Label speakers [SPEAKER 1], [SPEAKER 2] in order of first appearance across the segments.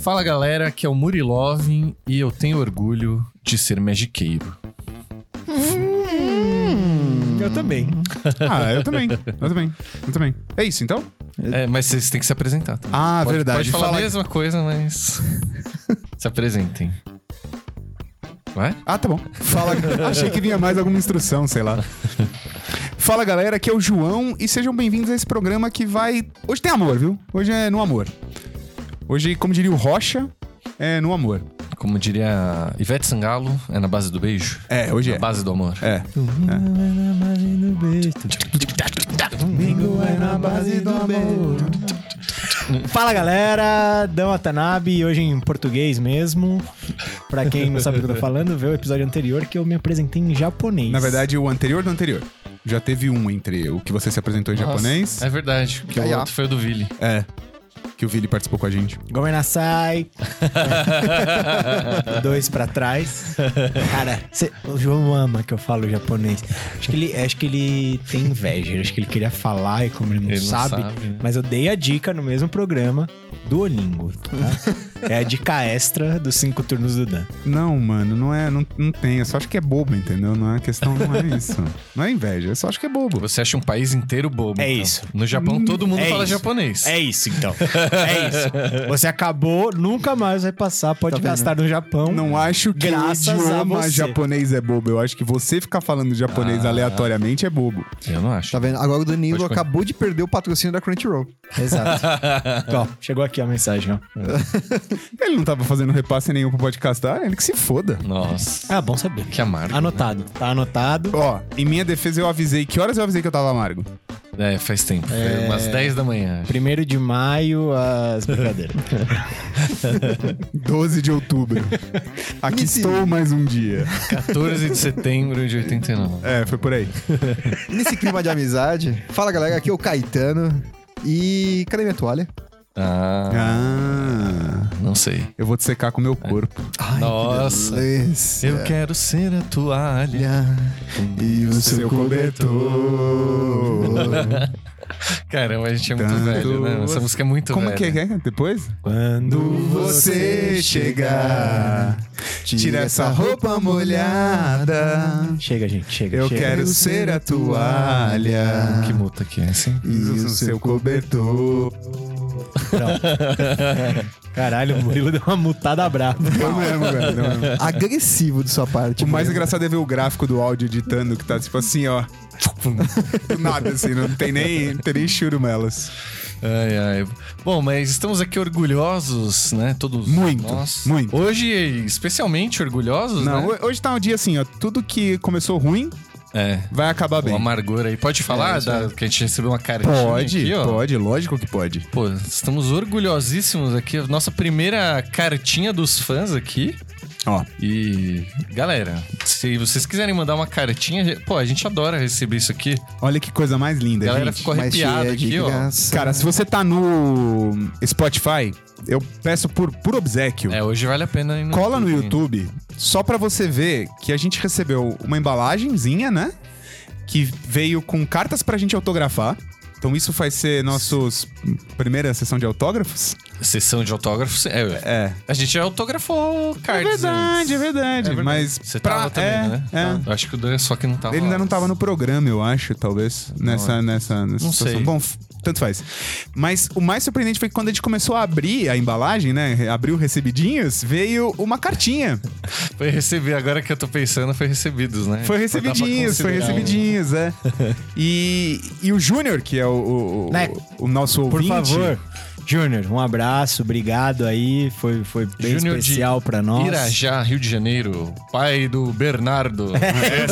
[SPEAKER 1] Fala galera, aqui é o Murilovin e eu tenho orgulho de ser magiqueiro.
[SPEAKER 2] Eu também.
[SPEAKER 3] Ah, eu também. Eu também. Eu também. É isso, então?
[SPEAKER 1] É, mas vocês têm que se apresentar. Tá?
[SPEAKER 3] Ah,
[SPEAKER 1] Pode-
[SPEAKER 3] verdade.
[SPEAKER 1] Pode falar
[SPEAKER 3] Fala-
[SPEAKER 1] a mesma coisa, mas. se apresentem. Vai?
[SPEAKER 3] Ah, tá bom. Fala. Achei que vinha mais alguma instrução, sei lá. Fala galera, aqui é o João e sejam bem-vindos a esse programa que vai. Hoje tem amor, viu? Hoje é no amor. Hoje, como diria o Rocha, é no amor.
[SPEAKER 1] Como diria Ivete Sangalo, é na base do beijo?
[SPEAKER 3] É, hoje
[SPEAKER 1] Na
[SPEAKER 3] é.
[SPEAKER 1] base do amor. Tipo,
[SPEAKER 3] É.
[SPEAKER 2] Fala galera, Dão Atanabe, hoje em português mesmo. Pra quem não sabe do que eu tô falando, vê o episódio anterior que eu me apresentei em japonês.
[SPEAKER 3] Na verdade, o anterior do anterior. Já teve um entre o que você se apresentou em
[SPEAKER 1] Nossa,
[SPEAKER 3] japonês,
[SPEAKER 1] É verdade, que
[SPEAKER 3] Ai,
[SPEAKER 1] o
[SPEAKER 3] ó.
[SPEAKER 1] outro foi o do Vili.
[SPEAKER 3] que o Vili participou com a gente.
[SPEAKER 2] Gomernasai. Dois pra trás. Cara, cê- o João ama que eu falo japonês. Acho que ele, acho que ele tem inveja. Acho que ele queria falar e como ele não
[SPEAKER 1] Ele não
[SPEAKER 2] sabe.
[SPEAKER 1] sabe, né?
[SPEAKER 2] Mas eu dei a dica no mesmo programa do Olingo, tá? É a dica extra dos cinco turnos do Dan.
[SPEAKER 3] Não, mano, não é. Não, não tem. Eu só acho que é bobo, entendeu? Não é a questão, não é isso. Não é inveja, eu só acho que é bobo.
[SPEAKER 1] Você acha um país inteiro bobo.
[SPEAKER 2] É
[SPEAKER 1] então.
[SPEAKER 2] isso.
[SPEAKER 1] No Japão todo mundo
[SPEAKER 2] é
[SPEAKER 1] fala
[SPEAKER 2] isso.
[SPEAKER 1] japonês.
[SPEAKER 2] É isso, então. É isso. Você acabou, nunca mais vai passar, pode gastar no Japão.
[SPEAKER 3] Não acho que
[SPEAKER 2] Graças a
[SPEAKER 3] o idioma
[SPEAKER 2] você.
[SPEAKER 3] japonês é bobo. Eu acho que você ficar falando japonês aleatoriamente é bobo.
[SPEAKER 1] Eu não acho.
[SPEAKER 4] Tá vendo? Agora o Danilo
[SPEAKER 1] Pode continuar.
[SPEAKER 4] acabou de perder o patrocínio da Crunchyroll.
[SPEAKER 2] Exato. Ó, chegou aqui a mensagem, ó.
[SPEAKER 3] Ele não tava fazendo repasse nenhum pro podcastar, ele que se foda.
[SPEAKER 1] Nossa.
[SPEAKER 2] Ah, bom saber.
[SPEAKER 1] Que amargo.
[SPEAKER 2] Anotado. Tá anotado.
[SPEAKER 3] Ó, em minha defesa eu avisei. Que horas eu avisei que eu tava amargo?
[SPEAKER 1] É, faz tempo. Foi umas 10 da manhã.
[SPEAKER 2] Primeiro de maio, as brincadeiras.
[SPEAKER 3] 12 de outubro. Aqui estou mais um dia.
[SPEAKER 1] 14 de setembro de 89.
[SPEAKER 3] É, foi por aí.
[SPEAKER 4] Nesse clima de amizade. Fala galera, aqui é o Caetano. E cadê minha toalha?
[SPEAKER 1] Ah,
[SPEAKER 3] Ah,
[SPEAKER 1] não sei.
[SPEAKER 3] eu vou te secar com o meu corpo.
[SPEAKER 4] Ai,
[SPEAKER 1] Nossa.
[SPEAKER 4] que delícia.
[SPEAKER 3] É.
[SPEAKER 1] Eu quero ser a toalha.
[SPEAKER 4] E o seu
[SPEAKER 3] cobertor.
[SPEAKER 1] Caramba, a gente é muito
[SPEAKER 3] Tanto
[SPEAKER 1] velho, né? Essa
[SPEAKER 3] você-
[SPEAKER 1] música é muito
[SPEAKER 3] Como
[SPEAKER 1] velha.
[SPEAKER 3] que é que é? Depois?
[SPEAKER 2] Quando
[SPEAKER 3] Você chegar, tira essa roupa molhada.
[SPEAKER 2] Chega, gente, chega.
[SPEAKER 3] Eu
[SPEAKER 2] chega.
[SPEAKER 3] quero ser a toalha
[SPEAKER 1] Que multa que é, assim?
[SPEAKER 3] e o seu cobertor.
[SPEAKER 2] Caralho, o Murilo deu uma mutada brava.
[SPEAKER 3] Eu mesmo, velho. eu mesmo.
[SPEAKER 4] Agressivo de sua parte.
[SPEAKER 3] O mais
[SPEAKER 4] Murilo.
[SPEAKER 3] engraçado é ver o gráfico do áudio editando, que tá tipo assim, ó. Do Nada assim, não tem nem, não tem nem churumelas.
[SPEAKER 1] Ai, ai. Bom, mas estamos aqui orgulhosos, né? Todos
[SPEAKER 3] Muito,
[SPEAKER 1] nós.
[SPEAKER 3] muito.
[SPEAKER 1] Hoje, especialmente orgulhosos,
[SPEAKER 3] Não,
[SPEAKER 1] né?
[SPEAKER 3] ho- hoje tá um dia assim, ó. Tudo que começou ruim
[SPEAKER 1] É.
[SPEAKER 3] vai acabar
[SPEAKER 1] O
[SPEAKER 3] bem.
[SPEAKER 1] amargor aí. Pode falar
[SPEAKER 3] É, isso
[SPEAKER 1] da- que a gente recebeu uma cartinha
[SPEAKER 3] Pode,
[SPEAKER 1] aqui, ó?
[SPEAKER 3] pode, lógico que pode.
[SPEAKER 1] Pô, estamos orgulhosíssimos aqui. Nossa primeira cartinha dos fãs aqui.
[SPEAKER 3] Ó,
[SPEAKER 1] E, galera, se vocês quiserem mandar uma cartinha, pô, a gente adora receber isso aqui.
[SPEAKER 3] olha que coisa mais linda,
[SPEAKER 1] A galera
[SPEAKER 3] gente.
[SPEAKER 1] ficou
[SPEAKER 4] Mas
[SPEAKER 1] arrepiada
[SPEAKER 4] cheia de
[SPEAKER 1] aqui, ó.
[SPEAKER 4] graça.
[SPEAKER 3] Cara, se você tá no Spotify, eu peço por, por obsequio.
[SPEAKER 1] É, hoje vale a pena. ir
[SPEAKER 3] Cola no YouTube, só pra você ver que a gente recebeu uma embalagenzinha, né? Que veio com cartas pra gente autografar. Então isso vai ser nossos primeira sessão de autógrafos?
[SPEAKER 1] Sessão de autógrafos. É,
[SPEAKER 3] É.
[SPEAKER 1] a gente já autografou
[SPEAKER 3] É
[SPEAKER 1] cards. antes.
[SPEAKER 3] verdade, é verdade. Mas
[SPEAKER 1] Você
[SPEAKER 3] pra-
[SPEAKER 1] tava também,
[SPEAKER 3] é,
[SPEAKER 1] né?
[SPEAKER 3] é.
[SPEAKER 1] Eu acho que o Dan só que não tava.
[SPEAKER 3] Ele ainda
[SPEAKER 1] lá.
[SPEAKER 3] não tava no programa, eu acho, talvez. Nessa, nessa, nessa
[SPEAKER 1] Não
[SPEAKER 3] situação.
[SPEAKER 1] sei.
[SPEAKER 3] Bom, f- tanto faz. Mas o mais surpreendente foi que quando a gente começou a abrir a embalagem, né? Abriu recebidinhos, veio uma cartinha.
[SPEAKER 1] Foi recebido, agora que eu tô pensando, foi recebidos, né?
[SPEAKER 3] Foi
[SPEAKER 1] Dá pra
[SPEAKER 3] recebidinhos,
[SPEAKER 1] considerar
[SPEAKER 3] foi
[SPEAKER 1] um-
[SPEAKER 3] recebidinhos, é. E, e o Júnior, que é o, o, o-
[SPEAKER 2] Né?
[SPEAKER 3] o nosso
[SPEAKER 2] Por
[SPEAKER 3] ouvinte.
[SPEAKER 2] favor. Júnior, um abraço, obrigado aí. Foi, foi bem
[SPEAKER 1] Júnior de
[SPEAKER 2] especial pra nós.
[SPEAKER 1] Irajá, Rio de Janeiro, pai do Bernardo.
[SPEAKER 2] O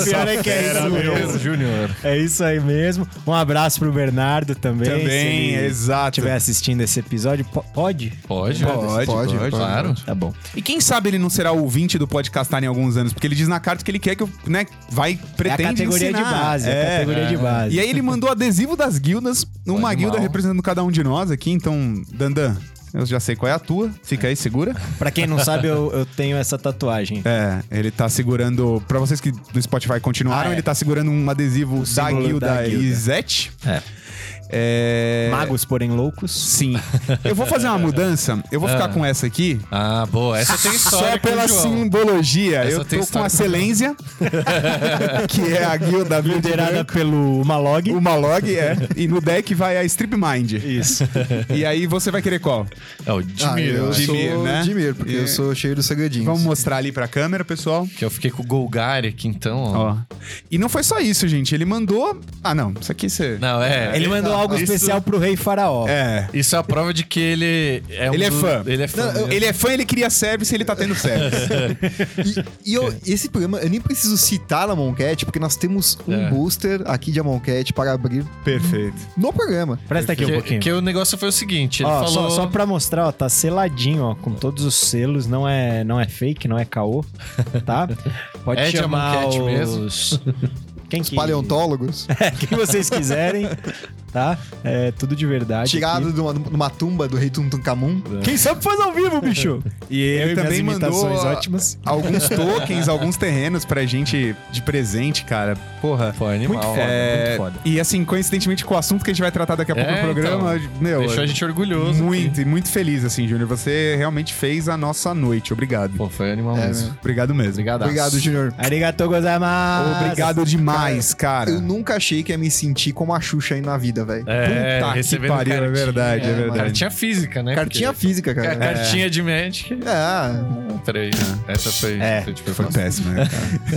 [SPEAKER 2] pior é que é isso mesmo.
[SPEAKER 1] Júnior Júnior.
[SPEAKER 2] É isso aí mesmo. Um abraço pro Bernardo também.
[SPEAKER 3] Também,
[SPEAKER 2] se ele
[SPEAKER 3] exato.
[SPEAKER 2] estiver assistindo esse episódio, po- pode?
[SPEAKER 1] Pode,
[SPEAKER 3] Pode, pode,
[SPEAKER 1] pode, claro.
[SPEAKER 2] Tá bom.
[SPEAKER 3] E quem sabe ele não será ouvinte do podcastar em alguns anos, porque ele diz na carta que ele quer que eu, né, vai, pretende
[SPEAKER 2] é a categoria
[SPEAKER 3] ensinar.
[SPEAKER 2] de base, é a
[SPEAKER 3] É.
[SPEAKER 2] categoria de base.
[SPEAKER 3] E aí ele mandou adesivo das guildas, uma
[SPEAKER 1] Animal.
[SPEAKER 3] guilda representando cada um de nós aqui, então, Dandan, eu já sei qual é a tua, fica aí, segura.
[SPEAKER 2] Pra quem não sabe, eu, eu tenho essa tatuagem.
[SPEAKER 3] É, ele tá segurando, pra vocês que no Spotify continuaram,
[SPEAKER 2] Ah, é.
[SPEAKER 3] ele tá segurando um adesivo da
[SPEAKER 2] símbolo
[SPEAKER 3] guilda,
[SPEAKER 2] da guilda.
[SPEAKER 3] Izete.
[SPEAKER 2] É.
[SPEAKER 3] É...
[SPEAKER 2] Magos, porém loucos.
[SPEAKER 3] Sim. Eu vou
[SPEAKER 1] É.
[SPEAKER 3] fazer uma mudança. Eu vou ficar com essa aqui.
[SPEAKER 1] Ah, boa. Essa tem história.
[SPEAKER 3] Só
[SPEAKER 1] com o
[SPEAKER 3] pela
[SPEAKER 1] João.
[SPEAKER 3] simbologia.
[SPEAKER 1] Essa
[SPEAKER 3] eu
[SPEAKER 1] tem
[SPEAKER 3] tô
[SPEAKER 1] história com
[SPEAKER 3] com a
[SPEAKER 1] o João.
[SPEAKER 3] Selência, que é a guilda verde
[SPEAKER 2] Liderada pelo Malog.
[SPEAKER 3] O Malog é. E no deck vai a Strip Mind.
[SPEAKER 2] Isso.
[SPEAKER 3] E aí você vai querer qual?
[SPEAKER 1] É o
[SPEAKER 4] Ah,
[SPEAKER 1] Dimir, eu
[SPEAKER 4] eu
[SPEAKER 1] acho.
[SPEAKER 3] Dimir,
[SPEAKER 4] sou
[SPEAKER 3] né?
[SPEAKER 4] Dimir, porque
[SPEAKER 3] E-
[SPEAKER 4] eu sou cheio dos segredinhos.
[SPEAKER 3] Vamos mostrar ali pra câmera, pessoal.
[SPEAKER 1] Que eu fiquei com o Golgari aqui, então, ó.
[SPEAKER 3] Ó. E não foi só isso, gente. Ele mandou. Ah, não. Isso aqui você.
[SPEAKER 1] Não, é.
[SPEAKER 2] Ele mandou algo
[SPEAKER 3] Isso-
[SPEAKER 2] especial pro rei faraó.
[SPEAKER 3] É.
[SPEAKER 1] Isso é a prova de que ele é um
[SPEAKER 3] Ele é
[SPEAKER 1] do-
[SPEAKER 3] fã.
[SPEAKER 1] Ele é fã.
[SPEAKER 3] Não, eu-
[SPEAKER 1] mesmo.
[SPEAKER 3] Ele é fã, ele cria service, ele tá tendo service.
[SPEAKER 4] E, e eu- esse programa, eu nem preciso citar a Moncat, porque nós temos um
[SPEAKER 1] É.
[SPEAKER 4] booster aqui de Moncat para abrir
[SPEAKER 3] Perfeito.
[SPEAKER 4] no programa.
[SPEAKER 2] Presta aqui um
[SPEAKER 1] que,
[SPEAKER 2] pouquinho.
[SPEAKER 1] que o negócio foi o seguinte, ele
[SPEAKER 2] Ó,
[SPEAKER 1] falou...
[SPEAKER 2] só, só pra mostrar, ó, tá seladinho, ó, com todos os selos, não é, não é fake, não é caô, tá? Pode
[SPEAKER 1] É de
[SPEAKER 2] chamar
[SPEAKER 1] Amonkhet
[SPEAKER 2] os...
[SPEAKER 1] mesmo.
[SPEAKER 2] Quem que...
[SPEAKER 4] Paleontólogos,
[SPEAKER 2] Quem vocês quiserem, tá? É tudo de verdade.
[SPEAKER 4] tirado
[SPEAKER 2] aqui.
[SPEAKER 4] de uma, de uma tumba do rei Tuntankamun.
[SPEAKER 2] Quem sabe faz ao vivo, bicho!
[SPEAKER 3] E ele
[SPEAKER 2] Eu e
[SPEAKER 3] também
[SPEAKER 2] minhas
[SPEAKER 3] mandou
[SPEAKER 2] imitações
[SPEAKER 3] a-
[SPEAKER 2] ótimas.
[SPEAKER 3] alguns tokens, alguns terrenos pra gente de presente, cara. Porra.
[SPEAKER 1] Pô, animal.
[SPEAKER 3] Muito foda,
[SPEAKER 1] É,
[SPEAKER 3] muito foda. E assim, coincidentemente com o assunto que a gente vai tratar daqui a pouco
[SPEAKER 1] É,
[SPEAKER 3] no programa, meu.
[SPEAKER 1] Deixou a gente orgulhoso.
[SPEAKER 3] muito,
[SPEAKER 1] aqui.
[SPEAKER 3] e muito feliz, assim, Júnior. Você realmente fez a nossa noite. Obrigado.
[SPEAKER 1] Pô, foi animal
[SPEAKER 4] É,
[SPEAKER 1] mesmo.
[SPEAKER 3] Obrigado mesmo.
[SPEAKER 1] Obrigado.
[SPEAKER 4] Obrigado, Junior.
[SPEAKER 2] Arigatou gozaimasu!
[SPEAKER 3] Obrigado demais, cara.
[SPEAKER 4] Eu nunca achei que ia me sentir como a Xuxa aí na vida, velho.
[SPEAKER 1] É,
[SPEAKER 3] Puta que
[SPEAKER 1] recebendo
[SPEAKER 3] pariu, é
[SPEAKER 1] cartinha,
[SPEAKER 3] verdade, é
[SPEAKER 1] mano.
[SPEAKER 3] verdade.
[SPEAKER 1] Cartinha física, né?
[SPEAKER 4] Cartinha física, né?
[SPEAKER 1] Porque-
[SPEAKER 4] cara.
[SPEAKER 1] Ca- Cartinha de Magic.
[SPEAKER 4] É.
[SPEAKER 1] Peraí, essa foi...
[SPEAKER 2] É,
[SPEAKER 1] foi, tipo,
[SPEAKER 3] Foi péssimo, né?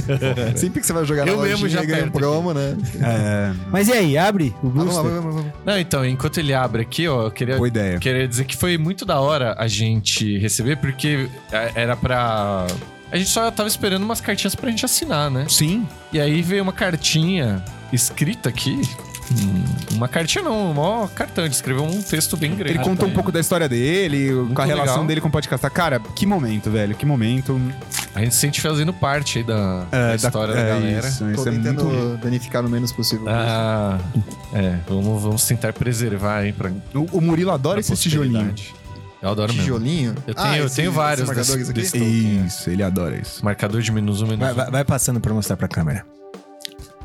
[SPEAKER 4] É. Sempre que você vai jogar
[SPEAKER 1] Eu
[SPEAKER 4] na
[SPEAKER 1] mesmo
[SPEAKER 4] lojinha,
[SPEAKER 1] já
[SPEAKER 4] ganha um
[SPEAKER 1] aperto
[SPEAKER 4] promo, né?
[SPEAKER 3] É,
[SPEAKER 2] Mas e aí, abre o
[SPEAKER 4] Ah, vamos lá,
[SPEAKER 2] booster.
[SPEAKER 4] vamos lá, vamos lá.
[SPEAKER 1] Não, então, enquanto ele abre aqui, ó, eu queria...
[SPEAKER 3] É, boa ideia.
[SPEAKER 1] Queria dizer que foi muito da hora a gente receber, porque é, era pra... A gente só tava esperando umas cartinhas pra gente assinar, né?
[SPEAKER 3] Sim.
[SPEAKER 1] E aí veio uma cartinha escrita aqui. Hum, Uma cartinha não, um maior cartão. Ele escreveu um texto bem grande.
[SPEAKER 3] Ele contou um pouco da história dele, com a relação
[SPEAKER 1] legal.
[SPEAKER 3] dele com o podcast. Cara, que momento, velho. Que momento.
[SPEAKER 1] A gente se sente fazendo parte aí da, da história da,
[SPEAKER 3] é
[SPEAKER 1] galera.
[SPEAKER 3] Isso,
[SPEAKER 4] Tô
[SPEAKER 3] isso é
[SPEAKER 4] tentando
[SPEAKER 3] muito...
[SPEAKER 4] danificar o menos possível.
[SPEAKER 1] Ah, é. Vamos, vamos tentar preservar aí pra.
[SPEAKER 3] O, o Murilo adora
[SPEAKER 1] pra
[SPEAKER 3] esse tijolinho.
[SPEAKER 1] posteridade. Eu adoro mesmo.
[SPEAKER 4] Tijolinho? Ah,
[SPEAKER 1] Eu tenho- eu
[SPEAKER 4] esses-
[SPEAKER 1] tenho vários
[SPEAKER 4] esses marcadores
[SPEAKER 1] desse-
[SPEAKER 4] aqui.
[SPEAKER 3] Isso, ele adora isso.
[SPEAKER 1] Marcador de menos um, menos
[SPEAKER 2] Vai, vai- vai passando pra mostrar pra câmera.
[SPEAKER 1] um.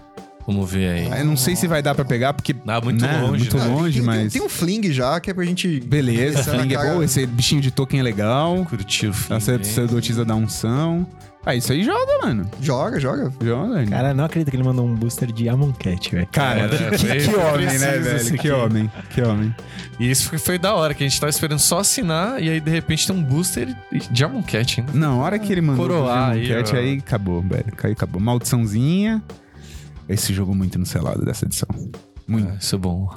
[SPEAKER 1] Vamos ver aí.
[SPEAKER 3] Eu não sei se vai dar pra pegar, porque...
[SPEAKER 1] Ah, muito
[SPEAKER 3] né,
[SPEAKER 1] longe,
[SPEAKER 3] Muito
[SPEAKER 1] né?
[SPEAKER 3] longe,
[SPEAKER 4] tem,
[SPEAKER 3] mas...
[SPEAKER 4] Tem, tem um fling já, que é pra gente...
[SPEAKER 3] Beleza,
[SPEAKER 4] Essa
[SPEAKER 3] Fling é
[SPEAKER 4] cara-
[SPEAKER 3] boa. Esse bichinho de token é legal.
[SPEAKER 1] Curtiu o fim.
[SPEAKER 3] A
[SPEAKER 1] hein?
[SPEAKER 3] sacerdotiza da unção. um Ah, isso aí joga, mano.
[SPEAKER 4] Joga, joga.
[SPEAKER 3] Joga. né?
[SPEAKER 2] Cara, não acredito que ele mandou um booster de Amonkhet, velho.
[SPEAKER 3] Cara,
[SPEAKER 1] É,
[SPEAKER 3] que,
[SPEAKER 1] foi-
[SPEAKER 3] que
[SPEAKER 1] foi
[SPEAKER 3] homem, né,
[SPEAKER 1] preciso isso
[SPEAKER 3] velho?
[SPEAKER 1] aqui.
[SPEAKER 3] Que homem, que homem.
[SPEAKER 1] E isso foi- foi da hora, que a gente tava esperando só assinar e aí de repente tem um booster e- de Amonkhet ainda.
[SPEAKER 3] Não, a hora que ele mandou
[SPEAKER 1] Coroar
[SPEAKER 3] fazer
[SPEAKER 1] aí,
[SPEAKER 3] uma enquete,
[SPEAKER 1] ó.
[SPEAKER 3] aí, acabou, velho. Caiu, acabou. Maldiçãozinha. Esse jogo é muito no selado dessa edição. Muito.
[SPEAKER 1] Ah, isso é bom.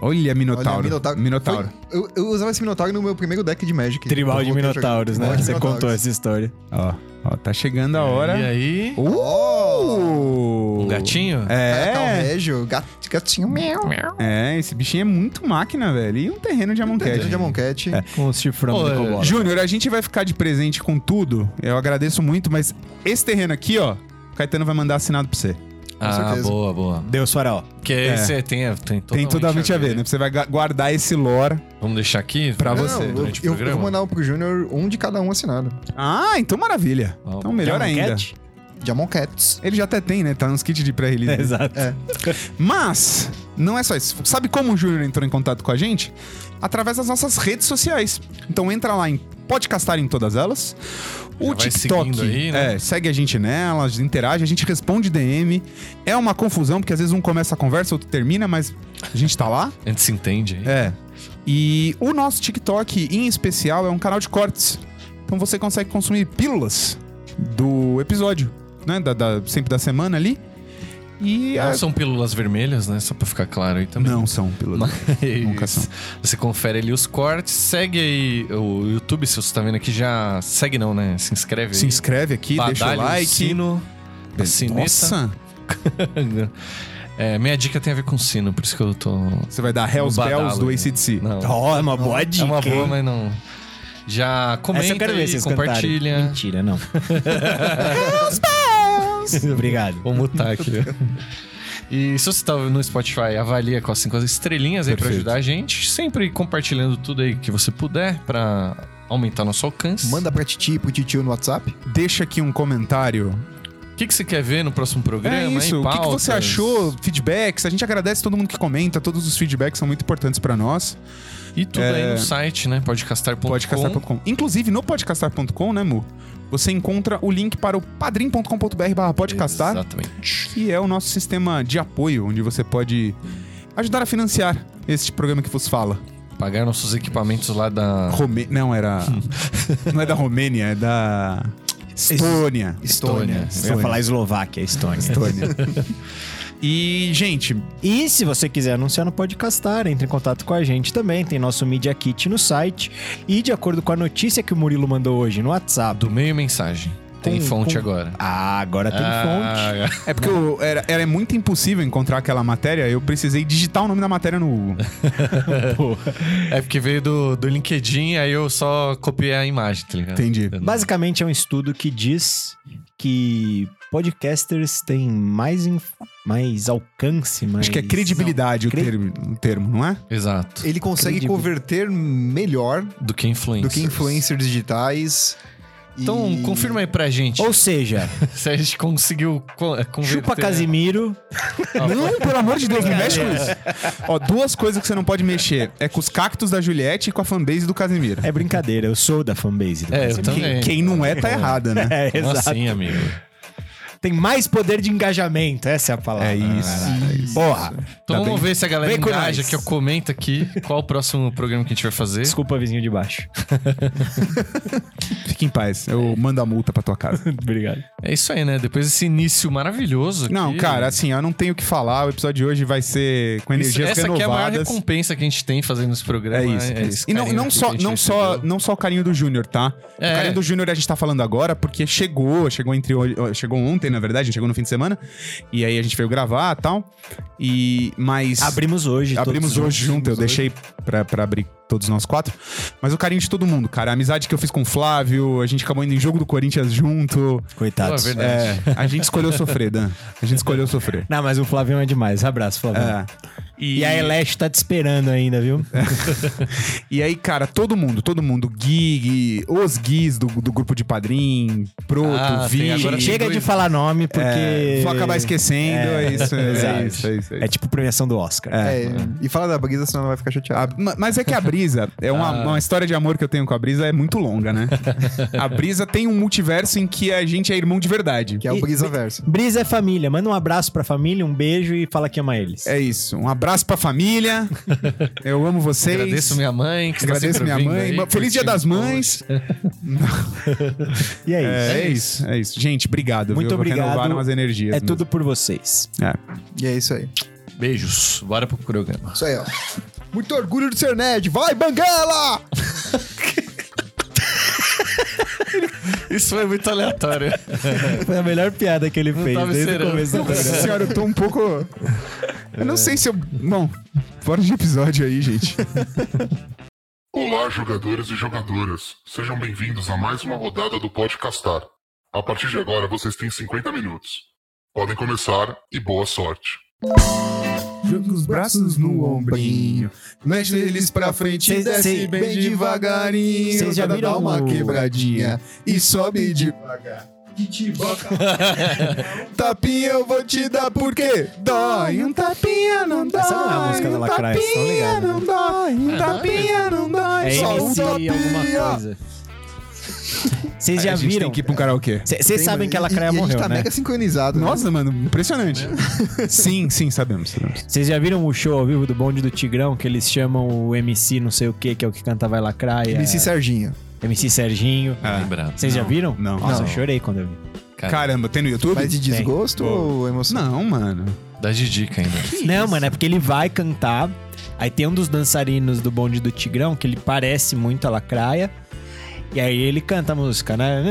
[SPEAKER 3] Olha, Minotauro.
[SPEAKER 4] Olha, Minotauro.
[SPEAKER 3] Minotauro.
[SPEAKER 4] Eu, eu usava esse Minotauro no meu primeiro deck de Magic.
[SPEAKER 2] Tribal
[SPEAKER 4] Eu
[SPEAKER 2] de
[SPEAKER 4] voltei a
[SPEAKER 2] Minotauros,
[SPEAKER 4] jogar.
[SPEAKER 2] né?
[SPEAKER 4] Tribal de
[SPEAKER 2] Você
[SPEAKER 4] Minotauros.
[SPEAKER 2] contou essa história.
[SPEAKER 3] Ó, ó, tá chegando a
[SPEAKER 1] E
[SPEAKER 3] hora.
[SPEAKER 1] aí.
[SPEAKER 4] Oh!
[SPEAKER 3] Uh!
[SPEAKER 1] Um gatinho?
[SPEAKER 3] É.
[SPEAKER 4] Calvejo, tá um gato, gatinho meu.
[SPEAKER 3] É, esse bichinho é muito máquina, velho. E um terreno de Amonkhet.
[SPEAKER 4] Terreno de Amonkhet.
[SPEAKER 2] Com os chifrão
[SPEAKER 1] Ô,
[SPEAKER 2] do Cobola.
[SPEAKER 3] Júnior, a gente vai ficar de presente com tudo. Eu agradeço muito, mas esse terreno aqui, ó, o Caetano vai mandar assinado pra você.
[SPEAKER 1] Ah,
[SPEAKER 4] certeza.
[SPEAKER 1] boa, boa.
[SPEAKER 2] Deus faraó.
[SPEAKER 1] Porque esse tem, é, tem totalmente,
[SPEAKER 3] É. Tem totalmente a ver, né? Você vai ga- guardar esse lore.
[SPEAKER 1] Vamos deixar aqui
[SPEAKER 3] Pra
[SPEAKER 1] né,
[SPEAKER 3] você,
[SPEAKER 4] eu-
[SPEAKER 1] durante o
[SPEAKER 4] eu, eu
[SPEAKER 1] programa.
[SPEAKER 4] vou mandar um pro Júnior, um de cada um assinado.
[SPEAKER 3] Ah, então maravilha.
[SPEAKER 1] Ó,
[SPEAKER 3] Então melhor
[SPEAKER 2] De
[SPEAKER 3] ainda.
[SPEAKER 2] Amonkhet?
[SPEAKER 4] De Amonkets.
[SPEAKER 3] Ele já até tem, né? Tá nos kits de pré-release.
[SPEAKER 2] É, Exato.
[SPEAKER 3] Mas, não é só isso. Sabe como o Júnior entrou em contato com a gente? Através das nossas redes sociais. Então entra lá em Podcastar em todas elas. O
[SPEAKER 1] Já vai
[SPEAKER 3] TikTok,
[SPEAKER 1] seguindo aí, né?
[SPEAKER 3] é, segue a gente nelas, interage, a gente responde DM. É uma confusão, porque às vezes um começa a conversa, outro termina, mas a gente tá lá.
[SPEAKER 1] A gente se entende aí.
[SPEAKER 3] É. E o nosso TikTok, em especial, é um canal de cortes. Então você consegue consumir pílulas do episódio, né? Da, da- sempre da semana ali. E
[SPEAKER 1] Não
[SPEAKER 3] a-
[SPEAKER 1] são pílulas vermelhas, né? Só pra ficar claro aí também.
[SPEAKER 3] É, Não são pílulas.
[SPEAKER 1] Mas
[SPEAKER 3] Nunca são.
[SPEAKER 1] Você confere ali os cortes, segue aí o YouTube, se você tá vendo aqui, já segue não, né? Se inscreve
[SPEAKER 3] Se
[SPEAKER 1] aí.
[SPEAKER 3] inscreve aqui, deixa o
[SPEAKER 1] Badalha
[SPEAKER 3] like.
[SPEAKER 1] sino, a sineta.
[SPEAKER 3] Nossa,
[SPEAKER 1] É, minha dica tem a ver com sino, por isso que eu tô...
[SPEAKER 3] você vai dar Hells
[SPEAKER 1] No badalo,
[SPEAKER 3] Bells do
[SPEAKER 1] né?
[SPEAKER 3] ACDC.
[SPEAKER 1] Não,
[SPEAKER 2] Ó, é uma boa dica.
[SPEAKER 1] é uma boa,
[SPEAKER 2] hein?
[SPEAKER 1] mas não... Já comenta
[SPEAKER 2] Essa eu quero ver
[SPEAKER 1] aí,
[SPEAKER 2] vocês
[SPEAKER 1] compartilha.
[SPEAKER 2] cantarem. Mentira, não. Obrigado.
[SPEAKER 1] Vou mutar aqui. E se você tá no Spotify, avalia com as cinco estrelinhas aí pra
[SPEAKER 3] Perfeito.
[SPEAKER 1] ajudar a gente. Sempre compartilhando tudo aí que você puder pra aumentar nosso alcance.
[SPEAKER 4] Manda pra Titi, pro Titio no WhatsApp.
[SPEAKER 3] Deixa aqui um comentário
[SPEAKER 1] que, que você quer ver no próximo programa?
[SPEAKER 3] É
[SPEAKER 1] hein,
[SPEAKER 3] isso. o que que,
[SPEAKER 1] pautas?
[SPEAKER 3] você achou? Feedbacks. A gente agradece todo mundo que comenta. Todos os feedbacks são muito importantes pra nós.
[SPEAKER 1] E tudo aí
[SPEAKER 2] É,
[SPEAKER 1] no site, né? Podcastar.com.
[SPEAKER 3] Podcastar.com. Inclusive, no podcastar.com, né, Mu? Você encontra o link para o padrim.com.br barra podcastar,
[SPEAKER 1] Exatamente.
[SPEAKER 3] que é o nosso sistema de apoio, onde você pode ajudar a financiar este programa que vos fala.
[SPEAKER 1] Pagar nossos equipamentos lá da.
[SPEAKER 3] Rome... Não, era... Não é da Romênia, é da... Estônia.
[SPEAKER 1] Estônia.
[SPEAKER 4] Estônia.
[SPEAKER 2] Se eu falar Eslováquia, é Estônia.
[SPEAKER 3] E, gente,
[SPEAKER 2] E se você quiser anunciar no Podcastar, entre em contato com a gente também. Tem nosso Media Kit no site. E de acordo com a notícia que o Murilo mandou hoje no WhatsApp.
[SPEAKER 1] Do meio mensagem. Tem
[SPEAKER 2] Com-
[SPEAKER 1] fonte
[SPEAKER 2] com-
[SPEAKER 1] agora.
[SPEAKER 2] Ah, agora tem fonte.
[SPEAKER 1] Ah,
[SPEAKER 3] É porque eu- era, era muito impossível encontrar aquela matéria, eu precisei digitar o nome da matéria no Google.
[SPEAKER 1] É porque veio do, do LinkedIn, aí eu só copiei a imagem, tá ligado?
[SPEAKER 3] Entendi.
[SPEAKER 2] Basicamente é um estudo que diz que podcasters têm mais, inf- mais alcance, mais.
[SPEAKER 3] Acho que é credibilidade o,
[SPEAKER 2] Cre-
[SPEAKER 3] termo, o termo, não é?
[SPEAKER 1] Exato.
[SPEAKER 4] Ele consegue
[SPEAKER 2] Incrível.
[SPEAKER 4] converter melhor
[SPEAKER 1] Do que influencer.
[SPEAKER 4] do que influencers digitais. e-
[SPEAKER 1] Então, confirma aí pra gente
[SPEAKER 2] Ou seja,
[SPEAKER 1] se a gente conseguiu co- eh, converter.
[SPEAKER 2] chupa Casimiro.
[SPEAKER 3] Não, pelo amor de Deus, não mexe com isso. Ó, duas coisas que você não pode mexer: é com os cactos da Juliette e com a fanbase do Casimiro.
[SPEAKER 2] É brincadeira, eu sou da fanbase. do
[SPEAKER 1] É, eu
[SPEAKER 2] Casimiro.
[SPEAKER 1] também.
[SPEAKER 3] Quem, quem não é, tá errada, né?
[SPEAKER 2] É,
[SPEAKER 1] Como
[SPEAKER 2] exato.
[SPEAKER 1] assim, amigo?
[SPEAKER 2] Tem mais poder de engajamento, essa é a palavra. Ah,
[SPEAKER 3] É isso.
[SPEAKER 2] Porra.
[SPEAKER 1] Então
[SPEAKER 3] Tá
[SPEAKER 1] vamos
[SPEAKER 3] bem.
[SPEAKER 1] ver se a galera
[SPEAKER 2] Vem com
[SPEAKER 1] engaja,
[SPEAKER 2] nós.
[SPEAKER 1] que eu comento aqui qual o próximo programa que a gente vai fazer.
[SPEAKER 2] Desculpa, vizinho de baixo.
[SPEAKER 3] Fique em paz, eu mando a multa pra tua casa.
[SPEAKER 2] Obrigado.
[SPEAKER 1] É isso aí, né? Depois desse início maravilhoso aqui,
[SPEAKER 3] Não, cara, assim, eu não tenho o que falar. O episódio de hoje vai ser com
[SPEAKER 1] isso-
[SPEAKER 3] energias
[SPEAKER 1] essa aqui é a maior
[SPEAKER 3] renovadas.
[SPEAKER 1] recompensa que a gente tem fazendo esse programa.
[SPEAKER 3] É isso. é isso.
[SPEAKER 1] esse
[SPEAKER 3] E não,
[SPEAKER 1] carinho
[SPEAKER 3] não
[SPEAKER 1] aqui
[SPEAKER 3] só,
[SPEAKER 1] que a gente
[SPEAKER 3] não, só,
[SPEAKER 1] recebeu.
[SPEAKER 3] não só o carinho do Júnior, tá?
[SPEAKER 1] É.
[SPEAKER 3] O carinho do Júnior a gente tá falando agora porque chegou, chegou entre o- chegou ontem, na verdade, chegou no fim de semana. E aí a gente veio gravar e tal. E mas
[SPEAKER 2] Abrimos hoje. todos
[SPEAKER 3] abrimos
[SPEAKER 2] juntos.
[SPEAKER 3] hoje junto, eu
[SPEAKER 4] abrimos
[SPEAKER 3] deixei pra, pra abrir todos nós quatro. Mas o carinho de todo mundo, cara. A amizade que eu fiz com o Flávio, a gente acabou indo em jogo do Corinthians junto.
[SPEAKER 2] Coitados.
[SPEAKER 1] Pô, é verdade.
[SPEAKER 3] É, a gente escolheu sofrer, Dan. A gente escolheu sofrer.
[SPEAKER 2] Não, mas o Flavinho é demais. Abraço, Flavinho.
[SPEAKER 3] É.
[SPEAKER 2] E a Eleste tá te esperando ainda, viu?
[SPEAKER 3] E aí, cara, todo mundo, todo mundo, Gui, Gui, os Guis do, do grupo de padrim, Proto,
[SPEAKER 1] Ah, tem
[SPEAKER 3] Vi.
[SPEAKER 1] agora-
[SPEAKER 2] Chega
[SPEAKER 1] dois-
[SPEAKER 2] de falar nome, porque.
[SPEAKER 3] é, vou acabar esquecendo, é, isso, é,
[SPEAKER 2] exato.
[SPEAKER 3] isso, é isso. é
[SPEAKER 2] É
[SPEAKER 3] isso.
[SPEAKER 2] tipo premiação do Oscar.
[SPEAKER 4] É, e fala da brisa, senão ela vai ficar
[SPEAKER 3] A-
[SPEAKER 4] chateada.
[SPEAKER 3] ma- mas é que a Brisa, é uma,
[SPEAKER 1] Ah.
[SPEAKER 3] uma história de amor que eu tenho com a Brisa, é muito longa, né? A Brisa tem um multiverso em que a gente é irmão de verdade.
[SPEAKER 4] Que é
[SPEAKER 2] E-
[SPEAKER 4] o brisa verso.
[SPEAKER 2] Brisa é família. Manda um abraço pra família, um beijo e fala que ama eles.
[SPEAKER 3] É isso. Um abraço pra família. Eu amo vocês.
[SPEAKER 1] Agradeço minha mãe. Que tá
[SPEAKER 3] Agradeço
[SPEAKER 1] sempre
[SPEAKER 3] minha
[SPEAKER 1] ouvindo
[SPEAKER 3] mãe.
[SPEAKER 1] aí,
[SPEAKER 3] Feliz
[SPEAKER 1] curtindo
[SPEAKER 3] Dia das
[SPEAKER 1] os
[SPEAKER 3] Mães.
[SPEAKER 2] E é isso.
[SPEAKER 3] É, é isso, é isso. Gente, obrigado.
[SPEAKER 2] Muito
[SPEAKER 3] viu?
[SPEAKER 2] obrigado.
[SPEAKER 3] Renovaram as energias.
[SPEAKER 2] É
[SPEAKER 3] meu.
[SPEAKER 2] tudo por vocês.
[SPEAKER 3] É.
[SPEAKER 4] E é isso aí.
[SPEAKER 1] posts. Beijos. Bora pro programa.
[SPEAKER 4] Isso aí, ó. Muito orgulho de ser nerd. Vai, Banguela!
[SPEAKER 1] Isso foi muito aleatório.
[SPEAKER 2] Foi a melhor piada que ele fez
[SPEAKER 1] tava
[SPEAKER 2] desde o
[SPEAKER 1] esperando.
[SPEAKER 2] começo do
[SPEAKER 3] Nossa
[SPEAKER 2] programa.
[SPEAKER 3] senhora, eu tô um pouco. Eu não sei se eu. Bom, fora de episódio aí, gente.
[SPEAKER 5] Olá, jogadores e jogadoras. Sejam bem-vindos a mais uma rodada do Podcastar. A partir de agora, vocês têm 50 minutos. Podem começar e boa sorte.
[SPEAKER 3] Joga os braços no
[SPEAKER 4] ombrinho,
[SPEAKER 3] mexe eles pra frente
[SPEAKER 2] e desce Cês- bem cês-
[SPEAKER 3] devagarinho.
[SPEAKER 2] cês já dá viram uma o-
[SPEAKER 4] quebradinha
[SPEAKER 3] e sobe devagar. tapinha eu vou te dar porque dói. Um tapinha não dói. Um
[SPEAKER 2] Essa não é a música da Lacraia, vocês estão ligados, né?
[SPEAKER 3] não dói. Um tapinha não dói.
[SPEAKER 2] É
[SPEAKER 3] só um
[SPEAKER 2] MC
[SPEAKER 3] tapinha.
[SPEAKER 2] alguma coisa. Vocês já
[SPEAKER 3] a gente
[SPEAKER 2] viram?
[SPEAKER 3] tem que ir pra um karaokê.
[SPEAKER 2] Vocês
[SPEAKER 4] Tem,
[SPEAKER 2] sabem
[SPEAKER 4] mano.
[SPEAKER 2] que a
[SPEAKER 4] E- e
[SPEAKER 2] Lacraia
[SPEAKER 4] A
[SPEAKER 2] morreu,
[SPEAKER 4] gente tá
[SPEAKER 2] né?
[SPEAKER 4] mega sincronizado. né?
[SPEAKER 3] Nossa, mano, impressionante. sim, sim, sabemos, sabemos.
[SPEAKER 2] Vocês já viram o show ao vivo do Bonde do Tigrão, que eles chamam o MC não sei o que, que é o que canta Vai Lacraia,
[SPEAKER 4] MC Serginho.
[SPEAKER 2] MC Serginho.
[SPEAKER 1] Tá. Lembrado.
[SPEAKER 2] Vocês já
[SPEAKER 3] Não,
[SPEAKER 2] viram?
[SPEAKER 3] não.
[SPEAKER 2] Nossa,
[SPEAKER 4] Não.
[SPEAKER 2] eu chorei quando eu vi.
[SPEAKER 3] Ah, Caramba, tem no YouTube?
[SPEAKER 4] Mas de
[SPEAKER 2] Tem.
[SPEAKER 4] desgosto
[SPEAKER 3] Boa.
[SPEAKER 4] ou emoção?
[SPEAKER 3] Não, mano.
[SPEAKER 1] Dá de dica ainda.
[SPEAKER 2] não, mano, é porque ele vai cantar. Aí tem um dos dançarinos do Bonde do Tigrão, que ele parece muito a Lacraia. E aí ele canta a música, né?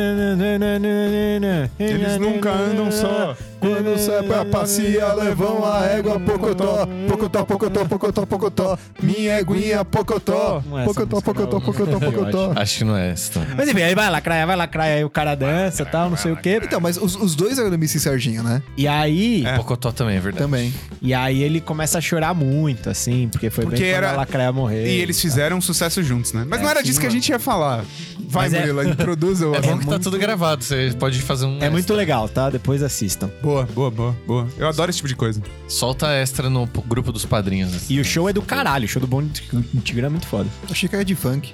[SPEAKER 3] Eles nunca andam só. Quando sai é pra passear, levam a égua Pocotó. Pocotó, Pocotó, Pocotó, Pocotó. Minha eguinha Pocotó.
[SPEAKER 2] Não é essa
[SPEAKER 3] Pocotó,
[SPEAKER 2] música,
[SPEAKER 3] Pocotó, Pocotó, Pocotó.
[SPEAKER 1] Acho, acho que não é essa. tá?
[SPEAKER 2] Mas enfim, aí vai lacraia, vai lacraia, aí o cara dança e tal, não sei o quê.
[SPEAKER 4] Então, mas os, os dois eram do Missy e Serginho, né?
[SPEAKER 2] E aí,
[SPEAKER 1] Pocotó também, é verdade.
[SPEAKER 4] Também.
[SPEAKER 2] e aí ele começa a chorar muito, assim, porque foi
[SPEAKER 3] Porque
[SPEAKER 2] bem quando
[SPEAKER 3] era-
[SPEAKER 2] a lacraia morreu.
[SPEAKER 3] E eles fizeram um sucesso juntos, né? Mas não era
[SPEAKER 2] sim,
[SPEAKER 3] disso que a
[SPEAKER 2] mano.
[SPEAKER 3] gente ia falar. Vai,
[SPEAKER 2] Mas é-
[SPEAKER 3] Murilo, introduza o
[SPEAKER 1] É bom que tá
[SPEAKER 3] assunto.
[SPEAKER 1] tudo gravado, você pode fazer um.
[SPEAKER 2] É muito legal, tá? Depois assistam.
[SPEAKER 3] Boa, boa, boa, boa. Eu adoro esse tipo de coisa.
[SPEAKER 1] Solta extra no p- grupo dos padrinhos. assim.
[SPEAKER 2] E o show é do caralho, o show do Bonde do Tigre é muito foda.
[SPEAKER 4] Achei que era de funk.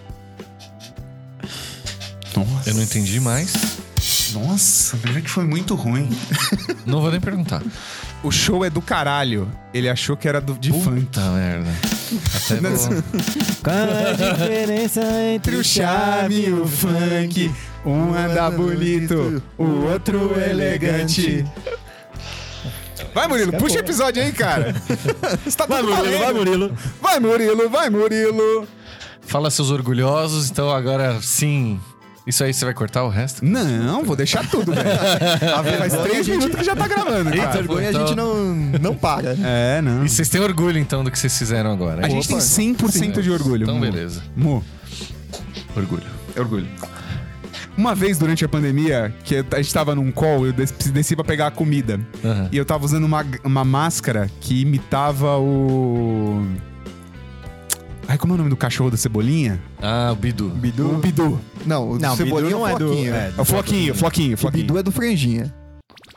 [SPEAKER 3] Nossa.
[SPEAKER 1] Eu não entendi mais.
[SPEAKER 3] Nossa, veja que foi muito ruim.
[SPEAKER 1] Não vou nem perguntar.
[SPEAKER 3] O show é do caralho. Ele achou que era do, de funk.
[SPEAKER 1] Puta merda. Até
[SPEAKER 3] Não,
[SPEAKER 1] vou...
[SPEAKER 2] Qual a diferença entre o charme e o funk?
[SPEAKER 3] Um
[SPEAKER 4] anda bonito, o outro elegante.
[SPEAKER 3] Vai, Murilo,
[SPEAKER 2] Isso é
[SPEAKER 3] puxa o
[SPEAKER 2] boa.
[SPEAKER 3] episódio aí, cara. Você tá
[SPEAKER 2] Vai,
[SPEAKER 3] tudo
[SPEAKER 2] Murilo, vai,
[SPEAKER 3] valendo.
[SPEAKER 2] Murilo.
[SPEAKER 3] Vai, Murilo, vai, Murilo.
[SPEAKER 1] Fala seus orgulhosos, então agora sim. Isso aí você vai cortar o resto?
[SPEAKER 3] Não, vou deixar tudo, velho. Faz três minutos que já tá gravando,
[SPEAKER 4] A
[SPEAKER 3] cara.
[SPEAKER 4] vergonha a
[SPEAKER 1] então.
[SPEAKER 4] gente não, não paga.
[SPEAKER 3] É, não.
[SPEAKER 1] E vocês têm orgulho então do que vocês fizeram agora?
[SPEAKER 3] A gente tem 100% de orgulho.
[SPEAKER 1] Então
[SPEAKER 3] Mu.
[SPEAKER 1] beleza. É
[SPEAKER 3] Mu,
[SPEAKER 1] Orgulho.
[SPEAKER 3] orgulho. Uma vez durante a pandemia, que a gente tava num call, eu des- desci pra pegar a comida.
[SPEAKER 1] Aham.
[SPEAKER 3] E eu tava usando uma, uma máscara que imitava o. Ai, como é o nome do cachorro da Cebolinha?
[SPEAKER 1] Ah, o Bidu.
[SPEAKER 3] O Bidu.
[SPEAKER 4] Não, o
[SPEAKER 2] Não,
[SPEAKER 4] do Cebolinha
[SPEAKER 2] Bidu não
[SPEAKER 4] é
[SPEAKER 2] é
[SPEAKER 4] o
[SPEAKER 2] do-
[SPEAKER 4] Floquinho.
[SPEAKER 2] é.
[SPEAKER 3] É o Floquinho, Floquinho,
[SPEAKER 4] O
[SPEAKER 3] Floquinho.
[SPEAKER 4] Bidu é do Franjinha.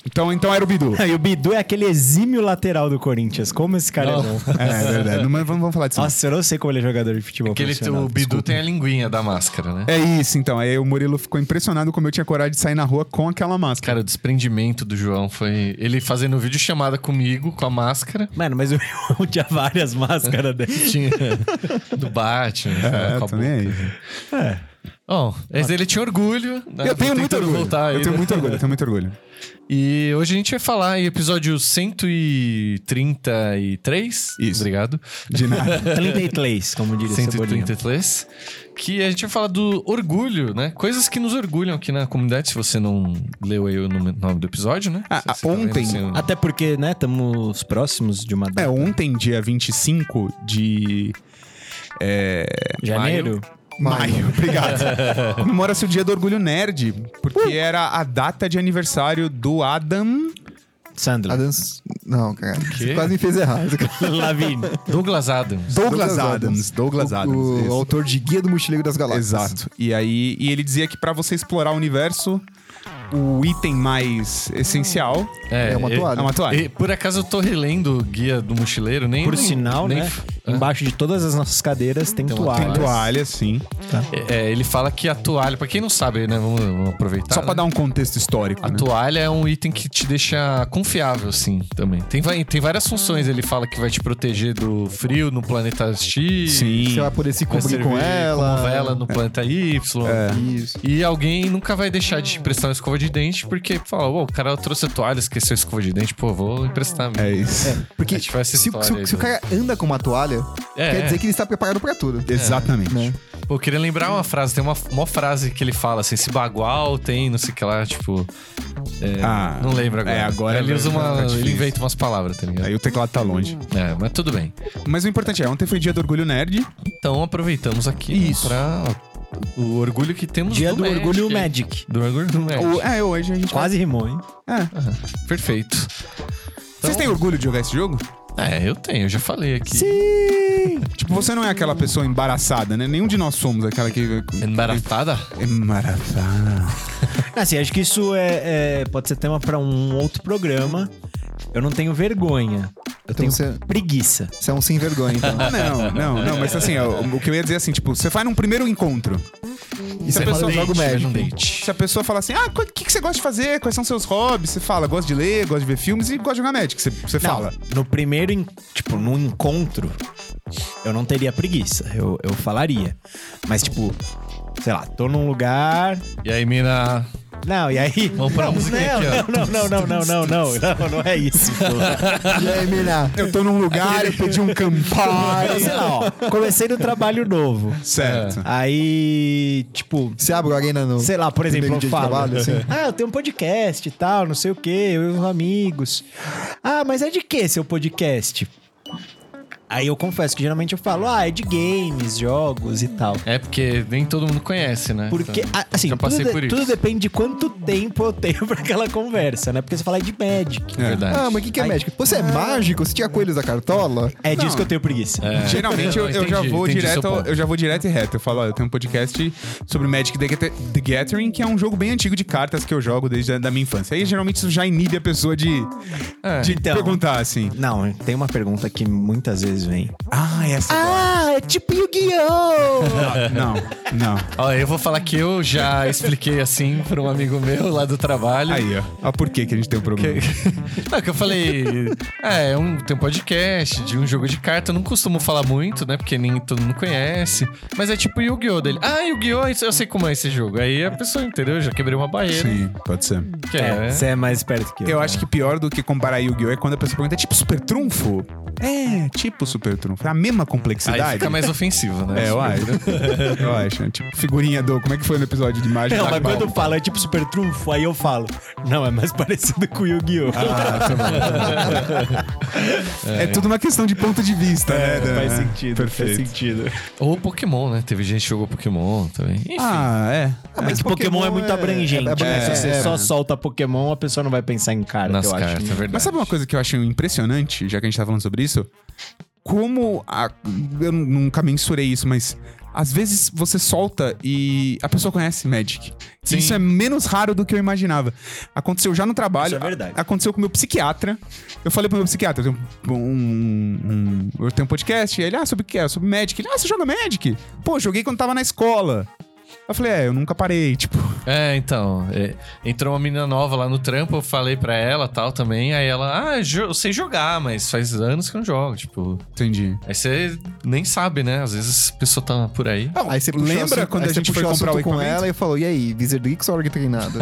[SPEAKER 3] Então, então era o Bidu.
[SPEAKER 2] E o Bidu é aquele exímio lateral do Corinthians. Como esse cara é bom.
[SPEAKER 3] É, é verdade. Não, mas vamos, vamos falar disso.
[SPEAKER 2] Nossa, eu não sei como ele é jogador de futebol.
[SPEAKER 1] Aquele,
[SPEAKER 2] profissional,
[SPEAKER 1] o Bidu
[SPEAKER 2] desculpa.
[SPEAKER 1] tem a linguinha da máscara, né?
[SPEAKER 3] É isso, então. Aí o Murilo ficou impressionado como eu tinha coragem de sair na rua com aquela máscara.
[SPEAKER 1] Cara, o desprendimento do João foi. Ele fazendo um vídeo chamada comigo, com a máscara.
[SPEAKER 2] Mano, mas o João tinha várias máscaras dele.
[SPEAKER 1] Tinha. do Batman.
[SPEAKER 3] É,
[SPEAKER 1] né,
[SPEAKER 3] eu
[SPEAKER 1] com a
[SPEAKER 3] tô nem
[SPEAKER 1] boca.
[SPEAKER 3] aí.
[SPEAKER 1] Bom, mas ele tinha orgulho. né,
[SPEAKER 3] Eu tenho
[SPEAKER 1] tentando
[SPEAKER 3] muito orgulho.
[SPEAKER 1] voltar
[SPEAKER 3] Eu
[SPEAKER 1] aí,
[SPEAKER 3] tenho
[SPEAKER 1] né?
[SPEAKER 3] muito orgulho, eu tenho muito orgulho.
[SPEAKER 1] E hoje a gente vai falar aí, episódio 133.
[SPEAKER 3] Isso.
[SPEAKER 1] Obrigado.
[SPEAKER 3] De nada.
[SPEAKER 2] 33, como diria o Cebolinha.
[SPEAKER 1] 133. Que a gente vai falar do orgulho, né? Coisas que nos orgulham aqui na comunidade, se você não leu aí o nome nome do episódio, né?
[SPEAKER 3] Ah,
[SPEAKER 1] Se você
[SPEAKER 3] ah,
[SPEAKER 1] vendo,
[SPEAKER 3] ontem-
[SPEAKER 1] assim, o-
[SPEAKER 2] Até porque, né, estamos próximos de uma
[SPEAKER 3] É,
[SPEAKER 2] data.
[SPEAKER 3] ontem, dia 25 de
[SPEAKER 2] Janeiro?
[SPEAKER 3] Maio, obrigado. Comemora-se o dia do orgulho nerd,
[SPEAKER 1] Uh!
[SPEAKER 3] porque era a data de aniversário do Adam.
[SPEAKER 2] Sandler.
[SPEAKER 4] Adam... S- Não, cara. Você quase me fez errado.
[SPEAKER 2] Lavigne.
[SPEAKER 1] Douglas Adams.
[SPEAKER 3] Douglas Adams. Douglas
[SPEAKER 4] o,
[SPEAKER 3] Adams.
[SPEAKER 4] O
[SPEAKER 3] isso.
[SPEAKER 4] autor de Guia do Mochileiro das Galáxias.
[SPEAKER 3] Exato. E aí, e ele dizia que pra você explorar o universo, o item mais essencial
[SPEAKER 4] É uma
[SPEAKER 1] eu-
[SPEAKER 4] toalha.
[SPEAKER 3] é uma toalha.
[SPEAKER 1] E, por acaso eu tô relendo o guia do mochileiro, nem.
[SPEAKER 2] Por
[SPEAKER 1] nem-
[SPEAKER 2] sinal,
[SPEAKER 1] nem- é.
[SPEAKER 2] né? Embaixo de todas as nossas cadeiras tem
[SPEAKER 1] uma
[SPEAKER 2] toalha.
[SPEAKER 3] Tem toalha, sim.
[SPEAKER 1] É, é, ele fala que a toalha, pra quem não sabe, né? Vamos, vamos aproveitar.
[SPEAKER 3] Só
[SPEAKER 1] né?
[SPEAKER 3] pra dar um contexto histórico.
[SPEAKER 1] A
[SPEAKER 3] né?
[SPEAKER 1] toalha é um item que te deixa confiável, assim, também. Tem, vai- tem várias funções. Ele fala que vai te proteger do frio no planeta X.
[SPEAKER 4] Você vai poder se
[SPEAKER 1] Vai
[SPEAKER 4] cobrir
[SPEAKER 1] servir
[SPEAKER 4] com ela.
[SPEAKER 1] Como vela no planeta Y.
[SPEAKER 4] Isso.
[SPEAKER 1] E alguém nunca vai deixar de emprestar uma escova de dente, porque fala, "Uou, o cara trouxe a toalha, esqueceu a escova de dente, pô, vou emprestar mesmo.
[SPEAKER 3] É isso.
[SPEAKER 4] Porque
[SPEAKER 1] A gente faz essa
[SPEAKER 4] se, se-
[SPEAKER 1] história aí
[SPEAKER 4] se o
[SPEAKER 1] do-
[SPEAKER 4] cara anda com uma toalha,
[SPEAKER 1] É,
[SPEAKER 4] quer
[SPEAKER 1] é.
[SPEAKER 4] dizer que ele está preparado pra tudo.
[SPEAKER 3] Exatamente.
[SPEAKER 4] Né?
[SPEAKER 1] Pô, eu queria lembrar uma frase, tem uma, uma frase que ele fala assim, esse bagual tem, não sei o que lá, tipo. é,
[SPEAKER 3] Ah,
[SPEAKER 1] não lembro agora.
[SPEAKER 3] é, agora
[SPEAKER 1] ele
[SPEAKER 3] vai
[SPEAKER 1] usa uma.
[SPEAKER 3] ficar
[SPEAKER 1] Ele
[SPEAKER 3] difícil.
[SPEAKER 1] inventa umas palavras, tá ligado?
[SPEAKER 3] Aí o teclado tá longe.
[SPEAKER 1] É, mas tudo bem.
[SPEAKER 3] Mas o importante é, ontem foi dia do orgulho nerd.
[SPEAKER 1] Então aproveitamos aqui né,
[SPEAKER 3] Isso.
[SPEAKER 1] pra o orgulho que temos
[SPEAKER 2] Dia do,
[SPEAKER 1] Magic.
[SPEAKER 2] Orgulho Magic.
[SPEAKER 1] Do orgulho do
[SPEAKER 3] O-
[SPEAKER 1] Magic.
[SPEAKER 3] é, hoje a gente.
[SPEAKER 2] Quase rimou, hein?
[SPEAKER 1] Perfeito.
[SPEAKER 3] Vocês têm orgulho de jogar esse jogo?
[SPEAKER 1] É, eu tenho, eu já falei aqui.
[SPEAKER 2] Sim!
[SPEAKER 3] Tipo, você não é aquela pessoa embaraçada, né? Nenhum de nós somos aquela que.
[SPEAKER 1] Embaratada?
[SPEAKER 3] Embaraçada.
[SPEAKER 2] Assim, acho que isso é, é- pode ser tema pra um outro programa. Eu não tenho vergonha. Eu
[SPEAKER 4] Então
[SPEAKER 2] tenho
[SPEAKER 4] você-
[SPEAKER 2] preguiça.
[SPEAKER 4] Você é um sem vergonha, então.
[SPEAKER 3] Ah, não, não, não, mas assim, ó, o que eu ia dizer é assim, tipo, você vai num primeiro encontro.
[SPEAKER 4] E você
[SPEAKER 3] a
[SPEAKER 4] fala
[SPEAKER 3] pessoa
[SPEAKER 4] do é jogo
[SPEAKER 1] Mas
[SPEAKER 4] médico.
[SPEAKER 1] não date.
[SPEAKER 3] Se a pessoa fala assim, ah, o que, que você gosta de fazer? Quais são seus hobbies? Você fala, gosta de ler, gosta de ver filmes e gosta de jogar Magic. Você, você
[SPEAKER 2] Não,
[SPEAKER 3] fala.
[SPEAKER 2] No primeiro, en- tipo, num encontro, eu não teria preguiça. Eu, eu falaria. Mas, tipo, sei lá, tô num lugar.
[SPEAKER 1] E aí, mina.
[SPEAKER 2] Não, e aí.
[SPEAKER 1] Vamos pra
[SPEAKER 2] não,
[SPEAKER 1] música
[SPEAKER 2] não,
[SPEAKER 1] aqui, ó.
[SPEAKER 2] não, não, não, não, não, não, não, não é isso, pô.
[SPEAKER 4] E aí, mina?
[SPEAKER 3] Eu tô num lugar, eu pedi um
[SPEAKER 2] Aí, sei
[SPEAKER 3] campari.
[SPEAKER 2] lá, ó. Comecei no trabalho novo.
[SPEAKER 3] certo.
[SPEAKER 2] Aí, tipo,
[SPEAKER 4] Você abre alguém na no...
[SPEAKER 2] sei lá, por exemplo,
[SPEAKER 4] Primeiro
[SPEAKER 2] eu
[SPEAKER 4] dia de
[SPEAKER 2] falo.
[SPEAKER 4] trabalho, assim.
[SPEAKER 2] Ah, eu tenho um podcast e tal, não sei o quê, eu e os amigos. Ah, mas é de que seu podcast? Aí eu confesso que geralmente eu falo, ah, é de games, jogos e tal.
[SPEAKER 1] É porque nem todo mundo conhece, né?
[SPEAKER 2] Porque,
[SPEAKER 1] Então,
[SPEAKER 2] a- assim,
[SPEAKER 1] já
[SPEAKER 2] tudo,
[SPEAKER 1] passei
[SPEAKER 2] de-
[SPEAKER 1] por isso.
[SPEAKER 2] tudo depende de quanto tempo eu tenho pra aquela conversa, né? Porque você fala de Magic.
[SPEAKER 1] é verdade.
[SPEAKER 4] Ah, mas o que, que é
[SPEAKER 2] Aí-
[SPEAKER 4] médico? Você é mágico? Você tira coelhos da cartola?
[SPEAKER 2] É disso
[SPEAKER 3] Não.
[SPEAKER 2] que eu tenho preguiça.
[SPEAKER 1] É.
[SPEAKER 3] Geralmente eu,
[SPEAKER 1] Não,
[SPEAKER 3] eu já
[SPEAKER 1] entendi,
[SPEAKER 3] vou
[SPEAKER 1] entendi
[SPEAKER 3] direto,
[SPEAKER 1] seu ponto.
[SPEAKER 3] eu já vou direto e reto. Eu falo, ó, eu tenho um podcast sobre Magic the Gathe- The Gathering, que é um jogo bem antigo de cartas que eu jogo desde a da minha infância. Aí geralmente isso já inibe a pessoa de,
[SPEAKER 1] É.
[SPEAKER 3] de
[SPEAKER 2] Então.
[SPEAKER 3] perguntar assim.
[SPEAKER 2] Não, tem uma pergunta que muitas vezes vem.
[SPEAKER 3] Ah, essa
[SPEAKER 2] Ah, é tipo Yu-Gi-Oh!
[SPEAKER 3] Não, não.
[SPEAKER 1] Ó, eu vou falar que eu já expliquei assim pra um amigo meu lá do trabalho.
[SPEAKER 3] Aí, ó. Ó por que que a gente tem um problema.
[SPEAKER 1] Não, que eu falei. É, é um, tem um podcast de um jogo de carta. Eu não costumo falar muito, né? Porque nem todo mundo conhece. Mas é tipo Yu-Gi-Oh! dele. Ah, Yu-Gi-Oh! isso- Eu sei como é esse jogo. Aí a pessoa, entendeu? Eu já quebrei uma barreira.
[SPEAKER 3] Sim, pode ser.
[SPEAKER 1] Que é,
[SPEAKER 2] Você é mais esperto que eu.
[SPEAKER 3] Eu acho que pior do que comparar Yu-Gi-Oh! é quando a pessoa pergunta, é tipo super trunfo? É, tipo super trunfo. É a mesma complexidade.
[SPEAKER 1] Aí fica mais ofensivo, né?
[SPEAKER 3] É, eu acho. eu acho. É Tipo, figurinha do. Como é que foi no episódio de mágica?
[SPEAKER 2] Não,
[SPEAKER 3] da
[SPEAKER 2] mas
[SPEAKER 3] Qual?
[SPEAKER 2] quando fala é tipo super trunfo, aí eu falo. Não, é mais parecido com Yu-Gi-Oh!
[SPEAKER 3] É, tudo uma questão de ponto de vista, né? Dan?
[SPEAKER 2] É, faz sentido,
[SPEAKER 3] Perfeito.
[SPEAKER 2] faz sentido.
[SPEAKER 1] Ou Pokémon, né? Teve gente que jogou Pokémon também. Enfim.
[SPEAKER 3] Ah, é.
[SPEAKER 2] Mas Pokémon, é muito abrangente.
[SPEAKER 4] é- é-
[SPEAKER 2] né?
[SPEAKER 4] é-
[SPEAKER 2] Se você
[SPEAKER 4] é-
[SPEAKER 2] só solta Pokémon, a pessoa não vai pensar em cara,
[SPEAKER 1] nas
[SPEAKER 2] eu acho.
[SPEAKER 1] cartas, é verdade.
[SPEAKER 3] Mas sabe uma coisa que eu acho impressionante, já que a gente tá falando sobre isso? Como a- eu nu- nunca mensurei isso, mas às vezes você solta e a pessoa conhece Magic.
[SPEAKER 1] Sim.
[SPEAKER 3] Isso é menos raro do que eu imaginava. Aconteceu já no trabalho.
[SPEAKER 2] Isso é verdade.
[SPEAKER 3] a- aconteceu com o meu psiquiatra. Eu falei pro meu psiquiatra, eu tenho um, um- um- eu tenho um podcast, e ele, ah, sobre o que é? Sobre Magic. Ele, ah, você joga Magic? Pô, joguei quando tava na escola. Eu falei, é, eu nunca parei, tipo.
[SPEAKER 1] É, então. é, entrou uma menina nova lá no trampo, eu falei pra ela tal também. Aí ela, ah, jo- eu sei jogar, mas faz anos que eu não jogo. Tipo,
[SPEAKER 3] Entendi.
[SPEAKER 1] aí você nem sabe, né? Às vezes a pessoa tá por aí.
[SPEAKER 4] Aí você puxou
[SPEAKER 3] lembra
[SPEAKER 4] assunto-
[SPEAKER 3] quando
[SPEAKER 4] aí
[SPEAKER 3] a
[SPEAKER 4] você
[SPEAKER 3] gente foi
[SPEAKER 4] puxou
[SPEAKER 3] comprar o
[SPEAKER 4] assunto com
[SPEAKER 3] equipamento?
[SPEAKER 4] ela e falou: e aí, Wizardrix ou Org treinado?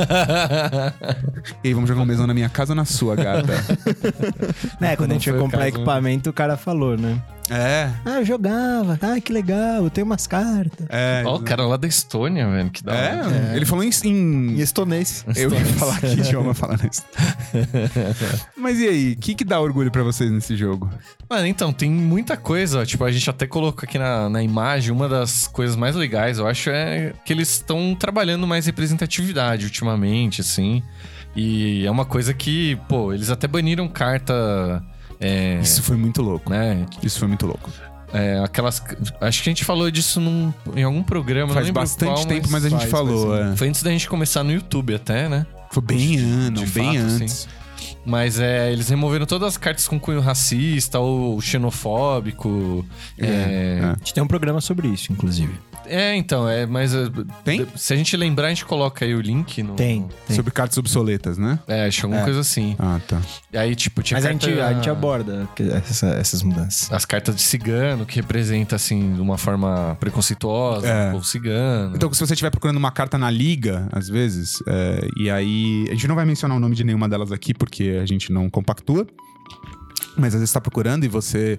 [SPEAKER 3] E aí, vamos jogar um mesão na minha casa ou na sua, gata?
[SPEAKER 2] Né, quando a
[SPEAKER 1] Não
[SPEAKER 2] gente foi
[SPEAKER 1] foi o
[SPEAKER 2] comprar
[SPEAKER 1] caso, né?
[SPEAKER 2] equipamento, o cara falou, né?
[SPEAKER 3] é,
[SPEAKER 2] Ah, eu jogava. Ah, que legal, eu tenho umas cartas.
[SPEAKER 3] é.
[SPEAKER 1] Ó, o cara lá da Estônia, velho, que da hora. é-
[SPEAKER 3] É, ele falou em. em-
[SPEAKER 4] e estonês.
[SPEAKER 3] Eu ia falar que idioma falando isso. Mas e aí, o que, que dá orgulho pra vocês nesse jogo?
[SPEAKER 1] Mano, então, tem muita coisa. ó, Tipo, a gente até colocou aqui na, na imagem, uma das coisas mais legais, eu acho, é que eles estão trabalhando mais representatividade ultimamente, assim. E é uma coisa que, pô, eles até baniram carta. É,
[SPEAKER 3] Isso foi muito louco.
[SPEAKER 1] né?
[SPEAKER 3] Isso foi muito louco.
[SPEAKER 1] É, aquelas. Acho que a gente falou disso num- em algum programa, não
[SPEAKER 3] Faz
[SPEAKER 1] lembro
[SPEAKER 3] bastante
[SPEAKER 1] qual,
[SPEAKER 3] tempo, mas, a gente
[SPEAKER 4] faz,
[SPEAKER 3] falou. é.
[SPEAKER 1] Foi antes da gente começar no YouTube até, né?
[SPEAKER 3] Foi bem ano,
[SPEAKER 1] de
[SPEAKER 3] bem
[SPEAKER 1] fato,
[SPEAKER 3] antes.
[SPEAKER 1] sim. Mas é, eles removeram todas as cartas com cunho racista ou xenofóbico. É,
[SPEAKER 3] É.
[SPEAKER 2] A gente tem um programa sobre isso, inclusive.
[SPEAKER 1] É, então, é, mas. é,
[SPEAKER 3] Tem?
[SPEAKER 1] de- Se a gente lembrar, a gente coloca aí o link no.
[SPEAKER 2] Tem, tem.
[SPEAKER 3] Sobre cartas obsoletas, né?
[SPEAKER 1] É, acho alguma
[SPEAKER 2] É.
[SPEAKER 1] coisa assim.
[SPEAKER 3] Ah, tá.
[SPEAKER 1] E aí, tipo, tinha
[SPEAKER 2] Mas a
[SPEAKER 1] carta-
[SPEAKER 2] gente, a gente aborda que- essa- essas mudanças.
[SPEAKER 1] As cartas de cigano, que representa, assim, de uma forma preconceituosa,
[SPEAKER 3] É.
[SPEAKER 1] o povo cigano.
[SPEAKER 3] Então, se você estiver procurando uma carta na liga, às vezes, é, e aí. A gente não vai mencionar o nome de nenhuma delas aqui, porque a gente não compactua. Mas às vezes está procurando e você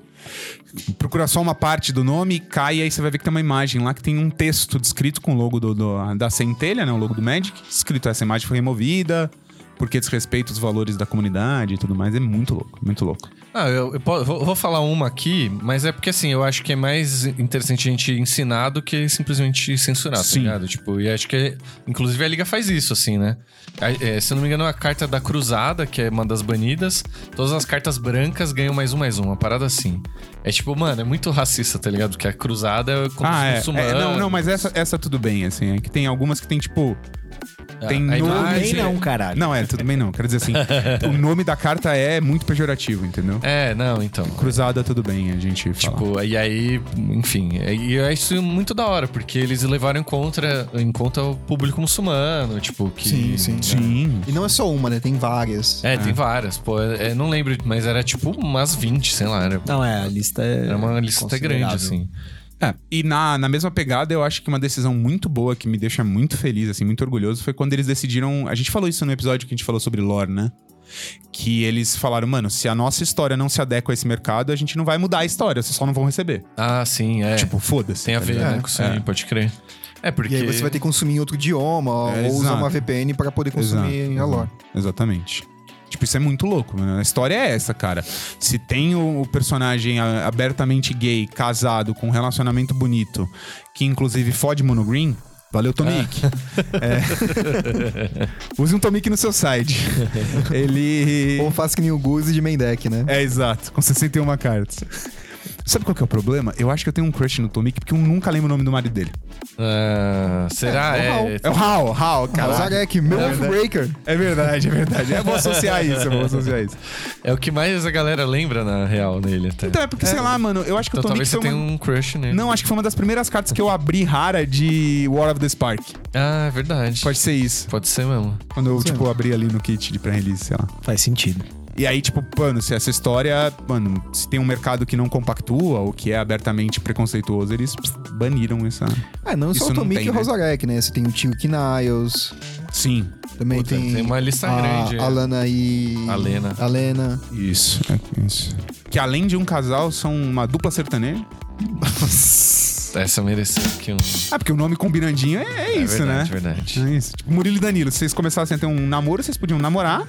[SPEAKER 3] procura só uma parte do nome, cai e aí você vai ver que tem uma imagem lá que tem um texto descrito com o logo do- do- da centelha, né? O logo do Magic. Escrito essa imagem foi removida porque desrespeita os valores da comunidade e tudo mais. É muito louco, muito louco.
[SPEAKER 1] Ah, eu, eu po- vou, vou falar uma aqui, mas é porque assim, eu acho que é mais interessante a gente ensinar do que simplesmente censurar, tá
[SPEAKER 3] Sim.
[SPEAKER 1] ligado? Tipo, e acho que, inclusive, a Liga faz isso, assim, né? A- é, se eu não me engano, a carta da Cruzada, que é uma das banidas, todas as cartas brancas ganham mais um, mais um, uma parada assim. É tipo, mano, é muito racista, tá ligado? Porque a Cruzada é como
[SPEAKER 3] ah,
[SPEAKER 1] se
[SPEAKER 3] é,
[SPEAKER 1] fosse
[SPEAKER 3] é,
[SPEAKER 1] humano.
[SPEAKER 3] Não, não, mas essa, essa tudo bem, assim. É que tem algumas que tem tipo.
[SPEAKER 1] Ah,
[SPEAKER 3] tem
[SPEAKER 1] a
[SPEAKER 3] nome-
[SPEAKER 1] imagem-
[SPEAKER 2] Nem não, caralho.
[SPEAKER 3] Não, é, tudo bem não. Quero dizer assim, o nome da carta é muito pejorativo, entendeu?
[SPEAKER 1] É, não, então.
[SPEAKER 3] Cruzada, tudo bem, a gente fala.
[SPEAKER 1] Tipo, e aí, enfim, é- e é isso muito da hora, porque eles levaram em conta, em conta o público muçulmano, tipo, que.
[SPEAKER 4] Sim, sim.
[SPEAKER 3] Sim.
[SPEAKER 4] E não é só uma, né? Tem várias.
[SPEAKER 1] É, tem várias, pô, é, não lembro, mas era tipo umas 20, sei lá, era,
[SPEAKER 2] Não, é, a lista é.
[SPEAKER 1] era uma lista até grande,
[SPEAKER 2] considerável.
[SPEAKER 1] assim.
[SPEAKER 3] É, e na, na mesma pegada, eu acho que uma decisão muito boa, que me deixa muito feliz, assim, muito orgulhoso, foi quando eles decidiram. A gente falou isso no episódio que a gente falou sobre lore, né? Que eles falaram, mano, se a nossa história não se adequa a esse mercado, a gente não vai mudar a história, vocês só não vão receber.
[SPEAKER 1] Ah, sim, é.
[SPEAKER 3] Tipo, foda-se.
[SPEAKER 1] tem a
[SPEAKER 3] tá
[SPEAKER 1] ver,
[SPEAKER 3] ligado?
[SPEAKER 1] né? Com sim,
[SPEAKER 3] É.
[SPEAKER 1] pode crer. É, porque.
[SPEAKER 4] E aí você vai ter que consumir em outro idioma
[SPEAKER 3] É,
[SPEAKER 4] ou usar
[SPEAKER 3] exato.
[SPEAKER 4] uma VPN para poder consumir
[SPEAKER 3] Exato,
[SPEAKER 4] a lore.
[SPEAKER 3] Exatamente. Tipo, isso é muito louco, mano. A história é essa, cara. Se tem o, o personagem a- abertamente gay, casado, com um relacionamento bonito, que inclusive fode Mono Green, valeu, Tomic. É. Use um Tomic no seu site. Ele.
[SPEAKER 4] Ou faça que nem o Guzi de main deck, né?
[SPEAKER 3] É, exato. Com 61 cartas. Sabe qual que é o problema? Eu acho que eu tenho um crush no Tomic porque eu nunca lembro o nome do marido dele.
[SPEAKER 1] Ah, será?
[SPEAKER 4] É,
[SPEAKER 1] É,
[SPEAKER 3] É o Hal, Hal,
[SPEAKER 4] É.
[SPEAKER 3] cara.
[SPEAKER 4] Zarek, meu
[SPEAKER 1] É verdade.
[SPEAKER 4] breaker.
[SPEAKER 3] É verdade, é verdade. É bom associar isso, é bom associar isso.
[SPEAKER 1] é o que mais a galera lembra, na real, nele até.
[SPEAKER 3] Então é porque, sei lá, mano, eu acho que
[SPEAKER 1] Então
[SPEAKER 3] o
[SPEAKER 1] talvez
[SPEAKER 3] Tomic
[SPEAKER 1] você
[SPEAKER 3] foi
[SPEAKER 1] tenha
[SPEAKER 3] uma...
[SPEAKER 1] um crush nele.
[SPEAKER 3] Não, acho que foi uma das primeiras cartas que eu abri rara de War of the Spark.
[SPEAKER 1] Ah, é verdade.
[SPEAKER 3] Pode ser isso.
[SPEAKER 1] Pode ser mesmo.
[SPEAKER 3] Quando eu, tipo, abri ali no kit de pré-release, sei lá.
[SPEAKER 2] Faz sentido.
[SPEAKER 3] E aí, tipo, mano, se essa história, mano, se tem um mercado que não compactua ou que é abertamente preconceituoso, eles pss, baniram essa.
[SPEAKER 4] Ah, não
[SPEAKER 3] Isso
[SPEAKER 4] só o
[SPEAKER 3] não
[SPEAKER 4] Tomic
[SPEAKER 3] tem,
[SPEAKER 4] e o
[SPEAKER 3] né?
[SPEAKER 4] Rosarek, né? Você tem o Tio Kiniles,
[SPEAKER 3] Sim.
[SPEAKER 4] também
[SPEAKER 1] Puta,
[SPEAKER 4] tem.
[SPEAKER 1] tem uma lista
[SPEAKER 4] a,
[SPEAKER 1] grande, é.
[SPEAKER 4] A Lana e.
[SPEAKER 1] Alena.
[SPEAKER 4] Alena.
[SPEAKER 3] Isso. É, isso. Que além de um casal, são uma dupla sertaneja.
[SPEAKER 1] Essa mereceu aqui um.
[SPEAKER 3] Ah, porque o nome combinandinho é, é isso,
[SPEAKER 1] verdade,
[SPEAKER 3] né?
[SPEAKER 1] verdade.
[SPEAKER 3] É isso. Tipo, Murilo e Danilo, se vocês começassem a ter um namoro, vocês podiam namorar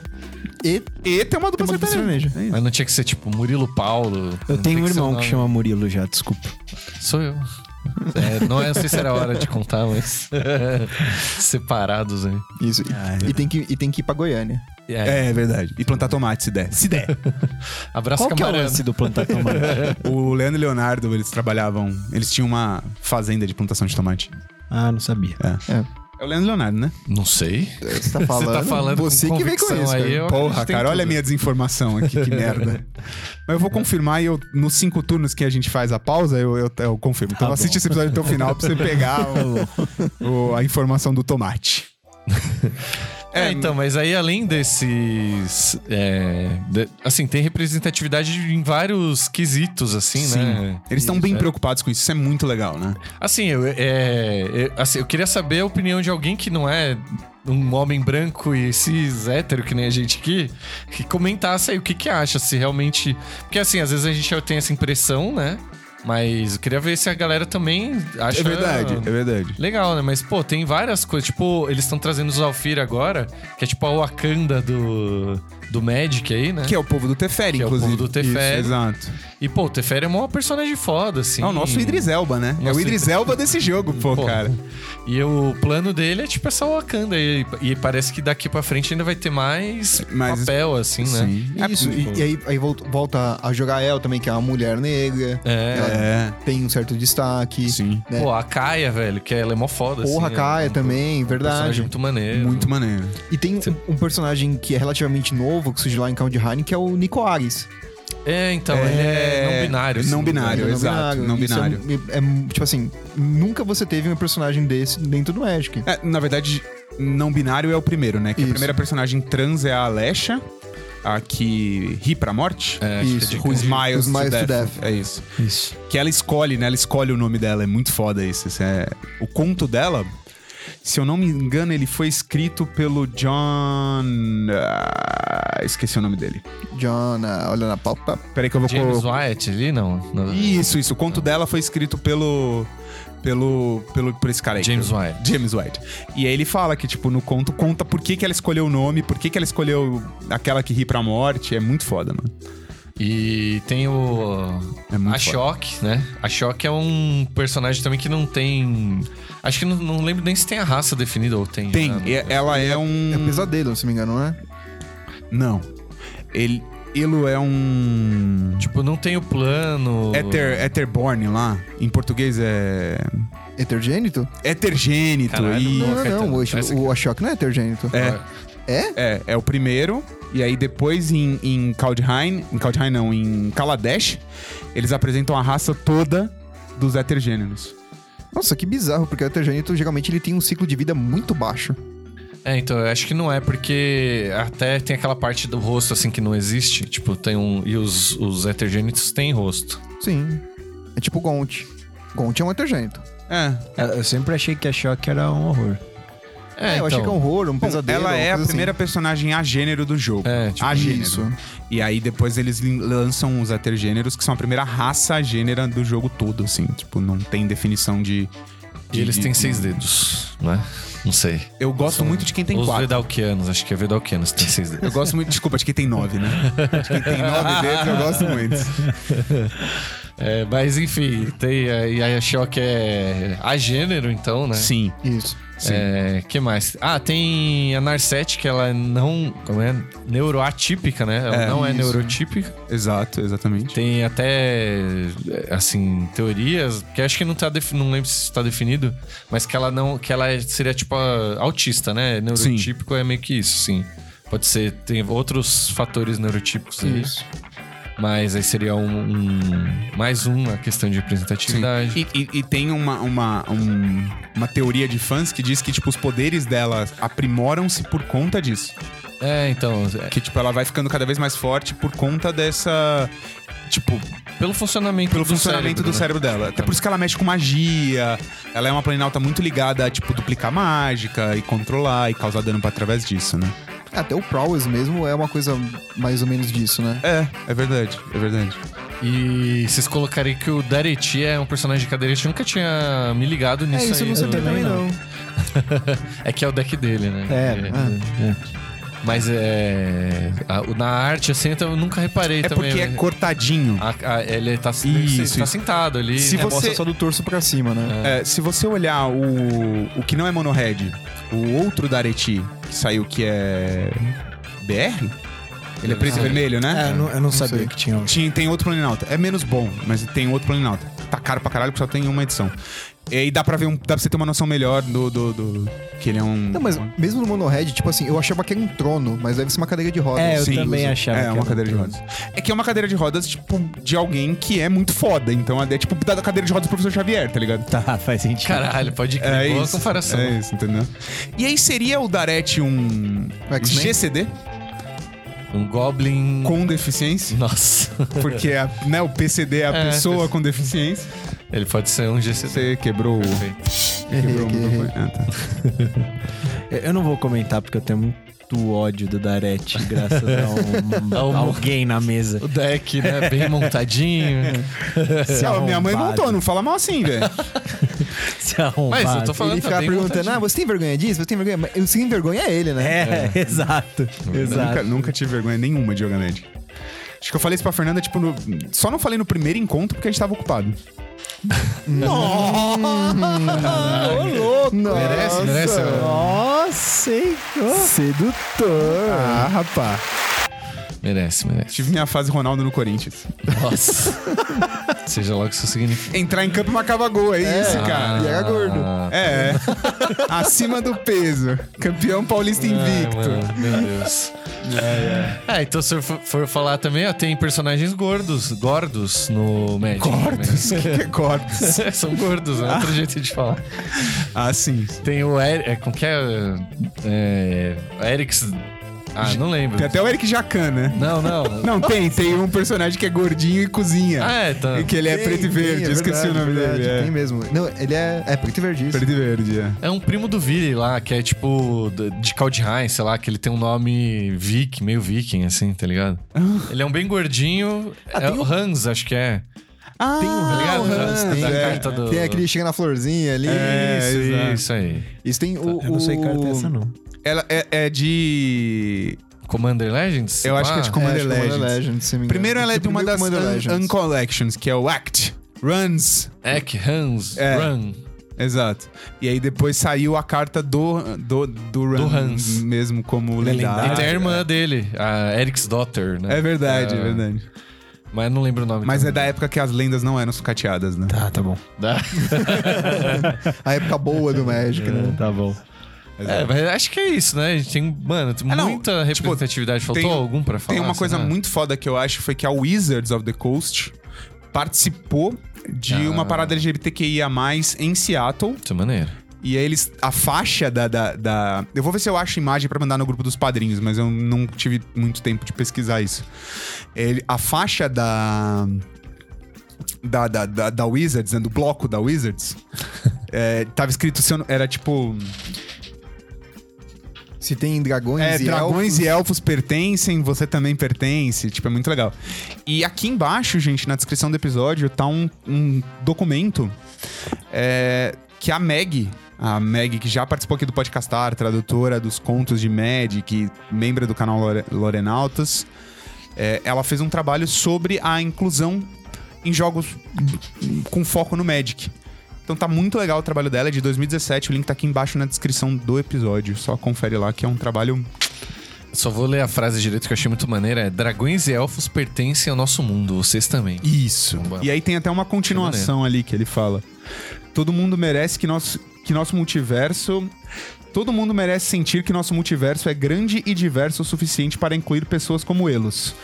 [SPEAKER 4] E
[SPEAKER 3] e ter uma dupla
[SPEAKER 4] Tem uma dupla
[SPEAKER 3] sertaneja. É isso.
[SPEAKER 1] Mas não tinha que ser tipo Murilo Paulo.
[SPEAKER 2] Eu
[SPEAKER 1] Não tem
[SPEAKER 2] tenho um
[SPEAKER 1] ser
[SPEAKER 2] irmão
[SPEAKER 1] o
[SPEAKER 2] que
[SPEAKER 1] nome.
[SPEAKER 2] chama Murilo já, desculpa.
[SPEAKER 1] Sou eu. É, não é, não sei se era a hora de contar, mas. Separados né? aí.
[SPEAKER 4] isso. E-
[SPEAKER 3] Ah, é
[SPEAKER 4] e, tem que, e tem que ir pra Goiânia.
[SPEAKER 1] É.
[SPEAKER 3] É, é verdade. E plantar tomate, se der. Se der.
[SPEAKER 1] Abraço
[SPEAKER 2] Qual que é o
[SPEAKER 1] camarada.
[SPEAKER 2] lance do plantar tomate?
[SPEAKER 3] o Leandro e Leonardo, eles trabalhavam. Eles tinham uma fazenda de plantação de tomate.
[SPEAKER 2] ah, não sabia.
[SPEAKER 3] É o Leandro e Leonardo, né?
[SPEAKER 1] Não sei.
[SPEAKER 4] Você tá falando.
[SPEAKER 1] Você tá falando
[SPEAKER 4] Você
[SPEAKER 1] com
[SPEAKER 4] que vem com
[SPEAKER 1] convicção
[SPEAKER 4] isso.
[SPEAKER 1] aí,
[SPEAKER 4] cara.
[SPEAKER 1] eu
[SPEAKER 3] Porra,
[SPEAKER 1] acredito em
[SPEAKER 3] cara, olha a
[SPEAKER 1] tudo.
[SPEAKER 3] minha desinformação aqui, que merda. Mas eu vou confirmar e eu, nos cinco turnos que a gente faz a pausa, eu, eu, eu confirmo. Então
[SPEAKER 2] Tá
[SPEAKER 3] assiste
[SPEAKER 2] bom.
[SPEAKER 3] esse episódio até o final pra você pegar o- o- a informação do tomate.
[SPEAKER 1] É, então, mas aí além desses. é, de- assim, tem representatividade em vários quesitos, assim, né?
[SPEAKER 3] Eles estão bem preocupados com isso, isso é muito legal, né?
[SPEAKER 1] Assim eu, é, eu- assim, eu queria saber a opinião de alguém que não é um homem branco e cis hétero, que nem a gente aqui, que comentasse aí o que que acha, se realmente... Porque, assim, às vezes a gente tem essa impressão, né? Mas eu queria ver se a galera também acha...
[SPEAKER 3] É verdade, é verdade.
[SPEAKER 1] Legal, né? Mas, pô, tem várias coisas. Tipo, eles estão trazendo os Alfir agora, que é tipo a Wakanda do, do Magic aí, né?
[SPEAKER 3] Que é o povo do Teferi,
[SPEAKER 1] Que é o
[SPEAKER 3] inclusive.
[SPEAKER 1] povo do Teferi.
[SPEAKER 3] Isso, exato.
[SPEAKER 1] E, pô, o Teferi é um personagem foda, assim.
[SPEAKER 3] É o nosso Idris Elba, né? é o
[SPEAKER 1] Nosso
[SPEAKER 3] Idris
[SPEAKER 1] Idris-
[SPEAKER 3] Elba desse jogo, pô,
[SPEAKER 1] Pô,
[SPEAKER 3] cara.
[SPEAKER 1] E o plano dele é tipo essa Wakanda. E, e parece que daqui pra frente ainda vai ter mais,
[SPEAKER 3] Mais-
[SPEAKER 1] papel, assim, né?
[SPEAKER 3] É, Sim. É
[SPEAKER 4] Isso, e, e aí, aí volta, volta a jogar ela também, que é uma mulher negra.
[SPEAKER 1] É.
[SPEAKER 4] Ela
[SPEAKER 3] É,
[SPEAKER 4] tem um certo destaque.
[SPEAKER 3] sim.
[SPEAKER 4] né?
[SPEAKER 1] Pô, a Kaia, velho, que ela é mó foda,
[SPEAKER 4] Porra,
[SPEAKER 1] assim.
[SPEAKER 4] Kaia
[SPEAKER 1] é um
[SPEAKER 4] também,
[SPEAKER 1] personagem
[SPEAKER 4] verdade.
[SPEAKER 1] muito maneiro.
[SPEAKER 3] Muito maneiro.
[SPEAKER 4] E tem um, um personagem que é relativamente novo, que surgiu lá em Count Heine, que é o Nico Ares.
[SPEAKER 1] É, então, ele é não binário. assim,
[SPEAKER 3] Não binário,
[SPEAKER 1] né?
[SPEAKER 3] exato. Não
[SPEAKER 4] Isso é um-
[SPEAKER 3] binário.
[SPEAKER 4] É, um- tipo assim, nunca você teve um personagem desse dentro do Magic.
[SPEAKER 3] É, na verdade, não binário é o primeiro, né? Que a
[SPEAKER 4] Isso.
[SPEAKER 3] primeira personagem trans é a Alesha, a que ri pra morte.
[SPEAKER 1] É, acho que
[SPEAKER 4] Isso.
[SPEAKER 1] é de-
[SPEAKER 3] Who
[SPEAKER 4] Who
[SPEAKER 3] smiles,
[SPEAKER 4] smiles
[SPEAKER 3] to,
[SPEAKER 4] to
[SPEAKER 3] death.
[SPEAKER 4] death.
[SPEAKER 3] É isso.
[SPEAKER 2] Isso.
[SPEAKER 3] Que ela escolhe, né? Ela escolhe o nome dela. É muito foda isso. isso é... O conto dela, se eu não me engano, ele foi escrito pelo John... ah, esqueci o nome dele.
[SPEAKER 4] John, ah, olha na pauta.
[SPEAKER 3] Peraí que eu vou...
[SPEAKER 1] James
[SPEAKER 3] co-
[SPEAKER 1] White ali, não. não.
[SPEAKER 3] Isso, isso. O conto dela foi escrito pelo... Pelo, pelo, por esse cara aí.
[SPEAKER 1] James
[SPEAKER 3] que eu-
[SPEAKER 1] White.
[SPEAKER 3] James White. E aí ele fala que, tipo, no conto, conta por que, que ela escolheu o nome, por que, que ela escolheu aquela que ri pra morte. É muito foda, mano.
[SPEAKER 1] E tem o.
[SPEAKER 3] É muito
[SPEAKER 1] a Shock, né? A Shock é um personagem também que não tem. Acho que não, não lembro nem se tem a raça definida ou tem.
[SPEAKER 3] Tem,
[SPEAKER 1] né?
[SPEAKER 3] e- ela é
[SPEAKER 4] É
[SPEAKER 3] um.
[SPEAKER 4] pesadelo, se não me engano, né?
[SPEAKER 3] Não. Ele, ele é um.
[SPEAKER 1] Tipo, não tem o plano.
[SPEAKER 3] Ether, Etherborn lá. Em português é.
[SPEAKER 4] Heterogênito?
[SPEAKER 3] Hetergênito.
[SPEAKER 1] Caralho,
[SPEAKER 3] e-
[SPEAKER 1] Boa,
[SPEAKER 4] Não, não, não.
[SPEAKER 1] Caetano.
[SPEAKER 4] O,
[SPEAKER 1] Essa
[SPEAKER 4] o Ashok não é heterogênito.
[SPEAKER 3] É,
[SPEAKER 4] É?
[SPEAKER 3] é, é o primeiro. E aí depois em, em Kaldheim. Em Kaldheim não, em Kaladesh, eles apresentam a raça toda dos hetergêneros.
[SPEAKER 4] Nossa, que bizarro, porque o heterogênito geralmente ele tem um ciclo de vida muito baixo.
[SPEAKER 1] É, então, eu acho que não é, porque até tem aquela parte do rosto, assim, que não existe. Tipo, tem um. E os, os heterogênitos têm rosto.
[SPEAKER 4] Sim. É tipo Gont. Conte é um detergente.
[SPEAKER 3] É.
[SPEAKER 2] Eu eu sempre achei que a Shock era um horror.
[SPEAKER 1] É,
[SPEAKER 4] eu achei que é um horror, um
[SPEAKER 3] então. Bom,
[SPEAKER 4] pesadelo.
[SPEAKER 3] ela
[SPEAKER 4] uma
[SPEAKER 3] é a
[SPEAKER 4] coisa assim.
[SPEAKER 3] primeira personagem a gênero do jogo.
[SPEAKER 1] É, tipo,
[SPEAKER 3] a gênero.
[SPEAKER 4] isso.
[SPEAKER 3] E aí depois eles lin- lançam os atergêneros, que são a primeira raça a gênero do jogo todo, assim. Tipo, não tem definição de.
[SPEAKER 1] E eles
[SPEAKER 3] de-
[SPEAKER 1] têm
[SPEAKER 3] de-
[SPEAKER 1] seis dedos, né? Não sei.
[SPEAKER 3] Eu gosto
[SPEAKER 1] São
[SPEAKER 3] muito de quem tem
[SPEAKER 1] Os
[SPEAKER 3] quatro.
[SPEAKER 1] Vedalquianos, acho que é Vedalquianos que tem seis
[SPEAKER 3] Eu
[SPEAKER 1] dedos.
[SPEAKER 3] gosto muito. Desculpa, de quem tem nove, né? De quem tem nove dedos, eu gosto muito.
[SPEAKER 1] É, mas enfim, tem, é, e aí a Shock é a gênero, então, né?
[SPEAKER 3] Sim.
[SPEAKER 4] Isso.
[SPEAKER 3] sim.
[SPEAKER 1] É, que mais? Ah, tem a Narset, que ela não. Como é? Neuroatípica, né? Ela
[SPEAKER 3] É,
[SPEAKER 1] não é
[SPEAKER 3] isso.
[SPEAKER 1] neurotípica.
[SPEAKER 3] Exato, exatamente.
[SPEAKER 1] Tem até, assim, teorias, que acho que não tá defi- não lembro se está definido, mas que ela não, que ela é- seria tipo a- autista, né? Neurotípico é meio que isso, sim. Pode ser, tem outros fatores neurotípicos aí.
[SPEAKER 4] Isso.
[SPEAKER 1] Mas aí seria um, um- mais um a questão de
[SPEAKER 3] Sim.
[SPEAKER 1] representatividade.
[SPEAKER 3] E, e- e tem uma, uma, um- uma teoria de fãs que diz que, tipo, os poderes dela aprimoram-se por conta disso.
[SPEAKER 1] É, então, é,
[SPEAKER 3] Que, tipo, ela vai ficando cada vez mais forte por conta dessa. Tipo,
[SPEAKER 1] pelo funcionamento
[SPEAKER 3] pelo
[SPEAKER 1] do
[SPEAKER 3] funcionamento do
[SPEAKER 1] né?
[SPEAKER 3] cérebro dela. Até por isso que ela mexe com magia. Ela é uma planinauta muito ligada a, tipo, duplicar mágica e controlar e causar dano pra através disso, né?
[SPEAKER 4] Até o Prowess mesmo é uma coisa mais ou menos disso, né?
[SPEAKER 3] É, é verdade, é verdade.
[SPEAKER 1] E vocês colocariam que o Dareti é um personagem de cadeirante, eu nunca tinha me ligado nisso
[SPEAKER 4] é, isso eu
[SPEAKER 1] aí. né?
[SPEAKER 4] não sei
[SPEAKER 1] do-
[SPEAKER 4] também não.
[SPEAKER 1] É que é o deck dele, né?
[SPEAKER 2] É,
[SPEAKER 1] Mas é. a- o- na arte, assim, então eu nunca reparei
[SPEAKER 3] É
[SPEAKER 1] também.
[SPEAKER 3] porque é
[SPEAKER 1] né?
[SPEAKER 3] cortadinho.
[SPEAKER 1] A- a- ele tá, se-
[SPEAKER 3] Isso,
[SPEAKER 1] tá
[SPEAKER 3] isso.
[SPEAKER 1] sentado ali.
[SPEAKER 3] Se
[SPEAKER 1] né?
[SPEAKER 3] É, você-
[SPEAKER 4] Mostra só do torso pra cima, né?
[SPEAKER 3] É, se você olhar o, o que não é monohead, o outro da Areti que saiu que é BR, ele é preto e vermelho,
[SPEAKER 2] É,
[SPEAKER 3] né?
[SPEAKER 2] eu não, eu não sabia
[SPEAKER 4] sei.
[SPEAKER 2] que tinha um.
[SPEAKER 3] Tinha, tem outro planinauta. É menos bom, mas tem outro planinauta. Tá caro pra caralho porque só tem uma edição. E aí dá pra ver um, dá pra você ter uma noção melhor do. do, do- que ele é um.
[SPEAKER 4] Não, mas mesmo no Monohead, tipo assim, eu achava que era um trono, mas deve ser uma cadeira de rodas.
[SPEAKER 2] É, eu
[SPEAKER 3] Sim,
[SPEAKER 2] também
[SPEAKER 3] inclusive.
[SPEAKER 2] achava.
[SPEAKER 3] É,
[SPEAKER 2] que
[SPEAKER 3] uma
[SPEAKER 2] era
[SPEAKER 3] cadeira de
[SPEAKER 2] um-
[SPEAKER 3] rodas. É que é uma cadeira de rodas, tipo, de alguém que é muito foda. Então é tipo da cadeira de rodas do professor Xavier, tá ligado?
[SPEAKER 2] Tá, faz sentido.
[SPEAKER 1] Caralho, pode crer.
[SPEAKER 3] É
[SPEAKER 1] Boa
[SPEAKER 3] isso.
[SPEAKER 1] comparação.
[SPEAKER 3] É isso, entendeu? E aí seria o Darete um
[SPEAKER 4] X-Men?
[SPEAKER 3] GCD
[SPEAKER 1] Um Goblin.
[SPEAKER 3] com deficiência?
[SPEAKER 1] Nossa.
[SPEAKER 3] Porque a- né, o PCD é a
[SPEAKER 1] É,
[SPEAKER 3] pessoa com deficiência.
[SPEAKER 1] Ele pode ser um GCD.
[SPEAKER 3] Você quebrou o.
[SPEAKER 1] Perfeito.
[SPEAKER 4] Errei
[SPEAKER 3] Quebrou
[SPEAKER 4] aqui,
[SPEAKER 3] o
[SPEAKER 4] errei.
[SPEAKER 3] ah, tá.
[SPEAKER 2] Eu eu não vou comentar porque eu tenho muito ódio do Darete, graças a um,
[SPEAKER 1] Ao-
[SPEAKER 2] alguém na mesa.
[SPEAKER 1] O deck, né? Bem montadinho.
[SPEAKER 2] Se
[SPEAKER 3] Ah, minha mãe
[SPEAKER 2] arrombado.
[SPEAKER 3] montou, não fala mal assim, velho.
[SPEAKER 2] Se arrombado.
[SPEAKER 1] Mas eu tô falando
[SPEAKER 4] Ele
[SPEAKER 1] tá
[SPEAKER 4] ficava
[SPEAKER 1] bem
[SPEAKER 4] perguntando, ah,
[SPEAKER 1] montadinho.
[SPEAKER 4] você tem vergonha disso? Você tem vergonha? Mas O sem vergonha é ele, né?
[SPEAKER 2] É, exato.
[SPEAKER 3] Nunca,
[SPEAKER 2] Exato.
[SPEAKER 3] nunca tive vergonha nenhuma de jogar Magic. Acho que eu falei isso pra Fernanda, tipo, no- só não falei no primeiro encontro porque a gente tava ocupado.
[SPEAKER 4] Nossa.
[SPEAKER 1] Merece, merece. mano.
[SPEAKER 2] Nossa, hein? Ô.
[SPEAKER 4] Sedutor.
[SPEAKER 3] Ah, rapá.
[SPEAKER 1] Merece, merece.
[SPEAKER 3] Tive minha fase Ronaldo no Corinthians.
[SPEAKER 1] Nossa. Seja lá o que isso significa.
[SPEAKER 3] Entrar em campo marcava gol, é, isso, cara.
[SPEAKER 4] E era gordo.
[SPEAKER 1] Ah,
[SPEAKER 3] É. Acima do peso. Campeão paulista invicto.
[SPEAKER 1] mano, meu Deus. É, então se eu for, for falar também, ó, tem personagens gordos, gordos no Magic.
[SPEAKER 3] Cortes? O que, que é cortes?
[SPEAKER 1] também. São gordos, é outro jeito de falar.
[SPEAKER 3] Ah, sim.
[SPEAKER 1] Tem o Eric. É, como que é? É. Erics. Ah, não lembro.
[SPEAKER 3] Tem até o Eric Jacan, né?
[SPEAKER 1] Não, não.
[SPEAKER 3] Não, tem. Tem um personagem que é gordinho e cozinha.
[SPEAKER 1] Ah, é, tá.
[SPEAKER 3] E que ele é preto e verde. Eu Esqueci o nome dele. é.
[SPEAKER 4] Tem mesmo. Não, ele é, é preto e verde. isso.
[SPEAKER 3] Preto e verde, é.
[SPEAKER 1] É um primo do Vili lá, que é tipo d- de Kaldheim, sei lá, que ele tem um nome Viking, meio Viking, assim, tá ligado?
[SPEAKER 3] Ah.
[SPEAKER 1] Ele é um bem gordinho. é
[SPEAKER 3] um
[SPEAKER 1] o Hans, acho que é.
[SPEAKER 3] Ah, tem
[SPEAKER 1] Tá ligado?
[SPEAKER 4] o
[SPEAKER 1] Hans,
[SPEAKER 4] Hans,
[SPEAKER 1] da
[SPEAKER 4] é.
[SPEAKER 1] carta do.
[SPEAKER 4] um Tem aquele que chega na florzinha ali.
[SPEAKER 3] É,
[SPEAKER 1] Isso,
[SPEAKER 3] exato.
[SPEAKER 1] isso aí.
[SPEAKER 4] Isso tem o.
[SPEAKER 2] Eu não sei
[SPEAKER 4] o-
[SPEAKER 2] que carta é essa, não.
[SPEAKER 3] Ela é, é de.
[SPEAKER 1] Commander Legends? Ah,
[SPEAKER 3] Eu acho
[SPEAKER 1] Pá.
[SPEAKER 3] que é de Commander
[SPEAKER 4] acho que
[SPEAKER 3] Legends.
[SPEAKER 4] se não me engano.
[SPEAKER 3] Primeiro ela é de uma das
[SPEAKER 4] Primeiro Tipo Commander
[SPEAKER 3] un
[SPEAKER 4] Legends.
[SPEAKER 3] Uncollections, que é o Act. Runs.
[SPEAKER 1] Ek, Hans,
[SPEAKER 3] É.
[SPEAKER 1] Run.
[SPEAKER 3] Exato. E aí depois saiu a carta do, do, do, Run,
[SPEAKER 1] Hans.
[SPEAKER 3] mesmo como
[SPEAKER 1] e tem a
[SPEAKER 3] lendário.
[SPEAKER 1] irmã dele, a Eric's Daughter, né?
[SPEAKER 3] É verdade,
[SPEAKER 1] Ah,
[SPEAKER 3] é verdade.
[SPEAKER 1] Mas não lembro o nome
[SPEAKER 3] Mas é da
[SPEAKER 1] também.
[SPEAKER 3] época que as lendas não eram sucateadas, né?
[SPEAKER 2] Tá, tá bom.
[SPEAKER 1] Da-
[SPEAKER 4] A época boa do Magic, né?
[SPEAKER 2] Tá bom.
[SPEAKER 1] É, mas acho que é isso, né? A gente tem, mano, tem
[SPEAKER 3] Ah, não,
[SPEAKER 1] muita
[SPEAKER 3] tipo,
[SPEAKER 1] representatividade. Faltou
[SPEAKER 3] tem-
[SPEAKER 1] algum pra falar? assim, né?
[SPEAKER 3] Tem uma coisa
[SPEAKER 1] será?
[SPEAKER 3] muito foda que eu acho foi que a Wizards of the Coast participou de
[SPEAKER 1] Ah.
[SPEAKER 3] uma parada LGBTQIA+, em Seattle.
[SPEAKER 1] Muito maneiro.
[SPEAKER 3] E aí eles... A faixa da, da, da- Eu vou ver se eu acho imagem pra mandar no grupo dos padrinhos, mas eu não tive muito tempo de pesquisar isso. Ele- a faixa da... da, da, da, da Wizards, né, do bloco da Wizards, é, tava escrito, se eu não- era tipo...
[SPEAKER 4] Se tem dragões
[SPEAKER 3] É,
[SPEAKER 4] e
[SPEAKER 3] dragões
[SPEAKER 4] elfos,
[SPEAKER 3] e elfos pertencem, você também pertence. Tipo, é muito legal. E aqui embaixo, gente, na descrição do episódio, tá um, um documento é, que a Meg, a Meg que já participou aqui do Podcastar, tradutora dos contos de Magic, membro do canal Lore- Lorenautas, é, ela fez um trabalho sobre a inclusão em jogos com foco no Magic. Então tá muito legal o trabalho dela, é de 2017. O link tá aqui embaixo na descrição do episódio. Só confere lá que é um trabalho
[SPEAKER 1] Só vou ler a frase direito que eu achei muito maneira. É, Dragões e elfos pertencem ao nosso mundo, vocês também.
[SPEAKER 3] Isso.
[SPEAKER 1] Vamos lá.
[SPEAKER 3] E aí tem até uma continuação ali que ele fala. Todo mundo merece que nosso, que nosso multiverso. Todo mundo merece sentir que nosso multiverso é grande e diverso o suficiente para incluir pessoas como Elos.